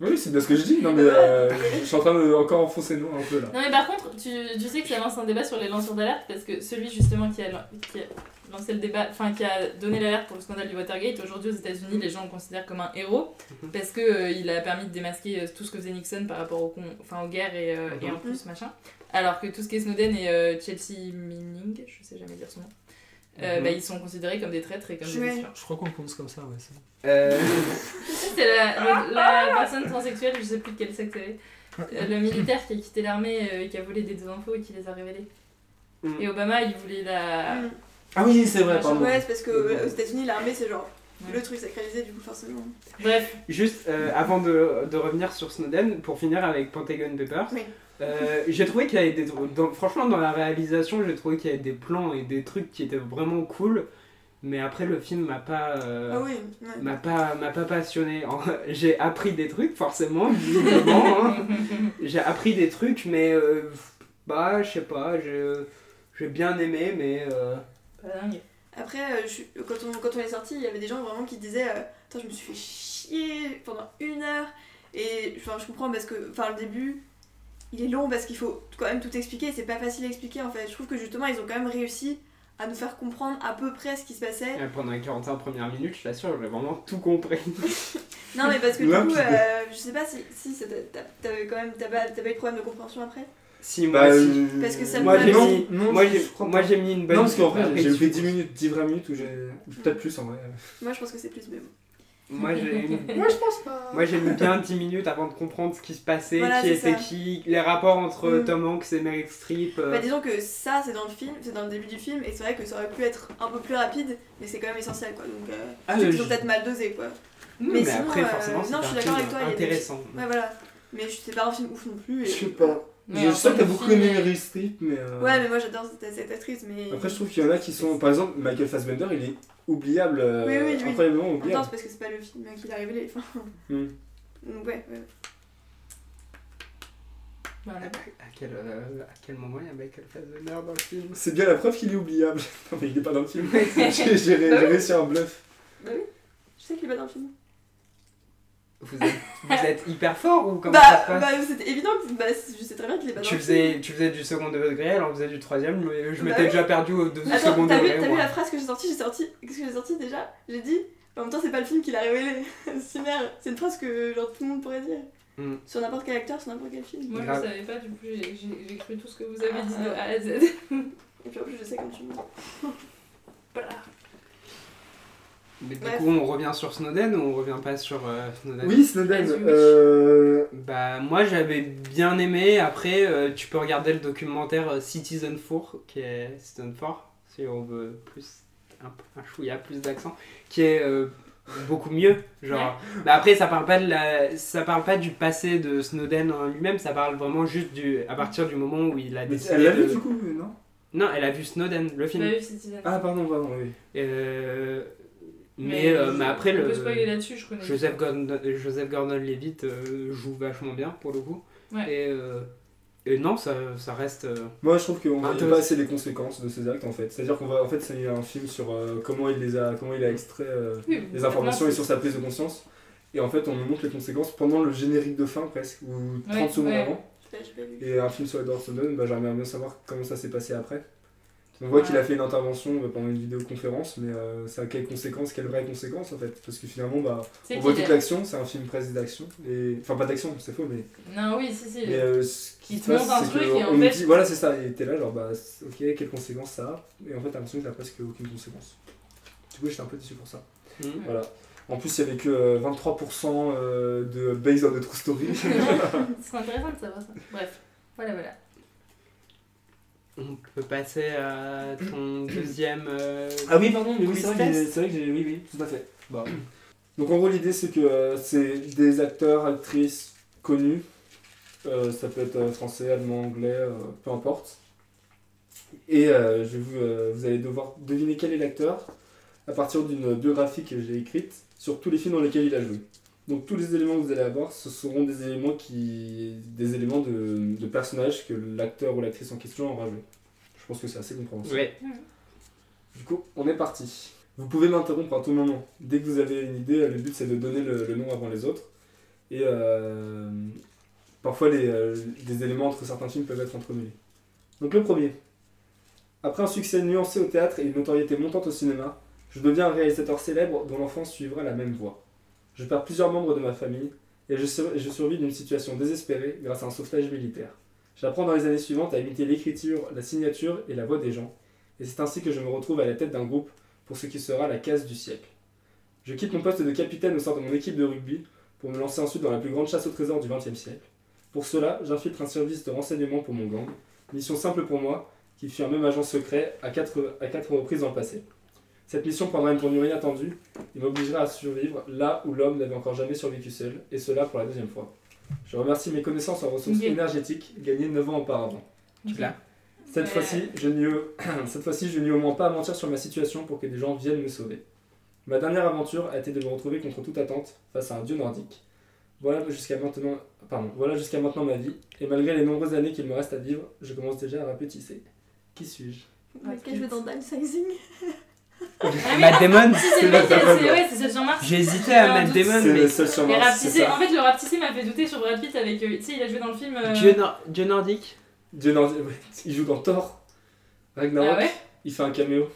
Oui, c'est bien ce que je dis, non mais euh, je suis en train de encore enfoncer le nom un peu là.
Non mais par contre, tu, tu sais que ça lance un débat sur les lanceurs d'alerte parce que celui justement qui a, lan- qui a lancé le débat, enfin qui a donné l'alerte pour le scandale du Watergate, aujourd'hui aux États-Unis, les gens le considèrent comme un héros
Mhm.
parce que euh, il a permis de démasquer euh, tout ce que faisait Nixon par rapport au con, enfin aux guerres et, euh, et en
Mhm.
plus machin. Alors que tout ce qui est Snowden et euh, Chelsea Manning, je sais jamais dire son nom,
Mhm.
euh, bah, ils sont considérés comme des traîtres et comme des espions.
Je crois qu'on le prononce comme ça, ouais. ça.
Euh,
C'est la, le- la personne transsexuelle, je sais plus de quel sexe elle est. Euh, Le militaire qui a quitté l'armée euh, et qui a volé des infos et qui les a révélées.
Mm.
Et Obama, il voulait la.
[laughs]
Ah oui, c'est vrai,
Ouais,
pardon.
Mm. Ouais, c'est parce qu'aux États-Unis, l'armée, c'est genre le truc sacralisé, du coup, forcément.
Bref.
Juste euh, avant de, de revenir sur Snowden, pour finir avec Pentagon Papers,
Oui.
euh, j'ai trouvé qu'il y avait des. dans- franchement, dans la réalisation, j'ai trouvé qu'il y avait des plans et des trucs qui étaient vraiment cool, mais après le film m'a pas. euh,
Ah oui, ouais.
M'a pas, m'a pas passionné. En- [laughs] J'ai appris des trucs, forcément,
[laughs]
visiblement. hein. J'ai appris des trucs, mais. euh, bah, je sais pas, j'ai j'ai bien aimé, mais. euh,
Pas dingue.
Après, euh, je suis- quand, on, quand on est sorti, il y avait des gens vraiment qui disaient euh, Attends, je me suis fait chier pendant une heure. Et enfin, je comprends parce que enfin, le début, il est long parce qu'il faut quand même tout expliquer. et C'est pas facile à expliquer en fait. Je trouve que justement, ils ont quand même réussi à nous faire comprendre à peu près ce qui se [laughs] passait.
Ouais, Pendant les 45 premières minutes, je t'assure, j'ai vraiment tout compris. [laughs]
Non, mais parce que du
Limpide.
coup, euh, je sais pas si, si ça t'a- t'a- t'avais quand même t'as pas, t'as pas eu de problème de compréhension après.
Si,
Bah,
moi, si.
euh,
Parce que ça
Moi,
me
j'ai
va
mis,
Non,
moi,
je
j'ai-
crois
moi,
pas.
j'ai mis une bonne
Non, parce qu'en
Après,
vrai, j'ai
tu-
fait 10 minutes, 10 20 minutes où j'ai. Peut-être plus en vrai.
Moi, Ah, je pense que c'est plus, mais bon.
[laughs] Moi, j'ai
Moi, je pense pas.
moi, j'ai mis bien 10 minutes avant de comprendre ce qui se passait,
Voilà,
qui
c'est
était
ça.
qui, les rapports entre
Mm.
Tom Hanks et Meryl Streep. euh,
Bah, disons que ça, c'est dans le film, c'est dans le début du film, et c'est vrai que ça aurait pu être un peu plus rapide, mais c'est quand même essentiel quoi. Donc, euh,
Ah,
c'est
le-
toujours peut-être mal dosé quoi.
mais,
sinon,
après,
euh,
forcément, c'est
non, je suis
un
d'accord
film
avec toi. il y a des-
intéressant.
Ouais, voilà. Mais je- c'est pas un film ouf non plus. et-
Je sais pas.
Mais
je
en
sais que
fait,
t'as
le
beaucoup
film
aimé
est-
Meryl Streep, mais. euh,
Ouais, mais moi j'adore cette, cette actrice, mais.
Après, je trouve qu'il y en a qui sont. Par exemple, Michael Fassbender, il est oubliable. euh,
Oui, oui, oui.
Incroyablement
En même temps,
oubliable.
c'est parce que c'est pas le film qui l'a révélé. Enfin,
Hmm.
donc, ouais, ouais.
Voilà.
À quel, euh, à quel moment il y a Michael Fassbender dans le film
C'est bien la preuve qu'il est oubliable. [laughs] Non, mais il est pas dans le film. [laughs] J'ai j'ai- j'ai réussi un bluff.
Bah oui, je sais qu'il est pas dans le film.
vous êtes, vous
[laughs]
êtes hyper fort ou comment ça se
bah,
passe
bah c'était évident que bah, je sais très bien qu'il est pas dans
tu
le film.
faisais, tu faisais du second degré, elle en faisait du troisième, mais je
Bah
m'étais
oui.
déjà perdu au deux
Attends,
second
t'as vu,
degré.
t'as vu
moi.
la phrase que j'ai sortie J'ai sorti. Qu'est-ce que j'ai sorti déjà J'ai dit. En même temps, c'est pas le film qui l'a révélé. [laughs] c'est merde. C'est une phrase que genre tout le monde pourrait dire.
Hmm.
Sur n'importe quel acteur, sur n'importe quel film.
Moi, je
Grave.
savais pas, du coup, j'ai- j'ai j'ai cru tout ce que vous avez dit de
Ah.
A à Z.
Et puis en plus, je sais comme tu [laughs] me dis.
Mais du
Bref.
coup, on revient sur Snowden ou on revient pas sur euh, Snowden
Oui, Snowden.
As you wish.
euh,
Bah moi j'avais bien aimé, après euh, tu peux regarder le documentaire euh, Citizen 4, qui est Citizen 4, si on veut plus, un, un chouïa plus d'accent, qui est euh, beaucoup mieux. Genre, bah après ça parle pas de la, ça parle pas du passé de Snowden en lui-même, ça parle vraiment juste du, à partir du moment où il a
mais
décidé
Elle l'a vu
de-
du coup, non
Non, elle a vu Snowden, le film.
Bah oui, Citizen.
Ah, pardon, pardon, oui.
Euh, mais, euh, mais après
On
le...
peut spoiler là-dessus, je connais.
Joseph Gordon, Joseph Gordon-Levitt euh, joue vachement bien pour le coup.
Ouais.
Et, euh, et non, ça, ça reste. euh,
Moi, je trouve qu'on
Ah,
voyait
t'as-
pas assez les conséquences de ces actes en fait. C'est-à-dire qu'on va, en fait, c'est un film sur euh, comment il les a, comment il a extrait euh,
Oui,
les informations et
complètement.
sur sa prise de conscience. Et en fait, on nous montre les conséquences pendant le générique de fin presque, ou 30
Ouais,
secondes
ouais.
avant.
Putain, j'ai pas vu.
Et un film sur Edward Snowden, bah, j'aimerais bien savoir comment ça s'est passé après. On voit
Ouais.
qu'il a fait une intervention euh, pendant une vidéoconférence, mais euh, ça a quelles conséquences, quelles vraies conséquences en fait Parce que finalement, bah,
Tu sais
on voit
qu'il
toute
a-
l'action, c'est un film presque d'action. Et... Enfin, pas d'action, c'est faux, mais
Non, oui, si, si.
mais
[laughs]
euh, ce qui
Il
se
te montre
passe,
un
c'est
truc
que
et en
on nous
fait-
dit, voilà, c'est ça, et t'es là, genre, bah, c'est- ok, quelles conséquences ça a Et en fait, t'as l'impression que t'as presque aucune conséquence. Du coup, j'étais un peu déçu pour ça.
Mhm.
Voilà. En plus, il y avait que euh, 23% euh, de Based on the True Story.
C'est intéressant de savoir ça. Bref, voilà, voilà.
On peut passer à ton deuxième. euh,
ah oui, pardon, mais oui, c'est vrai, que
Tristesse.
j'ai- c'est vrai que j'ai. Oui, oui, tout à fait. Bah. Donc, en gros, l'idée, c'est que euh, c'est des acteurs, actrices connus. Euh, ça peut être euh, français, allemand, anglais, euh, peu importe. Et euh, je vais vous, euh, vous allez devoir deviner quel est l'acteur à partir d'une biographie que j'ai écrite sur tous les films dans lesquels il a joué. Donc tous les éléments que vous allez avoir, ce seront des éléments qui, des éléments de, de personnages que l'acteur ou l'actrice en question aura joué. Je pense que c'est assez compréhensible.
Ouais.
Du coup, on est parti. Vous pouvez m'interrompre à tout moment. Dès que vous avez une idée, le but c'est de donner le, le nom avant les autres. Et euh, parfois, les, euh, des éléments entre certains films peuvent être entremêlés. Donc le premier. Après un succès nuancé au théâtre et une notoriété montante au cinéma, je deviens un réalisateur célèbre dont l'enfance suivra la même voie. Je perds plusieurs membres de ma famille et je, sur- je survis d'une situation désespérée grâce à un sauvetage militaire. J'apprends dans les années suivantes à imiter l'écriture, la signature et la voix des gens et c'est ainsi que je me retrouve à la tête d'un groupe pour ce qui sera la case du siècle. Je quitte mon poste de capitaine au sein de mon équipe de rugby pour me lancer ensuite dans la plus grande chasse au trésor du XXe siècle. Pour cela, j'infiltre un service de renseignement pour mon gang, mission simple pour moi, qui fut un même agent secret à quatre, à quatre reprises dans le passé. Cette mission prendra une tournure inattendue et m'obligera à survivre là où l'homme n'avait encore jamais survécu seul, et cela pour la deuxième fois. Je remercie mes connaissances en ressources
Ok.
énergétiques gagnées 9 ans auparavant.
Tu l'as
Cette
Ouais.
fois-ci, je n'ai eu- [clears throat] cette fois-ci, je n'ai au moins pas à mentir sur ma situation pour que des gens viennent me sauver. Ma dernière aventure a été de me retrouver contre toute attente face à un dieu nordique. Voilà jusqu'à maintenant, pardon, voilà jusqu'à maintenant ma vie, et malgré les nombreuses années qu'il me reste à vivre, je commence déjà à rapetisser. Qui suis-je
Lequel je veux dans Downsizing
Matt Damon,
Si, c'est
c'est
le mec,
Matt Damon.
c'est ouais, c'est celle sur Mars.
J'ai hésité
J'ai
à
un
Matt
doute.
Damon,
C'est
mais.
le seul sur
Et
Mars, c'est
Raptissé-
ça.
en fait, le rapetissé m'a fait douter sur Brad Pitt avec. euh, tu sais, il a joué dans le film. euh,
Dieu, Nor- Dieu nordique
Dieu nordique, ouais, il joue dans Thor, Ragnarok,
Ah ouais
il fait un caméo.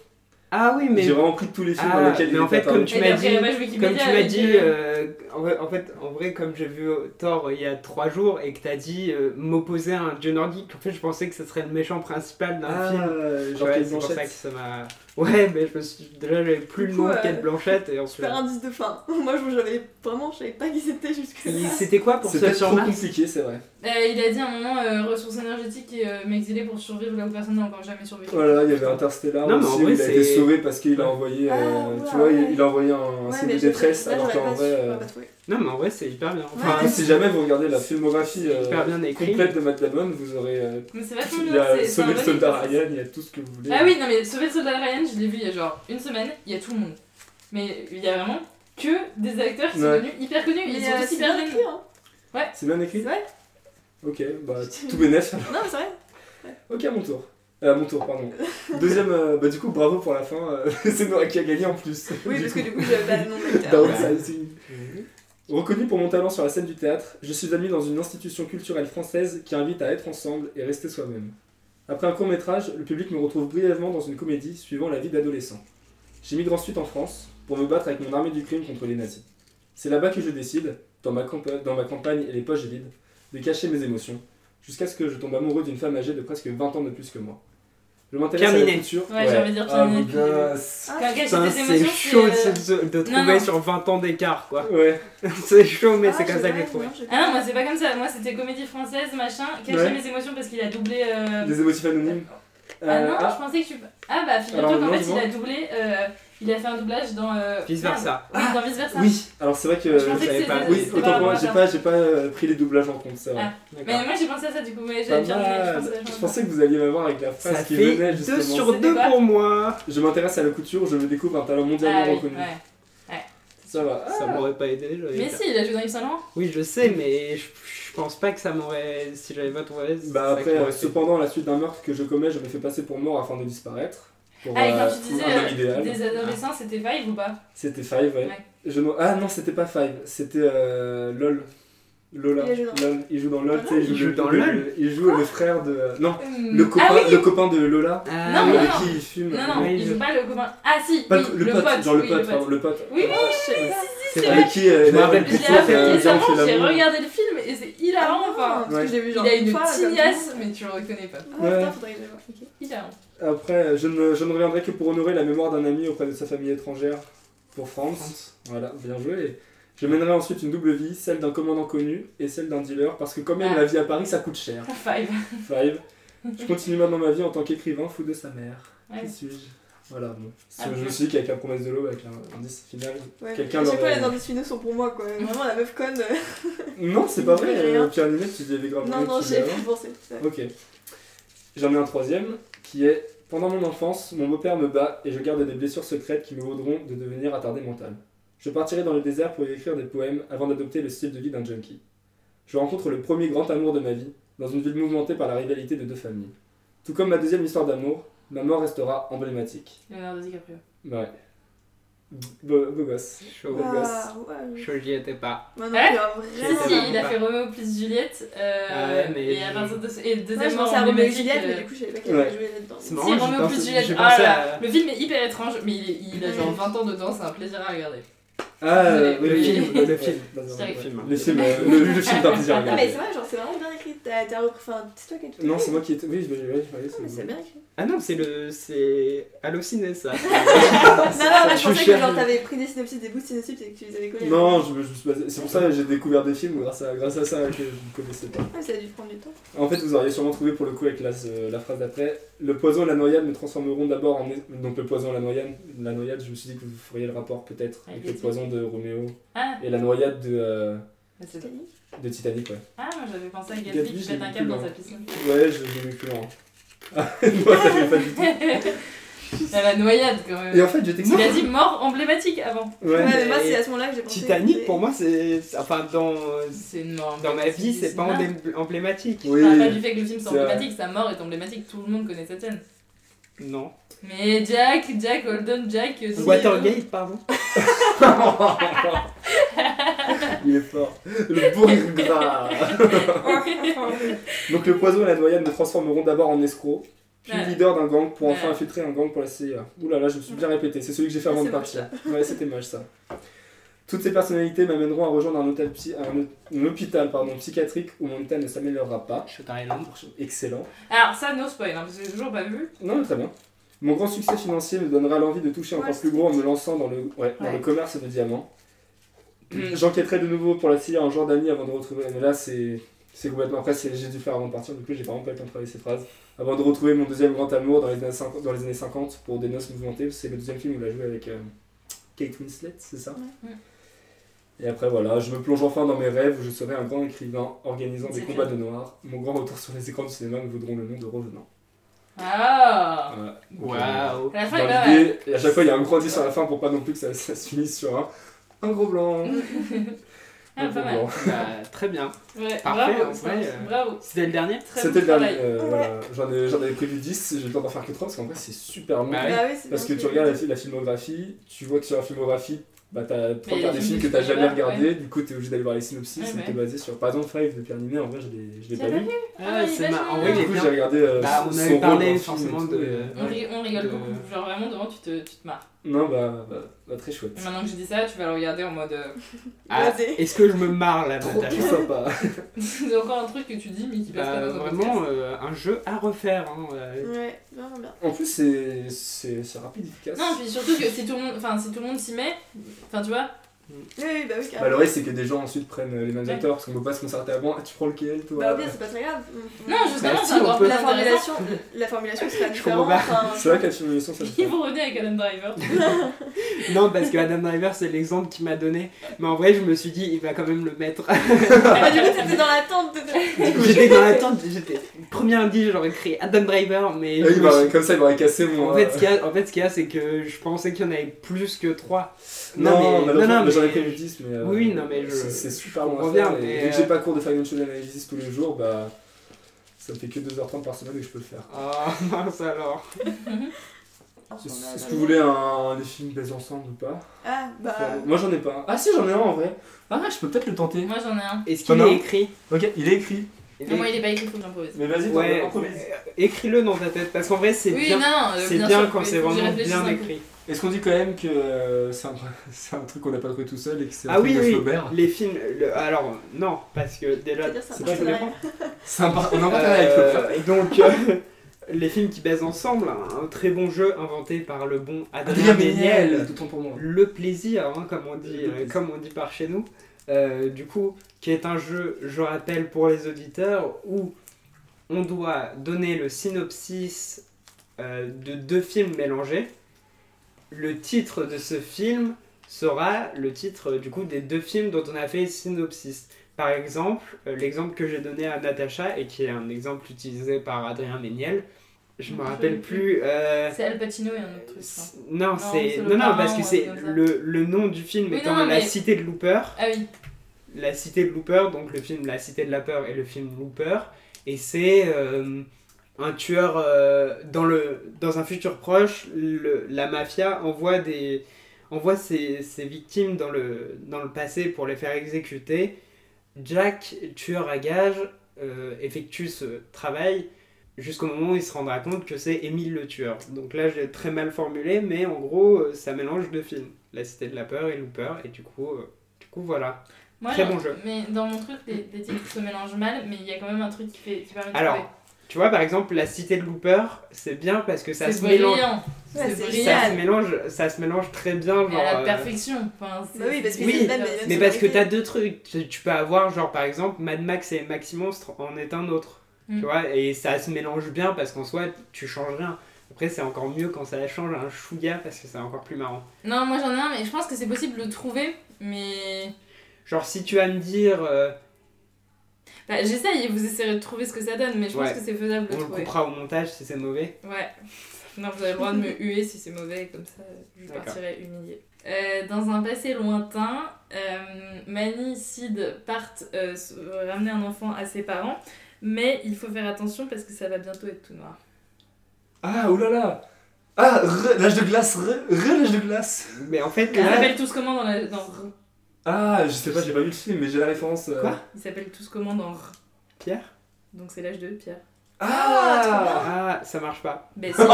Ah oui, mais.
J'ai vraiment pris tous les films
Ah,
dans lesquels
mais
il
en
était
fait, comme
apparu.
tu
et
m'as
d'après
dit-
la page Wikipédia,
Comme tu m'as
avec,
dit,
euh,
euh, en, vrai, en fait, en vrai, comme j'ai vu Thor il y a trois jours et que t'as dit euh, m'opposer à un dieu nordique, en fait, je pensais que ce serait le méchant principal d'un
Ah,
film.
euh,
Ouais,
Jean-Pierre
c'est pour ça que
Blanchette.
ça m'a. Ouais, mais je me suis. Déjà, j'avais plus
Du
le
coup,
nom
euh,
de Kate Blanchette et ensuite. euh,
Faire un 10 de fin. [laughs] Moi, je j'avais vraiment, je savais pas qui c'était jusque
Il-
là.
C'était quoi pour
C'était
ça sur
trop
Mars
compliqué, c'est vrai.
euh, il a dit à un moment euh, ressources énergétiques et euh, m'exiler pour survivre là où personne n'a encore jamais survécu.
Voilà, il y avait Interstellar
Non, mais en
aussi, où
vrai,
il a été
c'est-
sauvé parce qu'il a
Ouais.
envoyé,
Ah,
euh,
ouais,
tu vois,
ouais.
il, il a envoyé un signe de
j'ai-
détresse,
là,
alors
j'aurais
qu'en
pas
vrai,
su-
euh,
j'aurais pas trouvé.
Non, mais en vrai c'est hyper bien.
enfin,
Ouais.
si jamais vous regardez la filmographie
c'est
euh,
hyper bien écrit.
complète de Matt Damon, vous aurez, euh,
Mais c'est vachement
il
bien.
y a
c'est- c'est un
Sauvé le
bon
soldat
exercice.
Ryan, il y a tout ce que vous voulez.
Ah oui, non mais Sauver le soldat Ryan, je l'ai vu il y a genre une semaine, il y a tout le monde. Mais il y a vraiment que des acteurs qui sont
Ouais.
devenus hyper connus, ils
Mais,
sont
euh,
tous
c'est
hyper
bien
connus.
écrit, hein.
C'est bien écrit
Ouais.
Ok,
[laughs]
bah tout bénef.
Non, mais c'est vrai.
ok, à mon tour. Euh, mon
[laughs]
tour, pardon. Deuxième, euh, bah du coup, bravo pour la fin. euh, [laughs] c'est Nora qui a gagné en plus.
Oui,
Du
parce
coup. Bah
que du coup, ah j'avais pas le nom de l'acteur.
Downsizing. Reconnu pour mon talent sur la scène du théâtre, je suis admis dans une institution culturelle française qui invite à être ensemble et rester soi-même. Après un court métrage, le public me retrouve brièvement dans une comédie suivant la vie d'adolescent. J'émigre ensuite en France pour me battre avec mon armée du crime contre les nazis. C'est là-bas que je décide, dans ma, campa- dans ma campagne et les poches vides, de cacher mes émotions, jusqu'à ce que je tombe amoureux d'une femme âgée de presque 20 ans de plus que moi. Je m'intéresse à la
Terminé.
culture.
Ouais, j'ai envie de dire
Ah,
Terminé.
mon
puis-
gars,
Quand
Ah,
gâcher
Putain,
tes
c'est
émotions,
chaud
c'est, euh,
de, de
Non,
trouver
non.
sur 20 ans d'écart quoi. [laughs]
Ouais.
c'est chaud mais
Ah,
c'est comme
j'ai
ça
pas-
que je l'ai trouvé.
non, j'ai
Ah non, moi
pas-
c'est pas comme ça, moi c'était comédie française, machin, cacher
Ouais.
mes émotions parce qu'il a doublé. euh,
Des émotifs anonymes.
Ah
Euh,
non,
ah,
je pensais que tu. Ah bah figure-toi
Alors,
qu'en
non,
fait
dis-moi.
il a doublé, euh, il a fait un doublage dans. euh,
Vice
merde.
versa.
Oui, dans Vice Versa.
Oui, alors c'est vrai que.
je pensais
je
que
savais
c'était.
pas.
Oui,
c'était
autant
par
pour moi,
rapport
j'ai
à
pas,
ça.
j'ai pas euh, pris les doublages en compte, c'est vrai.
Ah,
D'accord.
Mais moi j'ai pensé à ça du coup, mais
Pas
j'avais bien mais je
mal.
pense que
Je pensais que vous alliez m'avoir avec la
Ça
phrase qui
fait
venait
2
justement.
sur 2
C'était
pour moi.
Je m'intéresse à la couture, je me découvre un talent mondialement
Ah oui,
reconnu.
ouais.
Ça va.
Ça m'aurait pas aidé. j'aurais
Ah. Mais
été-
si, il a joué dans Yves Saint Laurent.
Oui je sais mais je, je pense pas que ça m'aurait... Si j'avais pas trouvé... c'est
Bah
ça qui
après,
m'aurait
euh,
fait.
cependant, à la suite d'un meurtre que je commets, je me fais passer pour mort afin de disparaître. Pour,
Ah, et quand
euh,
tu disais
un homme
euh,
idéal.
des adolescents, c'était Five ou pas
C'était Five, ouais.
Ouais.
Je n'en- ah non, c'était pas Five, c'était euh, LOL. Lola.
Il a joué dans-
LOL, Il joue dans LOL, tu sais,
Il joue
le-
dans
le-
LOL.
Il joue le frère de. Non, le
Hum,
copain,
Ah oui
le copain de Lola.
Ah,
Non,
oui.
mais-
avec qui il fume.
Non, non,
Oui,
il
je-
joue pas le copain. Ah si,
Pas
oui,
le, le pote, genre le
oui,
pote, pardon, le pote.
Oui, oui,
c'est
c'est
vrai.
Avec qui euh,
Je me rappelle
d'ailleurs,
J'ai
plus
Picsou,
trop,
appris
euh,
récemment,
Jean fait
j'ai
l'amour.
regardé le film et c'est hilarant,
Ah,
enfin.
parce que
Ouais.
j'ai vu
Il
genre
a une
fois, comme
tignasse,
ça.
mais tu le reconnais pas.
Ah, putain,
Ouais.
faudrait que je le voie. Ok.
Hilarant.
Après, je ne, je ne reviendrai que pour honorer la mémoire d'un ami auprès de sa famille étrangère pour France. Voilà, bien joué. Je mènerai ensuite une double vie, celle d'un commandant connu et celle d'un dealer, parce que quand même
Ah.
la vie à Paris ça coûte
[laughs]
cher.
Five.
Five. Je continue maintenant ma vie en tant qu'écrivain fou de sa mère.
Ouais.
Qui suis-je Voilà, bon. Si
Ah,
je me
bien.
suis dit qu'avec la promesse de l'eau, avec un indice final.
Ouais.
Quelqu'un
À chaque fois,
l'aurait-
les indices finaux sont pour moi, quoi. Vraiment, la meuf conne. euh,
Non, c'est pas
Il
vrai,
dit rien.
euh, Pierre Ninette, tu y avais grave
Non,
cru
non,
dessus,
j'ai
là.
pas pensé. Ouais.
Ok. J'en ai un troisième qui est Pendant mon enfance, mon beau-père me bat et je garde des blessures secrètes qui me vaudront de devenir attardé mental. Je partirai dans le désert pour y écrire des poèmes avant d'adopter le style de vie d'un junkie. Je rencontre le premier grand amour de ma vie dans une ville mouvementée par la rivalité de deux familles. Tout comme ma deuxième histoire d'amour, ma mort restera emblématique.
Leonardo DiCaprio.
Ouais. Beau, beau gosse.
Ah,
Chaud.
Ouais.
Waouh, waouh.
Chaud, j'y étais euh, pas.
Moi non
Ouais.
plus, hein,
Si,
vraiment.
J'étais
Eh si,
vraiment
il a
pas.
fait Roméo plus Juliette.
Ah
Euh,
ouais, mais
et à partir de ce. Et le
Moi,
deuxième
je
mort
pensais à Roméo et
emblématique,
Juliette, mais
euh,
du coup, je savais pas qu'elle
ouais.
avait joué là-dedans.
C'est
Si,
marrant, j'y
Roméo
pensais-
plus Juliette.
j'y
Ah
pensais
là,
à-
le film est hyper étrange, mais il, est- il a genre 20 ans dedans, c'est un plaisir à regarder.
Ah,
Désolée,
oui, le
oui.
film, le film.
Je
Non, non,
dirais
ouais.
que-
Le film, euh, le, le film par plusieurs
Non, mais c'est vrai, genre, c'est vraiment bien écrit. T'as t'as repris. Enfin, c'est toi qui as tout
Non,
écrit.
c'est moi qui ai. Oui, oui, oui, oui,
Non, mais c'est bien écrit.
Ah non, c'est le. C'est. Allociné, [laughs] ça.
non, non, mais je
Tu
pensais que genre
cherches.
t'avais pris des synopsis, des bouts de synopsis et que tu les avais collés.
Non, je, me- je me suis basé- C'est pour ça que j'ai découvert des films grâce à, grâce à ça que je ne connaissais pas.
Ah, ça a dû prendre du temps.
En fait, vous auriez sûrement trouvé pour le coup avec la, ce- la phrase d'après Le poison et la noyade me transformeront d'abord en. é- Donc, le poison et la noyade, la noyade, je me suis dit que vous feriez le rapport peut-être
Avec
avec
les
le poison de Roméo
Ah,
et la noyade de, euh,
mais c'est-
de Titanic, ouais.
ah, moi j'avais pensé à
Gatsby,
Gatsby qui
j'ai
pète un
vu
câble
plus
dans
loin.
sa piscine.
Ouais, je l'ai mis plus loin. [laughs] Ah, Moi, ça fait pas du tout.
[laughs] À la noyade quand même.
Et en fait, je
Il a
t'explique.
dit mort emblématique avant.
Ouais,
Ouais.
mais moi,
mais-
c'est à ce moment-là que j'ai pensé.
Titanic, pour moi, c'est. Enfin, dans.
C'est une mort
Dans ma vie, c'est pas
emblématique.
emblém- emblématique.
Oui.
Enfin, pas du fait que le film soit
C'est vrai.
emblématique, sa mort est emblématique, tout le monde connaît cette scène.
Non.
Mais Jack, Jack, Holden, Jack. euh, c'est- [laughs]
Watergate, pardon.
Il est fort. Le bourg gras.
Oh,
Donc le poison et la noyade me transformeront d'abord en escroc, puis
Ouais.
leader d'un gang pour enfin
Ouais.
infiltrer un gang pour la CIA. Ouh là là, je me suis bien répété, c'est celui que j'ai fait
Ah,
avant
c'est
de partir. Ouais, c'était moche ça. Toutes ces personnalités m'amèneront à rejoindre un, hôtel psy- un hô- un hôpital pardon, psychiatrique où mon état ne s'améliorera pas.
Shutter Island.
Excellent.
Alors ça, no spoil, hein, parce que j'ai toujours pas vu.
Non, mais très bien. Mon grand succès financier me donnera l'envie de toucher encore
Ouais,
plus gros en me lançant dans le, ouais, dans
Ouais. Mm.
le commerce de diamants. J'enquêterai de nouveau pour la CIA en Jordanie avant de retrouver. Mais là, c'est c'est complètement. Après, c'est- j'ai dû faire avant de partir, du coup, j'ai vraiment pas le temps de travailler ces phrases. Avant de retrouver mon deuxième grand amour dans les années 50, dans les années 50 pour Des Noces Mouvementées. C'est le deuxième film où il a joué avec euh, Kate Winslet, c'est ça
Ouais. Mm.
Et après, voilà, je me plonge enfin dans mes rêves où je serai un grand écrivain organisant des
C'est
combats de
clair.
noirs. Mon grand retour sur les écrans du cinéma me vaudront le nom de Revenant.
Ah
Voilà. Donc, euh,
Waouh.
À la fin,
dans
il va, ouais.
l'idée, et à chaque fois il y a un gros 10 à la fin pour pas non plus que ça, ça se finisse sur un, un gros blanc.
Ah, pas mal.
Bah, très bien.
Ouais,
Parfait,
bravo,
en vrai, euh,
bravo.
C'était le dernier
Très
C'était
bon
le dernier.
travail.
euh, voilà. J'en ai- j'en avais prévu 10, j'ai le temps d'en faire que 3 parce qu'en vrai c'est super long.
Bah
Bah oui, c'est
Parce que
bien
tu
écrit.
regardes la, la filmographie, tu vois que sur la filmographie, bah, t'as trois
il y a
quarts
des
des films
films que
que t'as
tu connais
jamais
pas,
regardés, du coup t'es obligé d'aller voir les synopsis,
Ouais,
c'était
ouais.
basé sur par exemple Five de Pierre Ninet, en vrai je l'ai je l'ai
Tu
pas
l'as
vu.
Ah,
Ah,
il
c'est
est
marrant. En
vachement
vrai,
bien.
il est
Du coup
bien.
j'ai regardé euh,
Bah, on
son
avait
rôle
parlé
dans le film et
forcément
tout,
de-
et-
On, ri- on rigole
De-
beaucoup, genre vraiment devant tu te, tu te marres.
Non bah, bah, bah, très chouette.
Et maintenant que je dis ça, tu vas le regarder en mode. euh, [laughs]
Ah,
Blasé.
Est-ce que je me marre là
Trop
Natacha
sympa.
C'est encore un truc que tu dis mais qui passe
Bah,
pas dans un podcast.
Vraiment, euh, un jeu à refaire. hein, euh.
Ouais, vraiment bien.
En plus c'est- c'est c'est rapide, efficace.
Non, puis surtout que si tout le monde, enfin si tout le monde s'y met, enfin tu vois,
Oui, oui, bah oui,
Bah, le
carrément.
reste, c'est que des gens ensuite prennent euh, les mêmes
Ouais.
acteurs parce qu'on peut pas se concerter avant. Ah, tu prends lequel toi
Bah, au pire, c'est pas très grave. Mm.
non justement
Bah, si,
c'est encore
on peut.
plus
La
intéressant.
formulation, euh, la formulation sera
comprends
différente.
pas.
enfin,
C'est vrai qu'à la simulation, ça se
Ils
fait. Ah
vont revenir avec Adam Driver.
Non, parce que Adam Driver, c'est l'exemple qu'il m'a donné. Mais en vrai, je me suis dit, il va quand même le
[laughs]
mettre.
bah, du coup, t'étais dans l'attente. de-
Du coup, [laughs] j'étais dans l'attente. J'étais. Premier lundi, j'aurais créé Adam Driver, mais.
Ah oui,
je me
bah,
suis-
Comme ça, il m'aurait cassé mon. euh,
En fait, ce qu'il y a, en fait, ce qu'il y a, c'est que je pensais qu'il y en avait plus que 3.
non, mais j'en ai prévu 10, mais. euh,
Oui, non, mais je-
C'est c'est super
je
long à
comprends
faire,
bien,
et
mais,
Vu que j'ai
euh,
pas cours de financial analysis tous les jours, bah. Ça me fait que 2h30 par semaine et je peux le faire.
Ah, [laughs] mince alors.
Est-ce que vous voulez un des films baise ensemble ou pas
Ah, bah.
Moi j'en ai pas un. Ah si, j'en ai un en vrai. Ah, je peux peut-être le tenter.
Moi j'en ai un.
Est-ce
Oh,
qu'il
non.
est écrit
Ok, il est écrit.
Il
Non,
est-
moi il est pas écrit, faut que j'improvise.
Mais vas-y,
Ouais,
t'en- improvise.
mais, euh, écris-le dans ta tête, parce qu'en vrai, c'est
Oui,
bien.
non, non, euh,
C'est bien,
sûr,
quand
mais
c'est
faut que j'y
vraiment
réfléchisse
bien
un peu.
écrit.
Est-ce qu'on dit quand même que euh, c'est un, [laughs] c'est un truc qu'on n'a pas trouvé tout seul et que c'est un
Ah
truc
oui,
de
oui,
Flaubert
les films. le- Alors, non, parce que dès là.
C'est-à-dire, c'est un
tu
partenariat.
comprends
C'est un par- On en parle avec Flaubert.
Euh, Et donc, euh, [laughs] les films qui baisent ensemble, un, un très bon jeu inventé par le bon Adrien Méniel.
tout le temps pour moi.
Le plaisir, hein, comme, on dit,
Le
euh,
plaisir.
comme on dit par chez nous. Euh, du coup, qui est un jeu, je rappelle pour les auditeurs, où on doit donner le synopsis euh, de deux films mélangés. Le titre de ce film sera le titre euh, du coup des deux films dont on a fait le synopsis. Par exemple, euh, l'exemple que j'ai donné à Natacha et qui est un exemple utilisé par Adrien Méniel, je me
Je
rappelle
l'ai
plus. euh,
C'est Al Pacino et un autre truc. je crois.
c'est- Non, c'est.
c'est le
Non, non,
parrain
parce
ou un
que c'est
truc comme ça.
le, le nom du film
Oui,
étant
non, non,
La
mais-
Cité de Looper.
Ah oui,
La Cité de Looper, donc le film La Cité de la Peur et le film Looper. Et c'est euh, un tueur. euh, dans, le, dans un futur proche, le- la mafia envoie, des, envoie ses, ses victimes dans le, dans le passé pour les faire exécuter. Jack, tueur à gage, effectue ce euh, travail jusqu'au moment où il se rendra compte que c'est Émile le tueur. Donc là, je l'ai très mal formulé, mais en gros, euh, ça mélange deux films, La Cité de la Peur et Looper, et du coup, euh, du coup voilà.
Moi,
très
non,
bon jeu.
Mais dans mon truc, les, les titres se mélangent mal, mais il y a quand même un truc qui, fait, qui permet de
Alors,
trouver.
tu vois, par exemple, La Cité de Looper, c'est bien parce que ça
C'est
se mélange.
brillant.
Ouais,
C'est
c'est
brillant.
Ça se mélange, ça se mélange très bien. Genre,
Mais à la
euh,
perfection. Enfin, c'est-
Bah oui, parce que
c'est-
c'est
c'est-
même-
c'est-
Mais parce que
sonorité.
t'as deux trucs. Tu, tu peux avoir, genre, par exemple, Mad Max et Maxi Monstre en est un autre.
Mm.
Tu vois, et ça se mélange bien parce qu'en soi, tu changes rien. Après, c'est encore mieux quand ça change un chouïa parce que c'est encore plus marrant.
Non, moi j'en ai un, mais je pense que c'est possible de le trouver, mais.
Genre, si tu vas me dire, euh,
Bah, j'essaye et vous essayerez de trouver ce que ça donne, mais je pense
Ouais.
que c'est faisable de
on le
trouver.
coupera au montage si c'est mauvais.
Ouais. Non, vous avez le droit de me huer si c'est mauvais, comme ça je
D'accord.
partirai humiliée. Euh, dans un passé lointain, euh, Manny et Sid partent euh, s- euh, ramener un enfant à ses parents, mais il faut faire attention parce que ça va bientôt être tout noir.
Ah, oulala Ah, re, l'âge de glace, re, re l'âge de glace
Mais en fait,
Ils
là,
s'appellent tous comment dans la. Dans... R
Ah, je sais pas, j'ai pas vu le film, mais j'ai la référence. euh.
Quoi
Ils s'appellent tous comment dans R
Pierre
Donc c'est l'âge de Pierre.
Ah
Ah, ça marche pas.
Ben si, l'âge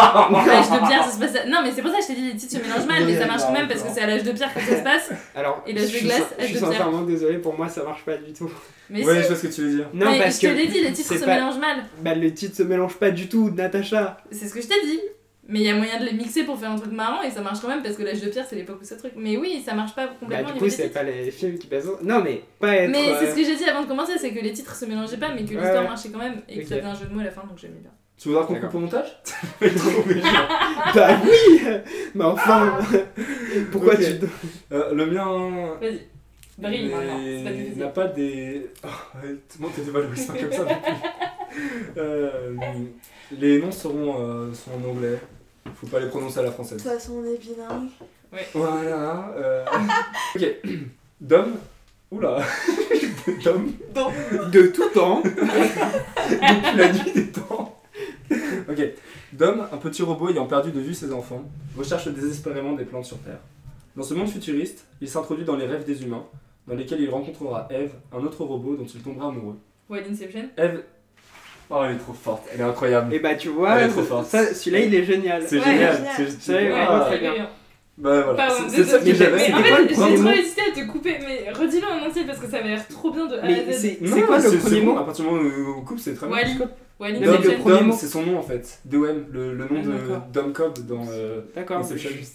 de Pierre, ça se passe. à- Non, mais c'est pour ça que je t'ai dit les titres se mélangent mal, mais ça marche quand même parce que c'est à l'âge de Pierre que ça se passe.
Alors,
Et l'âge de
je suis
glace,
sin- je
âge
suis
de pierre.
sincèrement désolé, pour moi, ça marche pas du tout.
Mais
Ouais,
si.
je vois ce que tu veux dire.
Non,
mais
parce
je te l'ai
que
dit, les titres
c'est
se
pas-
mélangent mal.
bah, le titre se mélange pas du tout, Natacha. Bah,
C'est ce que je t'ai dit. Mais il y a moyen de les mixer pour faire un truc marrant et ça marche quand même parce que l'âge de pierre c'est l'époque où ce truc. Mais oui, ça marche pas
Bah,
complètement
du
au
coup,
niveau des
c'est
titres.
pas les films qui passent. Non, mais pas être.
Mais c'est
euh,
ce que j'ai dit avant de commencer, c'est que les titres se mélangeaient pas, mais que
Ouais.
l'histoire marchait quand même et que
Ok.
ça avait un jeu de mots à la fin donc j'aimais bien.
Tu voudras qu'on coupe
D'accord.
au montage Je
[laughs]
vais le trouver, genre.
euh, Bah oui [laughs] Mais enfin Pourquoi
Ok.
tu.
Euh, Le mien.
Vas-y,
Mais
brille maintenant, c'est pas
Il n'a
difficile.
pas des. Oh, ouais, tout le monde est dévalorisant comme ça
[laughs]
depuis. Euh, les noms seront, euh, sont en anglais. Faut pas les prononcer à la
De
française.
toute façon, on est bilingue.
Voilà. euh, Ok. Dom. Oula. [laughs] Dom.
[laughs] De tout temps
Depuis la nuit des temps. Ok. Dom, un petit robot ayant perdu de vue ses enfants, recherche désespérément des plantes sur Terre. Dans ce monde futuriste, il s'introduit dans les rêves des humains, dans lesquels il rencontrera Eve, un autre robot dont il tombera amoureux.
Ou à l'Inception
Eve. Oh, elle est trop forte, elle est incroyable.
Et bah tu vois,
Elle est trop
ça-
forte.
ça- celui-là il est génial.
C'est
Ouais,
génial.
génial.
c'est-
Ça y est,
c'est-
ouais,
ah,
très
c'est
bien.
brillant.
Bah voilà.
Pardon,
c'est- C'est ça que
désolé.
j'avais.
Mais en
c'était quoi le
fait,
premier
j'ai trop
mot
hésité à te couper, mais redis-le en entier parce que ça avait l'air trop bien de A à
Mais
Z.
c'est c'est quoi le premier
bon,
mot
À partir du moment où on coupe, c'est très bien.
Wally. Ou à
Non, mais le
l'Inception.
premier
Dom,
mot.
c'est son nom en fait. Dom, le, le nom
Ah, d'accord.
de Dom Cobb dans. euh,
D'accord.
Inception.
je-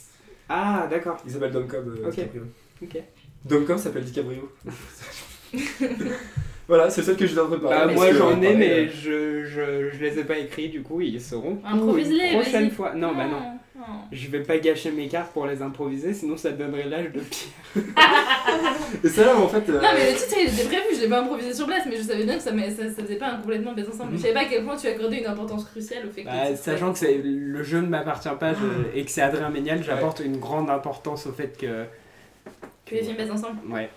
Ah d'accord.
Il s'appelle Dom Cobb. euh,
Ok.
DiCaprio.
Ok.
Dom Cobb s'appelle DiCaprio. [laughs] voilà, c'est le seul que je viens de préparer.
Bah
parce
moi
que,
j'en ai
pareil,
mais
euh,
je, je, je les ai pas écrits du coup ils seront
Improvise-les,
pourris. prochaine
vas-y.
fois. Non bah non.
non.
Je vais pas gâcher mes cartes pour les improviser sinon ça donnerait l'âge de pire.
[laughs] Et c'est là où en fait. euh,
Non mais le titre il était prévu, je l'ai pas improvisé sur place, mais je savais bien que ça, m'a- ça, ça faisait pas un complètement baiser ensemble. Je savais pas à quel point tu accordais une importance cruciale au fait que... le
Mm. Bah,
titre-
sachant que c'est- le jeu ne m'appartient pas je-
Ah.
et que c'est Adrien Méniel j'apporte une grande importance au fait que...
Que les films baissent ensemble.
Ouais.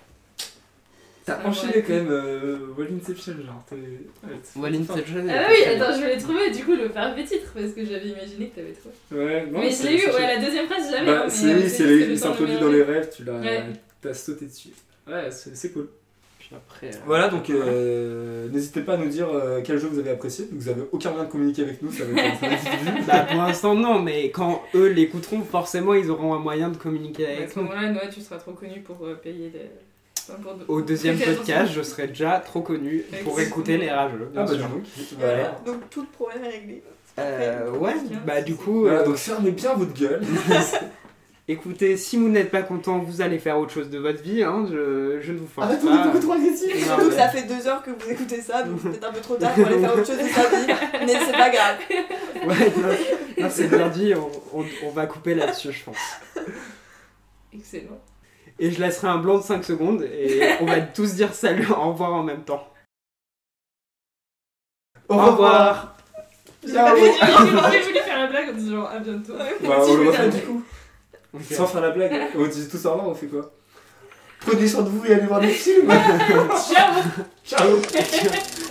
T'as enchaîné quand même euh, Wall Inception, genre. t'es- ouais, t'es-
Wall Inception,
Ah bah oui, attends, je vais les trouver du coup le parfait titre, parce que j'avais imaginé que t'avais trouvé.
Ouais, non,
mais je
c'est-
l'ai eu,
c'est-
ouais, la deuxième phrase, j'avais. hein,
Bah,
mais,
c'est
euh,
oui, c'est le-
le
il
temps
s'introduit
numéro
dans les
deux.
rêves, tu l'as
Ouais.
t'as sauté dessus. Ouais, c'est c'est cool.
Puis après... euh,
Voilà, donc euh, n'hésitez pas à nous dire euh, quel jeu vous avez apprécié. Vous avez aucun moyen de communiquer avec nous, ça va être très difficile.
Bah pour l'instant non, mais quand eux l'écouteront, forcément ils auront un moyen de communiquer
Ouais, À
avec
ce
nous.
moment-là, Noah, tu seras trop connu pour euh, payer des... enfin, pour-
Au
pour
deuxième
prêter
podcast, je serai déjà trop connu pour
Exactement.
écouter les rageux. bien
Ah bah
sûr.
donc,
Et
voilà.
alors, donc tout le problème est réglé.
Euh, ouais,
Bien.
bah du coup,
Voilà,
euh,
donc fermez bien votre [laughs] gueule.
écoutez, si vous n'êtes pas content, vous allez faire autre chose de votre vie, hein, je, je ne vous force
Arrête, on est
pas.
beaucoup trop agressif.
Non,
Surtout que
mais-
ça fait deux heures que vous écoutez ça, donc c'est peut-être un peu trop tard pour aller faire autre chose de sa vie, mais c'est pas grave.
Ouais, non, non, c'est bien dit, on, on- on va couper là-dessus je pense.
attention. Excellent.
Et je laisserai un blanc de 5 secondes et on va tous dire salut, au revoir en même temps.
Au revoir.
J'ai
J'ai
pas fait du-
j'ai voulu faire la blague en disant genre à bientôt.
Bah, on
Petit
le refait
message.
du coup.
Ok.
Sans faire la [laughs] blague, on dit tous au revoir, on fait quoi [laughs] Prenez soin de vous et allez voir des films.
Ciao
Ciao.